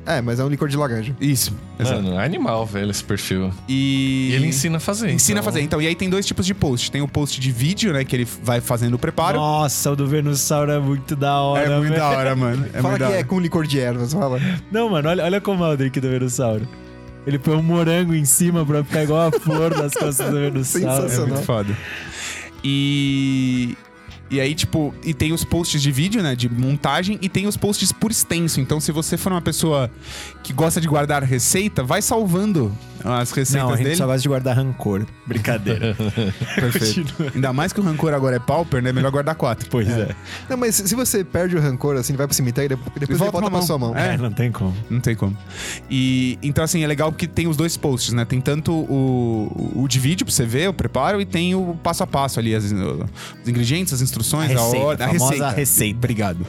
[SPEAKER 4] É, mas é um licor de laranja.
[SPEAKER 3] Isso, exato.
[SPEAKER 1] Mano, é animal, velho, esse perfil.
[SPEAKER 3] E...
[SPEAKER 1] E ele ensina a fazer.
[SPEAKER 3] Ensina a
[SPEAKER 1] então-
[SPEAKER 3] fazer. Então, e aí tem dois tipos de post. Tem o post de vídeo, né? Que ele vai fazendo o preparo.
[SPEAKER 2] Nossa, o do Venusaur é muito da hora,
[SPEAKER 3] é muito
[SPEAKER 2] velho.
[SPEAKER 3] da hora, mano. É
[SPEAKER 4] fala
[SPEAKER 3] muito
[SPEAKER 4] que
[SPEAKER 3] da hora.
[SPEAKER 4] é com licor de ervas, fala.
[SPEAKER 2] Não, mano, olha, olha como é o drink do Venusauro. Ele põe um morango em cima pra ficar igual a flor nas costas do Venusauro. É
[SPEAKER 4] Sensacional.
[SPEAKER 3] É muito foda. É E. E aí, tipo, e tem os posts de vídeo, né? De montagem, e tem os posts por extenso. Então, se você for uma pessoa que gosta de guardar receita, vai salvando as receitas
[SPEAKER 2] Não, a gente
[SPEAKER 3] dele.
[SPEAKER 2] só gosta de guardar rancor. Brincadeira.
[SPEAKER 3] Perfeito. Ainda mais que o rancor agora é pauper, né? Melhor guardar quatro.
[SPEAKER 2] pois é.
[SPEAKER 4] Não, mas se você perde o rancor, assim, vai pro cemitério, depois ele
[SPEAKER 3] volta
[SPEAKER 4] volta
[SPEAKER 3] na
[SPEAKER 4] pra
[SPEAKER 3] mão.
[SPEAKER 4] sua mão.
[SPEAKER 2] É, não tem como.
[SPEAKER 3] Não tem como. E então, assim, é legal porque tem os dois posts, né? Tem tanto o, o de vídeo pra você ver, o preparo, e tem o passo a passo ali, as- os ingredientes, as instruções, a, ordem, a
[SPEAKER 2] famosa
[SPEAKER 3] receita.
[SPEAKER 2] receita. Obrigado.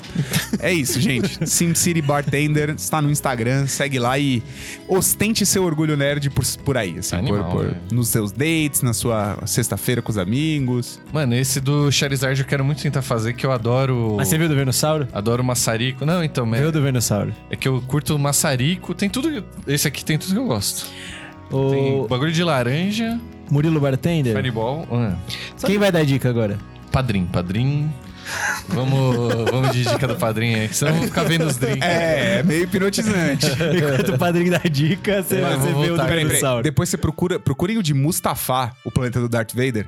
[SPEAKER 3] É isso, gente. SimCity Bartender está no Instagram, segue lá e ostente seu orgulho nerd por, por aí, assim,
[SPEAKER 1] Animal,
[SPEAKER 3] por- por-
[SPEAKER 1] velho.
[SPEAKER 3] nos seus dates, na sua sexta-feira com os amigos.
[SPEAKER 1] Mano, esse do Charizard eu quero muito tentar fazer, que eu adoro.
[SPEAKER 2] Mas você viu do Venossauro?
[SPEAKER 1] Adoro maçarico. Não, então, mas
[SPEAKER 2] Viu do Venossauro.
[SPEAKER 1] é que eu curto maçarico. Tem tudo. Esse aqui tem tudo que eu gosto. Tem
[SPEAKER 2] O É.
[SPEAKER 1] bagulho de laranja,
[SPEAKER 2] Murilo Bartender.
[SPEAKER 1] Fireball. Ah,
[SPEAKER 2] Quem vai dar dica agora?
[SPEAKER 1] padrim, padrim. Vamos, vamos de dica do padrinho aí, que senão eu vou ficar vendo os drinks.
[SPEAKER 3] É, é meio hipnotizante.
[SPEAKER 2] Enquanto o padrinho dá dica, você,
[SPEAKER 1] Vai,
[SPEAKER 2] você
[SPEAKER 1] vou
[SPEAKER 2] vê o do
[SPEAKER 1] voltar.
[SPEAKER 3] Peraí, peraí.
[SPEAKER 2] Venossauro.
[SPEAKER 3] Depois você procura, procurem o de Mustafá, o planeta do Darth Vader,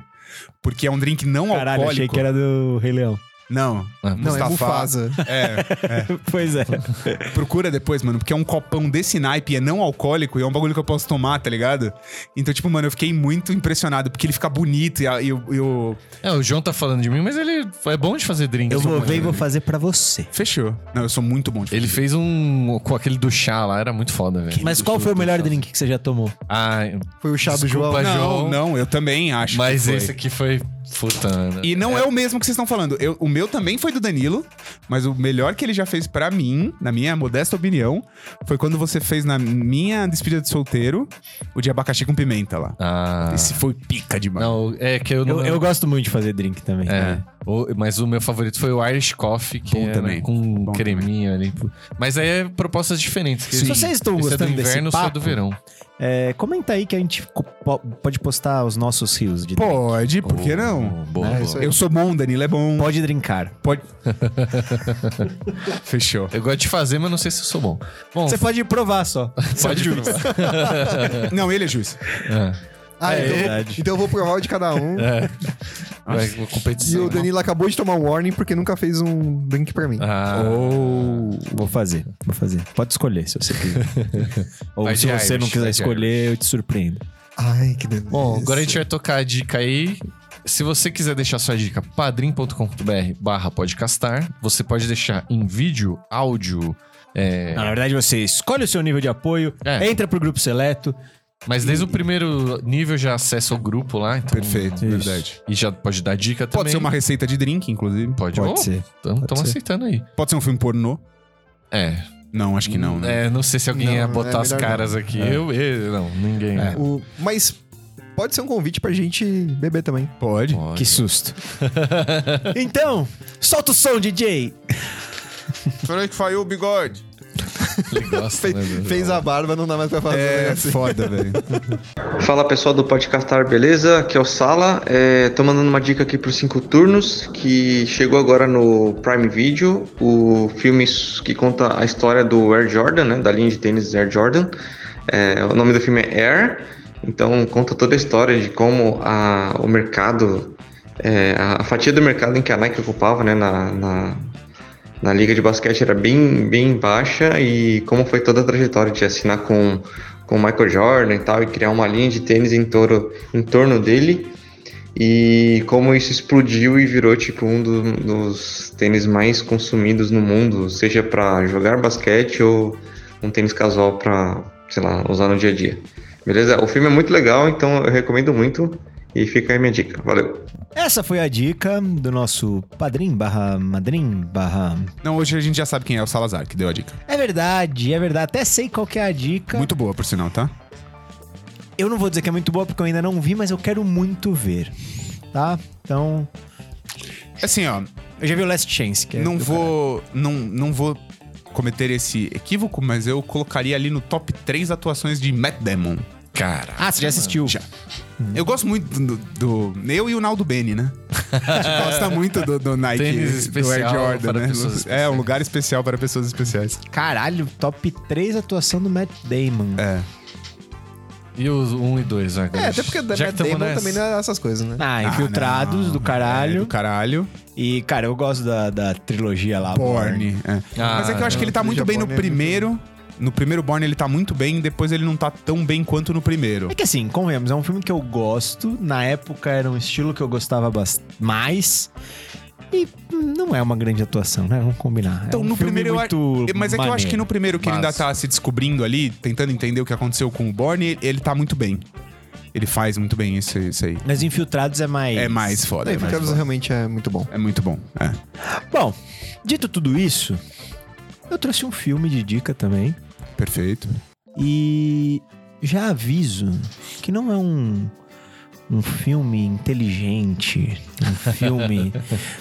[SPEAKER 3] porque é um drink não
[SPEAKER 2] Caralho,
[SPEAKER 3] alcoólico.
[SPEAKER 2] achei que era do Rei Leão.
[SPEAKER 3] Não.
[SPEAKER 1] Ah,
[SPEAKER 4] Não, é Mufasa.
[SPEAKER 3] É,
[SPEAKER 2] Pois é.
[SPEAKER 3] procura depois, mano, porque é um copão desse naipe, é não alcoólico e é um bagulho que eu posso tomar, tá ligado? Então, tipo, mano, eu fiquei muito impressionado, porque ele fica bonito e, a- e o- e o.
[SPEAKER 1] É, o João tá falando de mim, mas ele é bom de fazer drink.
[SPEAKER 2] Eu
[SPEAKER 1] sou
[SPEAKER 2] vou
[SPEAKER 1] bom
[SPEAKER 2] ver e
[SPEAKER 1] de
[SPEAKER 2] vou
[SPEAKER 1] drink.
[SPEAKER 2] fazer pra você.
[SPEAKER 3] Fechou. Não, eu sou muito bom de
[SPEAKER 1] Ele fez um. com aquele do chá lá, era muito foda, velho.
[SPEAKER 2] Mas qual foi o melhor drink que você já tomou?
[SPEAKER 1] Ah,
[SPEAKER 4] Foi o chá do
[SPEAKER 1] Desculpa, é
[SPEAKER 4] João.
[SPEAKER 1] João.
[SPEAKER 3] Não, não, eu também acho.
[SPEAKER 1] mas
[SPEAKER 3] que foi.
[SPEAKER 1] esse aqui foi. Puta, Ana.
[SPEAKER 3] E não é. o mesmo que vocês estão falando. Eu- o meu também foi do Danilo, mas o melhor que ele já fez pra mim, na minha modesta opinião, foi quando você fez na minha despedida de solteiro o de abacaxi com pimenta lá.
[SPEAKER 1] Ah.
[SPEAKER 3] Esse foi pica demais.
[SPEAKER 1] Não, é que eu não.
[SPEAKER 2] Eu, eu gosto muito de fazer drink também.
[SPEAKER 1] É. O- mas o meu favorito foi o Irish Coffee, que
[SPEAKER 3] Bom
[SPEAKER 1] é
[SPEAKER 3] também.
[SPEAKER 1] com
[SPEAKER 3] Bom
[SPEAKER 1] creminho ali. Mas aí é propostas diferentes. que
[SPEAKER 2] Se vocês estão
[SPEAKER 1] esse
[SPEAKER 2] gostando
[SPEAKER 1] é do
[SPEAKER 2] desse
[SPEAKER 1] inverno,
[SPEAKER 2] papo,
[SPEAKER 1] esse é do verão.
[SPEAKER 2] É, comenta aí que a gente co- po- pode postar os nossos rios de drink.
[SPEAKER 3] Pode, por que não?
[SPEAKER 1] Oh, Boa,
[SPEAKER 4] É,
[SPEAKER 1] boa.
[SPEAKER 4] isso aí.
[SPEAKER 3] Eu sou bom, Danilo é bom.
[SPEAKER 2] Pode drincar.
[SPEAKER 3] Pode. Fechou.
[SPEAKER 1] Eu gosto de fazer, mas não sei se eu sou bom. Bom,
[SPEAKER 2] Você pode provar só.
[SPEAKER 1] pode juiz.
[SPEAKER 3] Não, ele é juiz.
[SPEAKER 4] Ah,
[SPEAKER 2] É
[SPEAKER 4] então,
[SPEAKER 2] verdade.
[SPEAKER 4] então eu vou provar o de cada um.
[SPEAKER 1] Vai com
[SPEAKER 4] E
[SPEAKER 1] competição.
[SPEAKER 4] o Danilo acabou de tomar um warning porque nunca fez um drink pra mim.
[SPEAKER 1] Ah,
[SPEAKER 2] Ou. Oh. Vou fazer, vou fazer. Pode escolher se você quiser. Ou
[SPEAKER 1] Vai
[SPEAKER 2] se
[SPEAKER 1] de
[SPEAKER 2] você não
[SPEAKER 1] Irish,
[SPEAKER 2] quiser
[SPEAKER 1] vai de
[SPEAKER 2] escolher, eu te surpreendo.
[SPEAKER 4] Ai, que delícia.
[SPEAKER 1] Bom, agora a gente vai tocar a dica aí. Se você quiser deixar sua dica, padrim.com.br barra podcastar. Você pode deixar em vídeo, áudio, é,
[SPEAKER 2] Não, na verdade, você escolhe o seu nível de apoio,
[SPEAKER 1] É.
[SPEAKER 2] entra pro grupo seleto.
[SPEAKER 1] Mas desde o primeiro nível já acessa o grupo lá, então.
[SPEAKER 3] Perfeito,
[SPEAKER 2] Isso.
[SPEAKER 3] verdade.
[SPEAKER 1] E já pode dar dica também.
[SPEAKER 3] Pode ser uma receita de drink, inclusive.
[SPEAKER 1] Pode,
[SPEAKER 2] Pode
[SPEAKER 1] ser.
[SPEAKER 2] ser.
[SPEAKER 1] Estamos
[SPEAKER 2] ser.
[SPEAKER 1] aceitando aí.
[SPEAKER 3] Pode ser um filme pornô.
[SPEAKER 1] É.
[SPEAKER 3] Não, acho que não, né?
[SPEAKER 1] É, não sei se alguém
[SPEAKER 4] Não,
[SPEAKER 1] ia
[SPEAKER 4] é
[SPEAKER 1] botar as
[SPEAKER 4] melhor não. É.
[SPEAKER 1] caras aqui. Eu, eu, não, ninguém. né?
[SPEAKER 4] O- Mas pode ser um convite pra gente beber também.
[SPEAKER 3] Pode.
[SPEAKER 2] Que susto. então, solta o som, DJ.
[SPEAKER 3] Será que falhou o bigode?
[SPEAKER 1] Ele gosta,
[SPEAKER 4] Fe-
[SPEAKER 1] né, do-
[SPEAKER 4] fez a barba, não dá mais pra fazer.
[SPEAKER 3] É
[SPEAKER 4] né?
[SPEAKER 3] foda, velho.
[SPEAKER 6] Fala pessoal do Podcastar, beleza? Aqui é o Sala. É, tô mandando uma dica aqui pros cinco turnos, que chegou agora no Prime Video, o filme que conta a história do Air Jordan, né? Da linha de tênis Air Jordan. É, o nome do filme é Air, então conta toda a história de como a- o mercado, é, a fatia do mercado em que a Nike ocupava, né? na- na, na liga de basquete era bem, bem baixa e como foi toda a trajetória de assinar com com o Michael Jordan e tal e criar uma linha de tênis em torno, em torno dele e como isso explodiu e virou tipo um do- dos tênis mais consumidos no mundo, seja para jogar basquete ou um tênis casual para, sei lá, usar no dia a dia. Beleza? O filme é muito legal, então eu recomendo muito e fica aí minha dica. Valeu.
[SPEAKER 2] Essa foi a dica do nosso padrim barra madrim barra...
[SPEAKER 3] Não, hoje a gente já sabe quem é o Salazar, que deu a dica.
[SPEAKER 2] É verdade, é verdade. Até sei qual que é a dica.
[SPEAKER 3] Muito boa, por sinal, tá?
[SPEAKER 2] Eu não vou dizer que é muito boa porque eu ainda não vi, mas eu quero muito ver. Tá? Então,
[SPEAKER 3] Assim, ó,
[SPEAKER 2] eu já vi o Last Chance, que é
[SPEAKER 3] não
[SPEAKER 2] do
[SPEAKER 3] vou. Não, não vou cometer esse equívoco, mas eu colocaria ali no top 3 atuações de Matt Damon.
[SPEAKER 1] Cara.
[SPEAKER 2] Ah, você já assistiu?
[SPEAKER 3] Já. Eu gosto muito do, do- Eu e o Naldo Bene, né? A gente gosta muito do, do Nike,
[SPEAKER 1] Tênis
[SPEAKER 3] do Air
[SPEAKER 1] especial
[SPEAKER 3] Jordan,
[SPEAKER 1] para
[SPEAKER 3] né?
[SPEAKER 1] pessoas
[SPEAKER 3] É,
[SPEAKER 1] especiais.
[SPEAKER 3] um lugar especial para pessoas especiais.
[SPEAKER 2] Caralho, top 3 atuação do Matt Damon.
[SPEAKER 3] É.
[SPEAKER 1] E os 1 e 2, né?
[SPEAKER 4] É, até porque
[SPEAKER 1] Já
[SPEAKER 4] Matt
[SPEAKER 1] que tamo
[SPEAKER 4] Damon
[SPEAKER 1] nessa-
[SPEAKER 4] também não é essas coisas, né?
[SPEAKER 2] Ah,
[SPEAKER 3] Ah,
[SPEAKER 2] Infiltrados
[SPEAKER 3] não.
[SPEAKER 2] do caralho.
[SPEAKER 3] É, do caralho.
[SPEAKER 2] E, cara, eu gosto da, da trilogia lá.
[SPEAKER 3] Borne. é.
[SPEAKER 1] Ah,
[SPEAKER 3] Mas é que eu acho que ele tá
[SPEAKER 4] não,
[SPEAKER 3] muito
[SPEAKER 4] seja
[SPEAKER 3] bem no
[SPEAKER 4] Borne é muito
[SPEAKER 3] primeiro. No primeiro Borne ele tá muito bem, depois ele não tá tão bem quanto no primeiro.
[SPEAKER 2] É que assim, convenhamos, é um filme que eu gosto. Na época era um estilo que eu gostava bas- mais. E hum, não é uma grande atuação, né? Vamos combinar.
[SPEAKER 3] Então,
[SPEAKER 2] é um
[SPEAKER 3] no
[SPEAKER 2] filme
[SPEAKER 3] primeiro eu
[SPEAKER 2] muito
[SPEAKER 3] Mas é que eu acho que no
[SPEAKER 2] maneiro.
[SPEAKER 3] primeiro que ele ainda
[SPEAKER 2] Mas-
[SPEAKER 3] tá se descobrindo ali, tentando entender o que aconteceu com o Borne, ele tá muito bem. Ele faz muito bem isso, isso aí.
[SPEAKER 2] Mas Infiltrados é mais.
[SPEAKER 3] É mais foda.
[SPEAKER 4] É,
[SPEAKER 3] é mais
[SPEAKER 4] Infiltrados
[SPEAKER 3] foda.
[SPEAKER 4] realmente é muito bom.
[SPEAKER 3] É muito bom. É.
[SPEAKER 2] Bom, dito tudo isso, eu trouxe um filme de dica também.
[SPEAKER 3] Perfeito.
[SPEAKER 2] E já aviso que não é um, um filme inteligente, um filme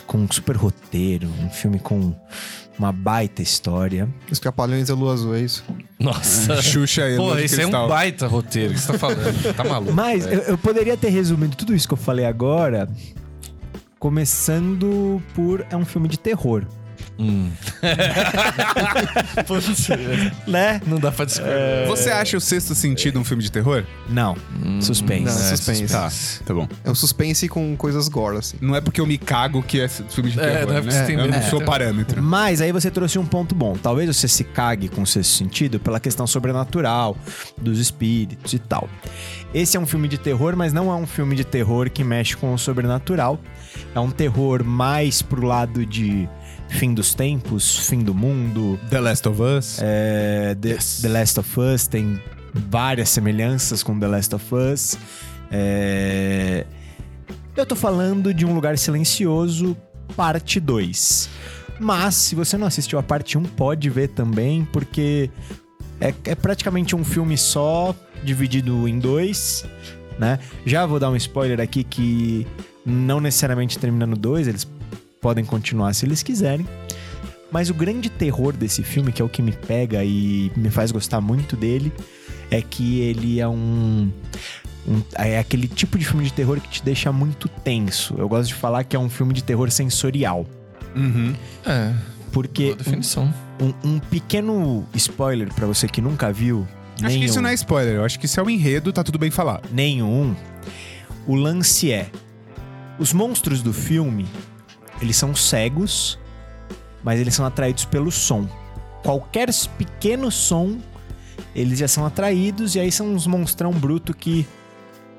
[SPEAKER 2] com um super roteiro, um filme com uma baita história.
[SPEAKER 4] Os Trapalhões e a Lua Azul, é isso.
[SPEAKER 1] Nossa.
[SPEAKER 3] Xuxa e a Lua
[SPEAKER 1] Pô,
[SPEAKER 3] de
[SPEAKER 1] esse é um
[SPEAKER 3] Cristal.
[SPEAKER 1] baita roteiro que você tá falando. Tá maluco.
[SPEAKER 2] Mas eu, eu poderia ter resumido tudo isso que eu falei agora, começando por é um filme de terror,
[SPEAKER 1] Hum. Putz,
[SPEAKER 2] né?
[SPEAKER 1] não dá pra discutir.
[SPEAKER 2] É,
[SPEAKER 3] Você acha o sexto sentido um filme de terror?
[SPEAKER 2] Não, suspense.
[SPEAKER 4] Não,
[SPEAKER 1] é,
[SPEAKER 4] suspense.
[SPEAKER 1] suspense.
[SPEAKER 3] Tá, tá bom.
[SPEAKER 4] É um suspense com coisas gore, assim.
[SPEAKER 3] Não é porque eu me cago que é filme de
[SPEAKER 1] É,
[SPEAKER 3] terror.
[SPEAKER 1] não é porque você
[SPEAKER 3] né?
[SPEAKER 1] tem
[SPEAKER 3] eu
[SPEAKER 1] medo
[SPEAKER 3] não
[SPEAKER 1] de
[SPEAKER 3] sou
[SPEAKER 1] terror.
[SPEAKER 3] parâmetro.
[SPEAKER 2] Mas aí você trouxe um ponto bom. Talvez você se cague com o sexto sentido pela questão sobrenatural, dos espíritos e tal. Esse é um filme de terror, mas não é um filme de terror que mexe com o sobrenatural. É um terror mais pro lado de fim dos tempos, fim do mundo.
[SPEAKER 3] The Last of Us.
[SPEAKER 2] É, The, The Last of Us tem várias semelhanças com The Last of Us. É, Eu tô falando de Um Lugar Silencioso, parte 2. Mas, se você não assistiu a parte 1, pode ver também, porque é, é praticamente um filme só, dividido em dois, né? Já vou dar um spoiler aqui que não necessariamente termina no 2, eles podem continuar se eles quiserem. Mas o grande terror desse filme, que é o que me pega e me faz gostar muito dele, é que ele é um. um- é aquele tipo de filme de terror que te deixa muito tenso. Eu gosto de falar que é um filme de terror sensorial.
[SPEAKER 3] Uhum.
[SPEAKER 1] É,
[SPEAKER 2] Porque
[SPEAKER 1] boa definição.
[SPEAKER 2] um, um pequeno spoiler pra você que nunca viu.
[SPEAKER 3] Acho
[SPEAKER 2] nenhum,
[SPEAKER 3] que isso não é spoiler. Eu acho que isso é um enredo, tá tudo bem falar.
[SPEAKER 2] nenhum. O lance é: os monstros do filme, eles são cegos, mas eles são atraídos pelo som. Qualquer s- pequeno som, eles já são atraídos, e aí são uns monstrão bruto que,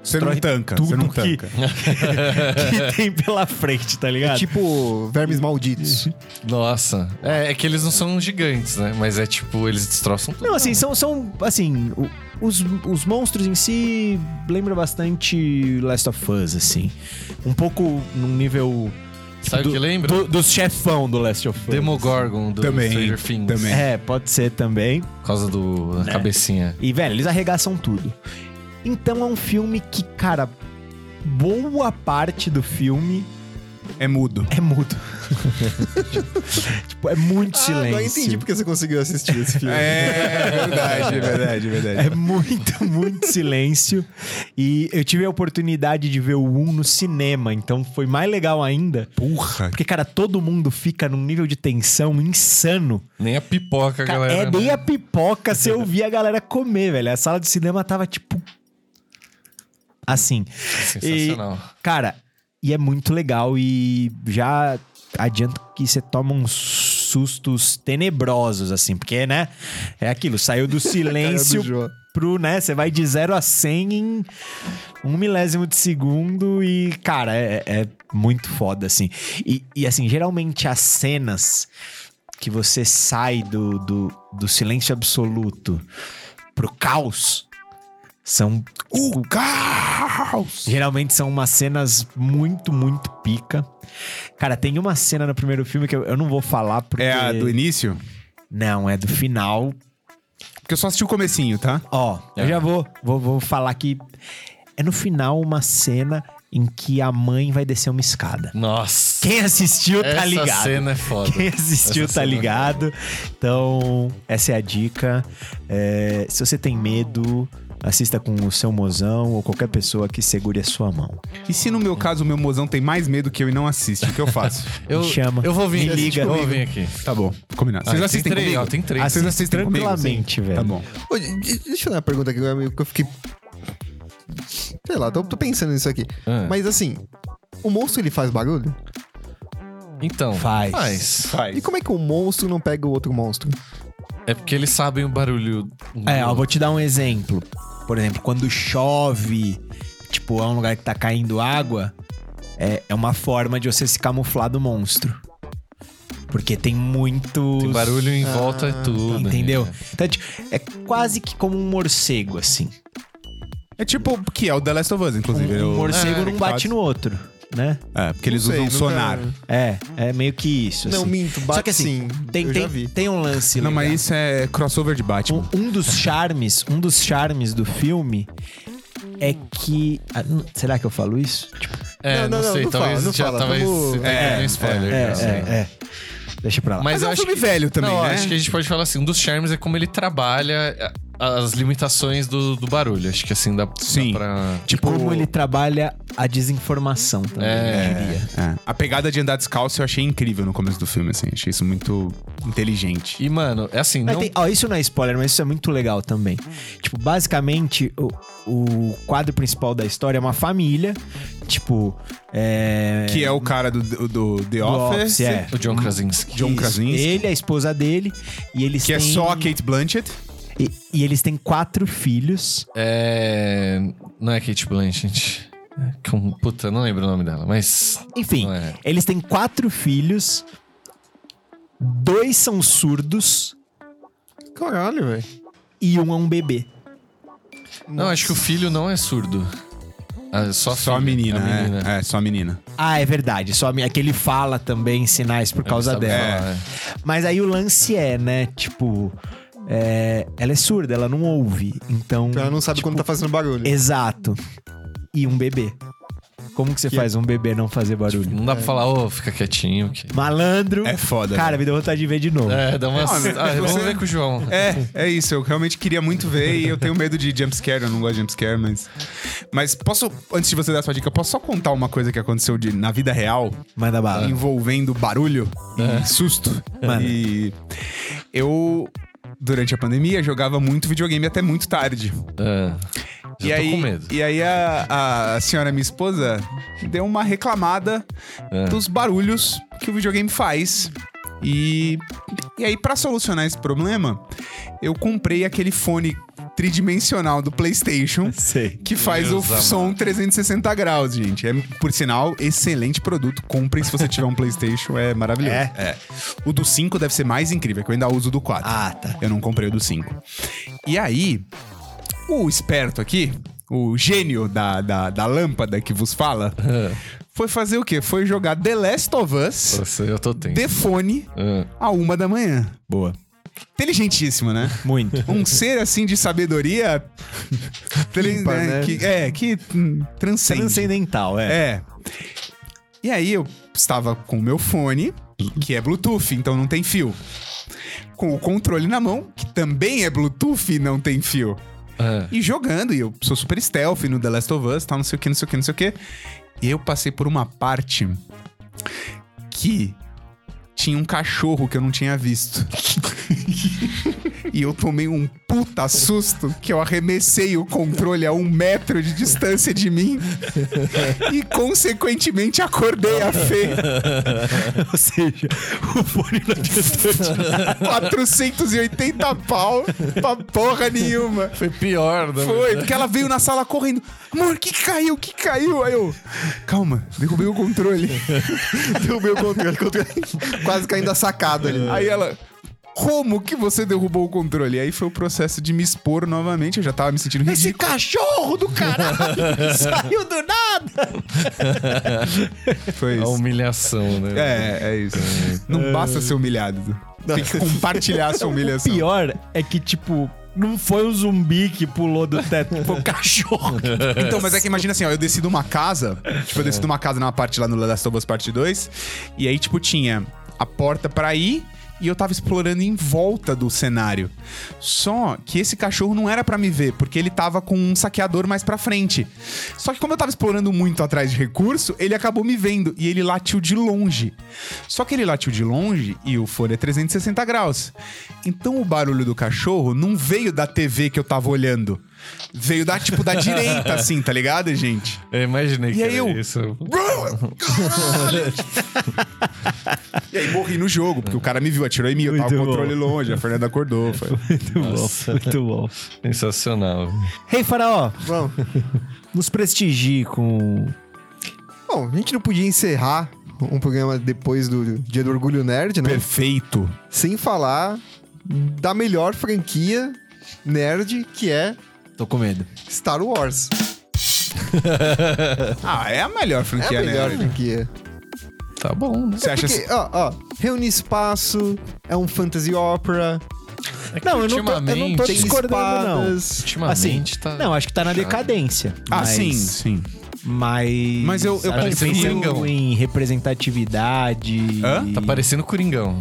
[SPEAKER 3] Você
[SPEAKER 2] Destrói
[SPEAKER 3] não tanca,
[SPEAKER 2] tudo
[SPEAKER 3] você não
[SPEAKER 2] que-
[SPEAKER 3] tanca.
[SPEAKER 2] que tem pela frente, tá
[SPEAKER 4] É
[SPEAKER 2] ligado?
[SPEAKER 4] tipo Vermes Malditos.
[SPEAKER 1] Nossa. É, é que eles não são gigantes, né? Mas é tipo, eles destroçam tudo.
[SPEAKER 2] Não, assim, são, são assim, o- os, os monstros em si lembram bastante Last of Us, assim. Um pouco num nível
[SPEAKER 1] Sabe
[SPEAKER 2] do-
[SPEAKER 1] o que lembra?
[SPEAKER 2] do, dos chefão do Last of Us.
[SPEAKER 1] Demogorgon do
[SPEAKER 3] Também,
[SPEAKER 1] Stranger Things.
[SPEAKER 3] também.
[SPEAKER 2] É, pode ser também.
[SPEAKER 1] Por causa do, da
[SPEAKER 2] É.
[SPEAKER 1] cabecinha.
[SPEAKER 2] E, velho, eles arregaçam tudo. Então é um filme que, cara, boa parte do filme
[SPEAKER 3] É mudo.
[SPEAKER 2] é mudo. tipo, é muito
[SPEAKER 4] Ah,
[SPEAKER 2] silêncio.
[SPEAKER 4] agora eu entendi porque você conseguiu assistir esse filme.
[SPEAKER 3] É verdade, é verdade, é verdade.
[SPEAKER 2] É muito, muito silêncio. E eu tive a oportunidade de ver o 1 no cinema, então foi mais legal ainda.
[SPEAKER 3] Porra.
[SPEAKER 2] Porque, cara, todo mundo fica num nível de tensão insano.
[SPEAKER 1] Nem a pipoca,
[SPEAKER 2] Ca-
[SPEAKER 1] galera.
[SPEAKER 2] é nem
[SPEAKER 1] né?
[SPEAKER 2] a pipoca se eu via a galera comer, velho. A sala de cinema tava tipo. Assim.
[SPEAKER 1] Sensacional.
[SPEAKER 2] Cara, e é muito legal e já adianto que você toma uns sustos tenebrosos, assim, porque, né? É aquilo, saiu do
[SPEAKER 4] Cara do
[SPEAKER 2] silêncio
[SPEAKER 4] Jó.
[SPEAKER 2] pro, né? Você vai de 0 a 100 em um milésimo de segundo e, cara, é, é muito foda, assim. E, e, assim, geralmente as cenas que você sai do, do, do silêncio absoluto pro caos são
[SPEAKER 3] O caos!
[SPEAKER 2] Geralmente são umas cenas muito, muito pica. Cara, tem uma cena no primeiro filme que eu, eu não vou falar porque.
[SPEAKER 3] É a do início?
[SPEAKER 2] Não, é do final.
[SPEAKER 3] Porque eu só assisti o comecinho, tá?
[SPEAKER 2] Ó, eu
[SPEAKER 1] É.
[SPEAKER 2] já vou, vou, vou falar que é no final uma cena em que a mãe vai descer uma escada.
[SPEAKER 1] Nossa.
[SPEAKER 2] Quem assistiu tá
[SPEAKER 1] Essa
[SPEAKER 2] ligado.
[SPEAKER 1] cena é foda.
[SPEAKER 2] Quem assistiu
[SPEAKER 1] Essa
[SPEAKER 2] tá
[SPEAKER 1] cena- é
[SPEAKER 2] ligado. Então, essa é a dica. É, se você tem medo, assista com o seu mozão ou qualquer pessoa que segure a sua mão.
[SPEAKER 3] E se no meu caso o meu mozão tem mais medo que eu e não assiste, o que eu faço?
[SPEAKER 1] Eu,
[SPEAKER 2] Me chama.
[SPEAKER 1] eu vou vir,
[SPEAKER 2] Me
[SPEAKER 1] aqui,
[SPEAKER 2] liga.
[SPEAKER 1] eu vou vir aqui.
[SPEAKER 3] Tá bom, combinado. Vocês
[SPEAKER 1] Ah,
[SPEAKER 3] assistem
[SPEAKER 1] tem três,
[SPEAKER 3] comigo?
[SPEAKER 1] ó, tem três.
[SPEAKER 3] Ah, vocês
[SPEAKER 2] Assiste
[SPEAKER 1] Tá
[SPEAKER 3] assistem comigo? sim.
[SPEAKER 2] tranquilamente, velho.
[SPEAKER 3] Tá bom.
[SPEAKER 4] Ô, de- de- Deixa eu dar uma pergunta aqui, que eu fiquei Sei lá, tô, tô pensando nisso aqui.
[SPEAKER 2] É.
[SPEAKER 1] Ah,
[SPEAKER 4] Mas assim, o monstro ele faz barulho?
[SPEAKER 1] então.
[SPEAKER 2] Faz.
[SPEAKER 1] Faz.
[SPEAKER 4] E como é que o monstro não pega o outro monstro?
[SPEAKER 1] É porque eles sabem o barulho.
[SPEAKER 2] É, eu vou te dar um exemplo. Por exemplo, quando chove, tipo, é um lugar que tá caindo água, é, é uma forma de você se camuflar do monstro. Porque tem muito.
[SPEAKER 1] Tem barulho em volta é tudo.
[SPEAKER 2] Entendeu?
[SPEAKER 1] né?
[SPEAKER 2] Então, é ti- é quase que como um morcego, assim.
[SPEAKER 3] É tipo, que é o The Last of Us, inclusive.
[SPEAKER 2] Um,
[SPEAKER 3] Eu-
[SPEAKER 2] morcego
[SPEAKER 3] é,
[SPEAKER 2] não bate no outro, né?
[SPEAKER 3] É, porque eles
[SPEAKER 4] Não sei,
[SPEAKER 3] usam
[SPEAKER 4] nunca-
[SPEAKER 3] sonar.
[SPEAKER 2] É, é meio que isso.
[SPEAKER 4] Não,
[SPEAKER 2] assim.
[SPEAKER 4] minto, bate
[SPEAKER 2] Só que assim,
[SPEAKER 4] sim.
[SPEAKER 2] tem,
[SPEAKER 4] Eu
[SPEAKER 2] tem,
[SPEAKER 4] já vi.
[SPEAKER 2] tem um lance.
[SPEAKER 3] Não,
[SPEAKER 2] legal.
[SPEAKER 3] mas isso é crossover de Batman.
[SPEAKER 2] Um, um dos charmes, um dos charmes do filme é que. ah, n- será que eu falo isso? Tipo,
[SPEAKER 1] É,
[SPEAKER 4] Não,
[SPEAKER 1] não,
[SPEAKER 4] não, não,
[SPEAKER 1] sei.
[SPEAKER 4] não
[SPEAKER 1] talvez
[SPEAKER 4] fala, não
[SPEAKER 1] já
[SPEAKER 4] fala,
[SPEAKER 1] talvez
[SPEAKER 4] vamos-
[SPEAKER 1] você tenha dado um spoiler.
[SPEAKER 2] é,
[SPEAKER 1] já,
[SPEAKER 2] é,
[SPEAKER 1] assim.
[SPEAKER 2] é. Deixa pra lá.
[SPEAKER 1] Mas,
[SPEAKER 3] Mas é um
[SPEAKER 1] eu acho
[SPEAKER 3] filme
[SPEAKER 1] que...
[SPEAKER 3] velho também,
[SPEAKER 1] não,
[SPEAKER 3] né?
[SPEAKER 1] acho que a gente pode falar assim, um dos charmes é como ele trabalha a- as limitações do, do barulho. Acho que assim dá, dá
[SPEAKER 3] Sim.
[SPEAKER 1] pra...
[SPEAKER 2] tipo, como ele trabalha a desinformação também, eu diria.
[SPEAKER 3] É. A pegada de andar descalço eu achei incrível no começo do filme, assim. Achei isso muito inteligente.
[SPEAKER 1] E, mano, é assim,
[SPEAKER 2] Mas
[SPEAKER 1] não...
[SPEAKER 2] tem- ó, isso não é spoiler, mas isso é muito legal também. Tipo, basicamente, o, o quadro principal da história é uma família. Tipo, é.
[SPEAKER 3] Que é o cara do, do, do The
[SPEAKER 2] do
[SPEAKER 3] Office.
[SPEAKER 2] Office, é.
[SPEAKER 1] O John Krasinski.
[SPEAKER 3] John
[SPEAKER 2] Isso,
[SPEAKER 3] Krasinski.
[SPEAKER 2] Ele, a esposa dele. E eles
[SPEAKER 3] Que é
[SPEAKER 2] têm-
[SPEAKER 3] só a Kate Blanchett.
[SPEAKER 2] E, e eles têm quatro filhos.
[SPEAKER 1] É... Não é Kate Blanchett. É Com... Puta, não lembro o nome dela, mas...
[SPEAKER 2] Enfim,
[SPEAKER 1] Não é.
[SPEAKER 2] eles têm quatro filhos. Dois são surdos
[SPEAKER 4] Caralho, velho.
[SPEAKER 2] e um é um bebê.
[SPEAKER 1] Não, acho que o filho não é surdo. Ah, só
[SPEAKER 3] Só a
[SPEAKER 1] filha,
[SPEAKER 3] menina,
[SPEAKER 1] a menina.
[SPEAKER 3] É, é, só a menina.
[SPEAKER 2] Ah, é verdade. Só a que ele fala também sinais por causa
[SPEAKER 1] Sabe
[SPEAKER 2] dela.
[SPEAKER 1] falar, né?
[SPEAKER 2] Mas aí o lance é, né? Tipo, é, ela é surda, ela não ouve. Então.
[SPEAKER 4] Ela não sabe
[SPEAKER 2] tipo,
[SPEAKER 4] quando tá fazendo barulho.
[SPEAKER 2] Exato. E um bebê. Como que você faz um bebê não fazer barulho?
[SPEAKER 1] Não dá pra falar, ô, fica quietinho. que-
[SPEAKER 2] Malandro.
[SPEAKER 3] É foda.
[SPEAKER 2] Cara, me deu vontade de ver de novo.
[SPEAKER 1] É, dá umas...
[SPEAKER 3] Não, mas
[SPEAKER 1] Ah, vamos
[SPEAKER 3] você-
[SPEAKER 1] ver com o João.
[SPEAKER 3] É, é isso. Eu realmente queria muito ver e eu tenho medo de jumpscare. Eu não gosto de jumpscare, mas. Mas posso, antes de você dar a sua dica, eu posso só contar uma coisa que aconteceu de- na vida real
[SPEAKER 2] Manda bala.
[SPEAKER 3] envolvendo barulho e susto?
[SPEAKER 2] É. Mano.
[SPEAKER 3] E. Eu, durante a pandemia, jogava muito videogame até muito tarde.
[SPEAKER 1] É. Já
[SPEAKER 3] e
[SPEAKER 1] tô
[SPEAKER 3] aí,
[SPEAKER 1] com medo.
[SPEAKER 3] E aí a, a senhora, minha esposa, deu uma reclamada
[SPEAKER 1] É.
[SPEAKER 3] dos barulhos que o videogame faz. E, e aí, pra solucionar esse problema, eu comprei aquele fone tridimensional do PlayStation.
[SPEAKER 2] Sei.
[SPEAKER 3] Que faz
[SPEAKER 1] Deus
[SPEAKER 3] o
[SPEAKER 1] amado.
[SPEAKER 3] som 360 graus, gente. É, por sinal, excelente produto. Comprem se você tiver um PlayStation, é maravilhoso.
[SPEAKER 2] É?
[SPEAKER 3] O do 5 deve ser mais incrível, que eu ainda uso o do 4.
[SPEAKER 2] Ah, tá.
[SPEAKER 3] Eu não comprei o do 5. E aí, o esperto aqui, o gênio da, da, da lâmpada que vos fala, foi fazer o quê? Foi jogar The Last of Us
[SPEAKER 1] Nossa, eu tô tenso.
[SPEAKER 3] de fone
[SPEAKER 1] Ah.
[SPEAKER 3] a uma da manhã.
[SPEAKER 2] Boa.
[SPEAKER 3] Inteligentíssimo, né?
[SPEAKER 2] Muito.
[SPEAKER 3] Um ser assim de sabedoria. tele-
[SPEAKER 4] Ímpar,
[SPEAKER 3] né?
[SPEAKER 4] né?
[SPEAKER 3] Que, é, que hum, transcende.
[SPEAKER 2] Transcendental, é.
[SPEAKER 3] É. E aí eu estava com o meu fone, que é Bluetooth, então não tem fio. Com o controle na mão, que também é Bluetooth e não tem fio.
[SPEAKER 1] Ah.
[SPEAKER 2] É.
[SPEAKER 3] E jogando, e eu sou super stealth no The Last of Us, tal, não sei o que, não sei o que, não sei o que. E eu passei por uma parte que tinha um cachorro que eu não tinha visto. e eu tomei um puta susto que eu arremessei o controle a um metro de distância de mim e, consequentemente, acordei a Fê
[SPEAKER 2] Ou seja, o fone não adiantou de nada.
[SPEAKER 3] 480 pau pra porra nenhuma.
[SPEAKER 1] Foi pior, né?
[SPEAKER 3] Foi, porque ela veio na sala correndo. Amor, que caiu? que caiu? Aí eu. Calma, derrubei o controle.
[SPEAKER 4] Derrubei o controle, o controle quase caindo a sacada ali.
[SPEAKER 3] Aí ela. Como que você derrubou o controle? Aí foi o processo de me expor novamente. Eu já tava me sentindo
[SPEAKER 2] Esse
[SPEAKER 3] ridículo.
[SPEAKER 2] cachorro do caralho saiu do nada.
[SPEAKER 3] Foi
[SPEAKER 1] A
[SPEAKER 3] isso.
[SPEAKER 1] humilhação, né?
[SPEAKER 3] É, é isso. Não basta ser humilhado. Tem que compartilhar a sua humilhação.
[SPEAKER 2] Pior é que, tipo, não foi um zumbi que pulou do teto, foi um cachorro.
[SPEAKER 3] Então, mas é que imagina assim, ó, eu desci de uma casa, tipo, eu desci de uma casa numa parte lá no Last of Us Parte 2, e aí, tipo, tinha a porta pra ir e eu tava explorando em volta do cenário. Só que esse cachorro não era pra me ver, porque ele tava com um saqueador mais pra frente. Só que como eu tava explorando muito atrás de recurso, ele acabou me vendo e ele latiu de longe. Só que ele latiu de longe e o fone é 360 graus. Então o barulho do cachorro não veio da TV que eu tava olhando. Veio da, tipo, da direita, assim, tá ligado, gente?
[SPEAKER 1] Eu imaginei
[SPEAKER 3] E
[SPEAKER 1] que
[SPEAKER 3] aí
[SPEAKER 1] era
[SPEAKER 3] eu-
[SPEAKER 1] isso.
[SPEAKER 3] E aí morri no jogo, porque o cara me viu, atirou em mim, eu tava com o
[SPEAKER 2] Muito bom.
[SPEAKER 3] controle longe, a Fernanda acordou. Foi...
[SPEAKER 2] Muito
[SPEAKER 1] Nossa.
[SPEAKER 2] bom, muito bom.
[SPEAKER 1] Sensacional.
[SPEAKER 2] Rei Faraó,
[SPEAKER 4] Bom,
[SPEAKER 2] nos prestigie com.
[SPEAKER 4] bom, a gente não podia encerrar um programa depois do Dia do Orgulho Nerd, né?
[SPEAKER 3] Perfeito.
[SPEAKER 4] Sem falar da melhor franquia nerd, que é
[SPEAKER 2] Tô com medo.
[SPEAKER 4] Star Wars.
[SPEAKER 3] Ah, é a melhor
[SPEAKER 4] É
[SPEAKER 3] franquia,
[SPEAKER 4] a melhor
[SPEAKER 3] né?
[SPEAKER 4] franquia.
[SPEAKER 1] Tá bom, né?
[SPEAKER 3] Você acha assim?
[SPEAKER 4] Porque,
[SPEAKER 2] assim-
[SPEAKER 4] ó, ó, reúne espaço, é um fantasy opera,
[SPEAKER 2] Não, eu não tô, eu não
[SPEAKER 1] ultimamente,
[SPEAKER 2] tô
[SPEAKER 4] tem
[SPEAKER 2] discordando, não.
[SPEAKER 4] espadas.
[SPEAKER 1] ultimamente tá...
[SPEAKER 2] Não, acho que tá na decadência.
[SPEAKER 3] Ah,
[SPEAKER 2] mas-
[SPEAKER 3] sim, sim.
[SPEAKER 2] Mas.
[SPEAKER 3] Mas eu- eu
[SPEAKER 2] acho que
[SPEAKER 1] confio-
[SPEAKER 2] pensando em representatividade.
[SPEAKER 3] Hã?
[SPEAKER 1] Tá parecendo Coringão.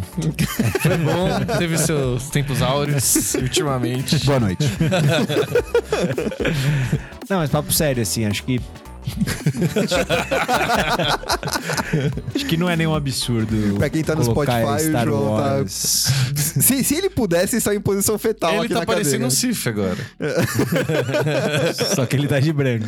[SPEAKER 1] Foi bom, teve seus tempos áureos ultimamente.
[SPEAKER 3] Boa noite.
[SPEAKER 2] Não, mas papo sério, assim, acho que. acho que não é nenhum absurdo.
[SPEAKER 4] Pra quem tá no
[SPEAKER 2] colocar
[SPEAKER 4] Spotify, o
[SPEAKER 2] Star
[SPEAKER 4] João tá-
[SPEAKER 2] Wars.
[SPEAKER 4] Se, se ele pudesse, ele saiu em posição fetal
[SPEAKER 1] Ele
[SPEAKER 4] aqui
[SPEAKER 1] tá
[SPEAKER 4] na
[SPEAKER 1] parecendo
[SPEAKER 4] cadeira.
[SPEAKER 1] um Cif agora.
[SPEAKER 2] Só que ele tá de branco.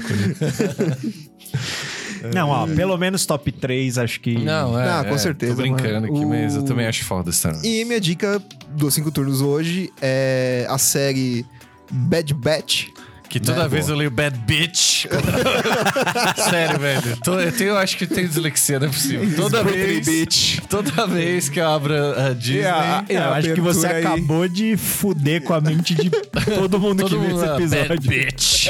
[SPEAKER 2] né? Não, ó, pelo menos top 3, acho que.
[SPEAKER 1] Não, é.
[SPEAKER 4] Ah, com
[SPEAKER 1] é,
[SPEAKER 4] certeza,
[SPEAKER 1] Tô brincando
[SPEAKER 4] mano.
[SPEAKER 1] aqui,
[SPEAKER 4] O-
[SPEAKER 1] mas eu também acho foda Star Wars.
[SPEAKER 4] E minha dica dos cinco turnos hoje é a série Bad Batch.
[SPEAKER 1] Que toda
[SPEAKER 4] Né?
[SPEAKER 1] vez eu leio Bad Bitch. Sério, velho. Tô- eu, tenho, eu acho que tenho dislexia, não é possível. Toda vez. Toda vez que eu abro a a Disney.
[SPEAKER 3] a-
[SPEAKER 2] Eu
[SPEAKER 3] É,
[SPEAKER 2] acho que
[SPEAKER 3] abertura
[SPEAKER 2] você
[SPEAKER 3] aí.
[SPEAKER 2] acabou de fuder com a mente de todo mundo que
[SPEAKER 1] Todo
[SPEAKER 2] vê
[SPEAKER 1] mundo,
[SPEAKER 2] esse
[SPEAKER 1] ah, Bad
[SPEAKER 2] episódio.
[SPEAKER 1] bitch.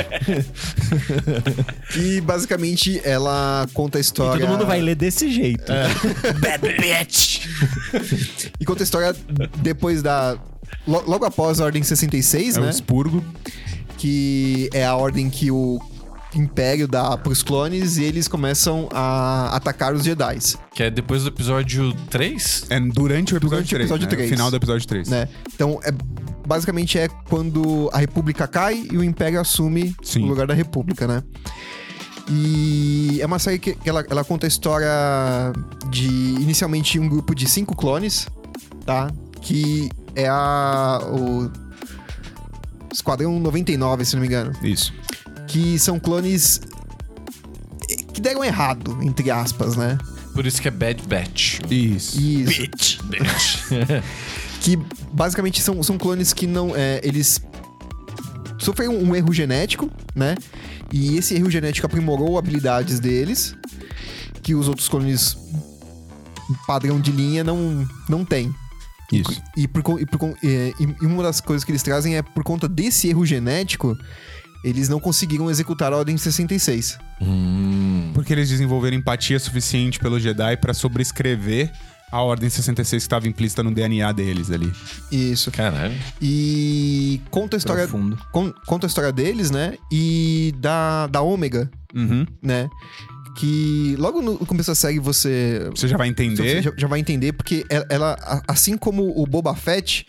[SPEAKER 4] E basicamente ela conta a história.
[SPEAKER 2] Todo mundo vai ler desse jeito.
[SPEAKER 1] É, Bad bitch.
[SPEAKER 4] E conta a história depois da. lo- Logo após a Ordem 66,
[SPEAKER 3] É o
[SPEAKER 4] né?
[SPEAKER 3] expurgo.
[SPEAKER 4] Que é a ordem que o Império dá pros clones e eles começam a atacar os Jedi.
[SPEAKER 1] Que é depois do episódio 3?
[SPEAKER 3] É durante o episódio
[SPEAKER 4] Durante o
[SPEAKER 3] 3.
[SPEAKER 4] episódio
[SPEAKER 3] né?
[SPEAKER 4] três.
[SPEAKER 3] Final do episódio 3.
[SPEAKER 4] né? Então, é, basicamente é quando a República cai e o Império assume
[SPEAKER 3] Sim.
[SPEAKER 4] o lugar da República, né? E é uma série que, que ela, ela conta a história de inicialmente um grupo de cinco clones, tá? Que é a. O Esquadrão 99, se não me engano.
[SPEAKER 3] Isso.
[SPEAKER 4] Que são clones que deram errado, entre aspas, né?
[SPEAKER 1] Por isso que é Bad Batch.
[SPEAKER 3] Isso.
[SPEAKER 4] E
[SPEAKER 1] Bitch. Bitch.
[SPEAKER 4] que basicamente são, são clones que não. é, eles sofreram um erro genético, né? E esse erro genético aprimorou habilidades deles que os outros clones padrão de linha não, não tem.
[SPEAKER 3] Isso.
[SPEAKER 4] E, por, con- e, por con- é, e- e uma das coisas que eles trazem é por conta desse erro genético, eles não conseguiram executar a Ordem 66.
[SPEAKER 1] hum.
[SPEAKER 3] Porque eles desenvolveram empatia suficiente pelo Jedi pra sobrescrever a Ordem 66 que estava implícita no DNA deles ali.
[SPEAKER 4] Isso.
[SPEAKER 1] Caralho.
[SPEAKER 4] E conta a história,
[SPEAKER 2] Profundo.
[SPEAKER 4] con- conta a história deles, né? E da, da Ômega,
[SPEAKER 3] Uhum.
[SPEAKER 4] né? Que logo no começo da série você,
[SPEAKER 3] Você já vai
[SPEAKER 4] você
[SPEAKER 3] entender.
[SPEAKER 4] já, já vai entender, porque ela, ela, a- assim como o Boba Fett,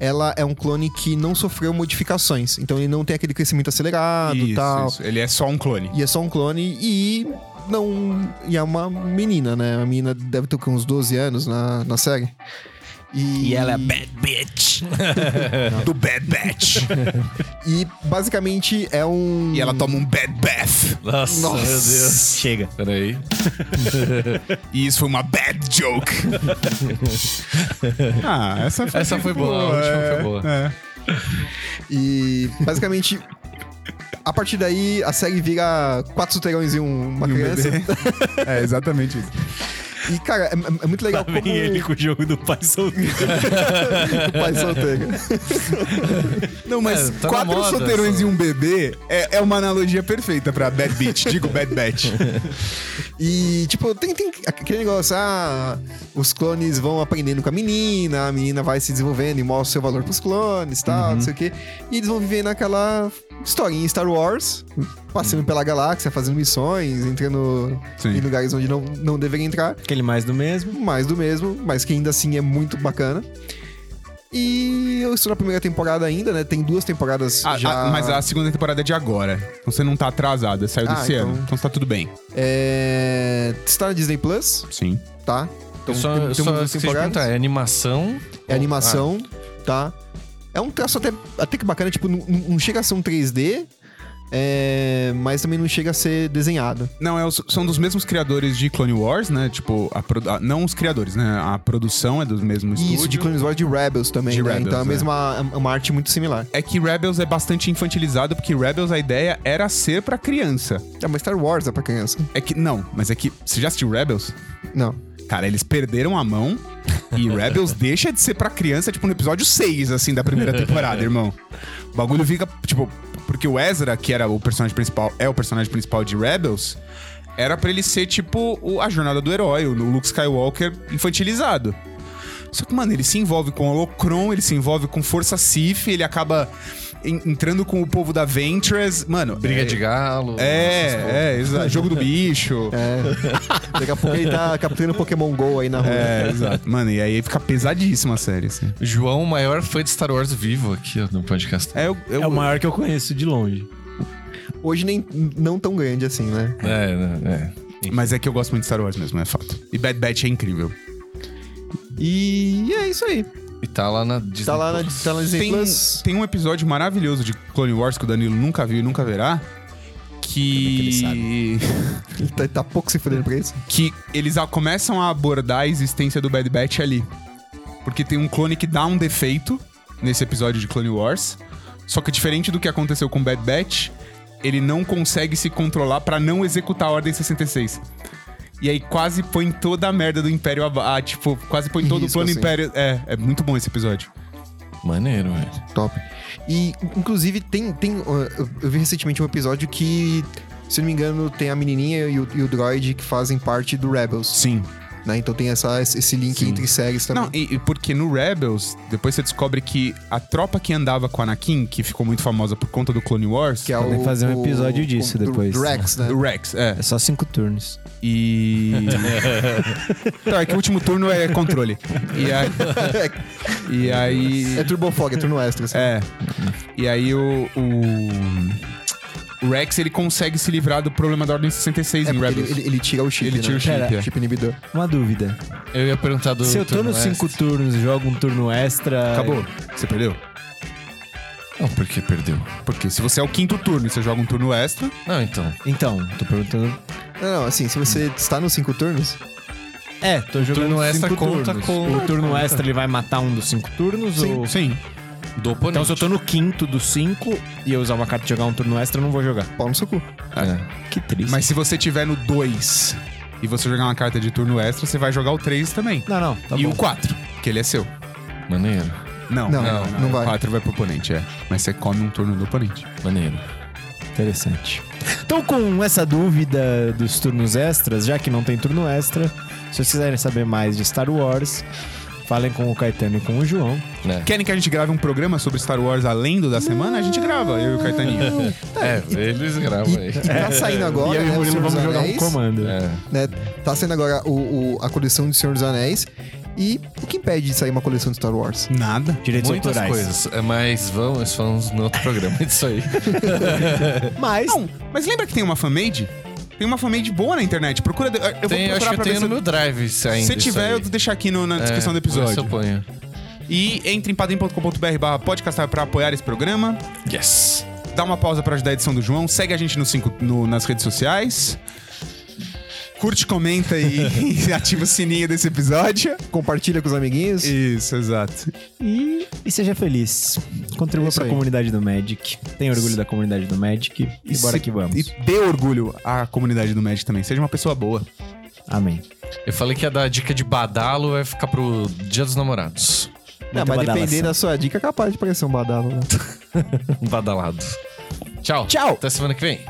[SPEAKER 4] ela é um clone que não sofreu modificações. Então ele não tem aquele crescimento acelerado e
[SPEAKER 3] Isso,
[SPEAKER 4] tal.
[SPEAKER 3] isso. Ele é só um clone.
[SPEAKER 4] E é só um clone e não. E é uma menina, né? A menina deve ter o quê? uns 12 anos na, na série. E,
[SPEAKER 2] E ela é
[SPEAKER 4] Bad Bitch. Do Bad Batch. e basicamente é um.
[SPEAKER 3] E ela toma um bad bath.
[SPEAKER 1] Nossa, meu Deus.
[SPEAKER 2] Chega.
[SPEAKER 1] Peraí.
[SPEAKER 3] E isso foi uma bad joke. ah, essa foi,
[SPEAKER 1] Essa foi boa, a última foi boa.
[SPEAKER 3] É.
[SPEAKER 4] E basicamente. A partir daí, a série vira quatro solteirões e um- uma
[SPEAKER 3] E um
[SPEAKER 4] criança.
[SPEAKER 3] bebê. é, exatamente isso.
[SPEAKER 4] E, cara, é, é muito legal como
[SPEAKER 2] Vem ele com o jogo do pai solteiro.
[SPEAKER 4] o pai solteiro.
[SPEAKER 3] Não, mas
[SPEAKER 1] É, tá na
[SPEAKER 3] quatro
[SPEAKER 1] moda
[SPEAKER 3] solteirões
[SPEAKER 1] essa.
[SPEAKER 3] e um bebê é, é uma analogia perfeita pra Bad Beat. Digo Bad Batch.
[SPEAKER 4] E, tipo, tem, tem aquele negócio, ah, os clones vão aprendendo com a menina, a
[SPEAKER 3] Uhum.
[SPEAKER 4] menina vai se desenvolvendo e mostra o seu valor pros clones e tal, não sei o quê. E eles vão vivendo aquela historinha em Star Wars, passando pela galáxia, fazendo missões, entrando
[SPEAKER 3] Uhum. Sim.
[SPEAKER 4] em lugares onde não, não deveria entrar.
[SPEAKER 2] Aquele mais do mesmo.
[SPEAKER 4] Mais do mesmo, mas que ainda assim é muito bacana. E eu estou na primeira temporada ainda, né? Tem duas temporadas
[SPEAKER 3] Ah,
[SPEAKER 4] já.
[SPEAKER 3] ah, mas a segunda temporada é de agora. Então você não tá atrasada, saiu
[SPEAKER 4] Ah,
[SPEAKER 3] desse
[SPEAKER 4] então-
[SPEAKER 3] ano. Então tá tudo bem.
[SPEAKER 4] É... Está na Disney Plus,
[SPEAKER 3] Sim.
[SPEAKER 4] tá?
[SPEAKER 1] Eu só,
[SPEAKER 4] tem-
[SPEAKER 1] eu
[SPEAKER 4] temos
[SPEAKER 1] só
[SPEAKER 4] duas
[SPEAKER 1] esqueci de perguntar, é animação? Ah,
[SPEAKER 4] É animação, tá? É um traço até, até que bacana, tipo, não, não chega a ser um 3D, é, mas também não chega a ser desenhado.
[SPEAKER 3] Não, é os- são dos mesmos criadores de Clone Wars, né? Tipo, a produ- a- não os criadores, né? A produção é do mesmo
[SPEAKER 4] E
[SPEAKER 3] estúdio.
[SPEAKER 4] isso, de Clone Wars de Rebels também,
[SPEAKER 3] De
[SPEAKER 4] né?
[SPEAKER 3] Rebels,
[SPEAKER 4] então é,
[SPEAKER 3] é.
[SPEAKER 4] mesmo uma, é uma arte muito similar.
[SPEAKER 3] É que Rebels é bastante infantilizado, porque Rebels a ideia era ser pra criança.
[SPEAKER 4] É, mas Star Wars é pra criança.
[SPEAKER 3] É que. Não, mas é que. Você já assistiu Rebels?
[SPEAKER 4] Não.
[SPEAKER 3] Cara, eles perderam a mão e Rebels deixa de ser pra criança, tipo, no episódio 6, assim, da primeira temporada, irmão. O bagulho fica, tipo, porque o Ezra, que era o personagem principal, é o personagem principal de Rebels, era pra ele ser, tipo, o- a jornada do herói, o Luke Skywalker infantilizado. Só que, mano, ele se envolve com o Holocron, ele se envolve com Força Sif, ele acaba en- entrando com o povo da Ventress. Mano.
[SPEAKER 1] Briga
[SPEAKER 3] é,
[SPEAKER 1] de galo. essas coisas.
[SPEAKER 3] É, é, exato. Jogo do bicho.
[SPEAKER 4] Daqui a pouco ele tá capturando Pokémon GO aí na rua.
[SPEAKER 3] É, exato. Mano, e aí fica pesadíssima a série, assim.
[SPEAKER 1] João, o maior fã de Star Wars vivo aqui ó, no podcast.
[SPEAKER 3] É, eu, eu-
[SPEAKER 2] É o maior que eu conheço de longe.
[SPEAKER 4] Hoje nem não tão grande assim, né?
[SPEAKER 1] É, é,
[SPEAKER 3] Mas é que eu gosto muito de Star Wars mesmo, é fato. E Bad Batch é incrível.
[SPEAKER 4] E é isso aí.
[SPEAKER 1] é. E tá lá na Disney.
[SPEAKER 4] Tá lá na,
[SPEAKER 1] Plus.
[SPEAKER 4] tá na Disney
[SPEAKER 3] Tem,
[SPEAKER 4] Plus.
[SPEAKER 3] tem um episódio maravilhoso de Clone Wars que o Danilo nunca viu e nunca verá. Que...
[SPEAKER 4] Ele tá, tá pouco se fudendo pra isso.
[SPEAKER 3] que eles a- começam a abordar a existência do Bad Batch ali. Porque tem um clone que dá um defeito nesse episódio de Clone Wars. Só que diferente do que aconteceu com o Bad Batch, ele não consegue se controlar pra não executar a Ordem 66. E aí quase põe toda a merda do Império aba- ah, tipo, quase põe
[SPEAKER 4] Em
[SPEAKER 3] todo o
[SPEAKER 4] risco,
[SPEAKER 3] plano
[SPEAKER 4] assim.
[SPEAKER 3] Império. É, é muito bom esse episódio.
[SPEAKER 1] Maneiro, velho.
[SPEAKER 4] Top. E, inclusive, tem. tem uh, eu- eu vi recentemente um episódio que, se não me engano, tem a menininha e o, e o droid que fazem parte do Rebels.
[SPEAKER 3] Sim.
[SPEAKER 4] Né? Então tem essa, esse link
[SPEAKER 3] Sim.
[SPEAKER 4] entre séries também.
[SPEAKER 3] Não, e, e porque no Rebels, depois você descobre que a tropa que andava com a Anakin, que ficou muito famosa por conta do Clone Wars,
[SPEAKER 4] que é
[SPEAKER 2] Podem
[SPEAKER 4] o.
[SPEAKER 2] fazer um
[SPEAKER 4] o-
[SPEAKER 2] episódio
[SPEAKER 4] o-
[SPEAKER 2] disso
[SPEAKER 4] o- do-
[SPEAKER 2] depois.
[SPEAKER 4] do Rex, né?
[SPEAKER 3] o Rex, é.
[SPEAKER 2] É só cinco turnos.
[SPEAKER 3] E. então, é que o último turno é controle. E aí. E aí.
[SPEAKER 4] É Turbo Fog, é turno extra. assim.
[SPEAKER 3] É. E aí o. O, o Rex ele consegue se livrar do problema da Ordem 66
[SPEAKER 4] É
[SPEAKER 3] em
[SPEAKER 4] porque
[SPEAKER 3] Rebels.
[SPEAKER 4] ele, ele- ele tira o chip.
[SPEAKER 3] Ele
[SPEAKER 4] né?
[SPEAKER 3] tira o chip,
[SPEAKER 4] Pera.
[SPEAKER 3] é.
[SPEAKER 4] chip inibidor.
[SPEAKER 2] Uma dúvida.
[SPEAKER 1] Eu ia perguntar do.
[SPEAKER 2] Se eu tô
[SPEAKER 1] Turno
[SPEAKER 2] nos cinco
[SPEAKER 1] West.
[SPEAKER 2] turnos e jogo um turno extra.
[SPEAKER 4] É.
[SPEAKER 3] Acabou. Você perdeu?
[SPEAKER 1] Não, por que perdeu?
[SPEAKER 3] Porque se você é o quinto turno e você joga um turno extra.
[SPEAKER 1] Não, então.
[SPEAKER 2] Então, tô perguntando.
[SPEAKER 4] Não, não, assim, se você está nos cinco turnos,
[SPEAKER 2] É, tô jogando
[SPEAKER 1] Turno
[SPEAKER 2] cinco
[SPEAKER 1] extra
[SPEAKER 2] turnos.
[SPEAKER 1] conta com-
[SPEAKER 2] O turno extra ele vai matar um dos cinco turnos ou.
[SPEAKER 3] Sim.
[SPEAKER 1] Do oponente.
[SPEAKER 2] Então, se eu tô no quinto dos cinco e eu usar uma carta de jogar um turno extra, eu não vou jogar.
[SPEAKER 4] pau no seu cu.
[SPEAKER 1] É.
[SPEAKER 2] Que triste.
[SPEAKER 3] Mas se você tiver no 2 e você jogar uma carta de turno extra, você vai jogar o 3 também.
[SPEAKER 2] Não, não. Tá
[SPEAKER 3] e
[SPEAKER 2] bom.
[SPEAKER 3] o 4, que ele é seu.
[SPEAKER 1] Maneiro.
[SPEAKER 3] Não,
[SPEAKER 4] Não, não vai.
[SPEAKER 3] O 4 vai pro oponente, é. Mas você come um turno do oponente.
[SPEAKER 1] Maneiro.
[SPEAKER 2] Interessante. Então, com essa dúvida dos turnos extras, já que não tem turno extra, se vocês quiserem saber mais de Star Wars, falem com o Caetano e com o João.
[SPEAKER 1] Né?
[SPEAKER 3] Querem que a gente grave um programa sobre Star Wars além do da semana? A gente grava, eu e o Caetaninho.
[SPEAKER 1] É,
[SPEAKER 3] então.
[SPEAKER 1] eles gravam aí.
[SPEAKER 4] E tá saindo agora.
[SPEAKER 2] É. e eu e
[SPEAKER 4] né,
[SPEAKER 2] o Murilo
[SPEAKER 4] Senhor dos
[SPEAKER 2] vamos jogar um
[SPEAKER 4] Anéis,
[SPEAKER 2] comando.
[SPEAKER 1] É.
[SPEAKER 4] né? Tá saindo agora o, o- a coleção de Senhor dos Anéis. E o que impede de sair uma coleção de Star Wars?
[SPEAKER 3] Nada.
[SPEAKER 2] Direitos
[SPEAKER 1] Muitas
[SPEAKER 2] autorais.
[SPEAKER 1] coisas. é, Mas vamos, vamos no outro programa. É Isso aí.
[SPEAKER 2] Mas
[SPEAKER 3] Não, mas lembra que tem uma fanmade? Tem uma fanmade boa na internet. Procura. Eu vou
[SPEAKER 1] Tem,
[SPEAKER 3] procurar
[SPEAKER 1] acho que
[SPEAKER 3] pra
[SPEAKER 1] eu tenho
[SPEAKER 3] ver
[SPEAKER 1] no meu drive se ainda.
[SPEAKER 3] se
[SPEAKER 1] isso
[SPEAKER 3] tiver,
[SPEAKER 1] aí.
[SPEAKER 3] eu vou deixar aqui no- na descrição do
[SPEAKER 1] É, por isso
[SPEAKER 3] episódio.
[SPEAKER 1] Eu ponho.
[SPEAKER 3] E entre em padrim.com.br barra podcastar pra apoiar esse programa.
[SPEAKER 1] Yes.
[SPEAKER 3] Dá uma pausa pra ajudar a edição do João. Segue a gente no cinco- no- nas redes sociais. Curte, comenta e, e ativa o sininho desse episódio.
[SPEAKER 4] Compartilha com os amiguinhos.
[SPEAKER 3] Isso, exato.
[SPEAKER 2] E, e seja feliz.
[SPEAKER 4] É
[SPEAKER 2] Contribua
[SPEAKER 4] isso
[SPEAKER 2] pra
[SPEAKER 4] aí.
[SPEAKER 2] comunidade do Magic. Tenha orgulho da comunidade do Magic. E bora
[SPEAKER 3] se-
[SPEAKER 2] que vamos.
[SPEAKER 3] E dê orgulho à comunidade do Magic também. Seja uma pessoa boa.
[SPEAKER 2] Amém.
[SPEAKER 1] Eu falei que a da dica de badalo vai ficar pro Dia dos Namorados.
[SPEAKER 4] Não,
[SPEAKER 2] Muita
[SPEAKER 4] mas
[SPEAKER 2] badalação.
[SPEAKER 4] dependendo da sua dica, é capaz de parecer um badalo. Né?
[SPEAKER 1] Badalado. Tchau.
[SPEAKER 2] Tchau.
[SPEAKER 1] Até semana que vem.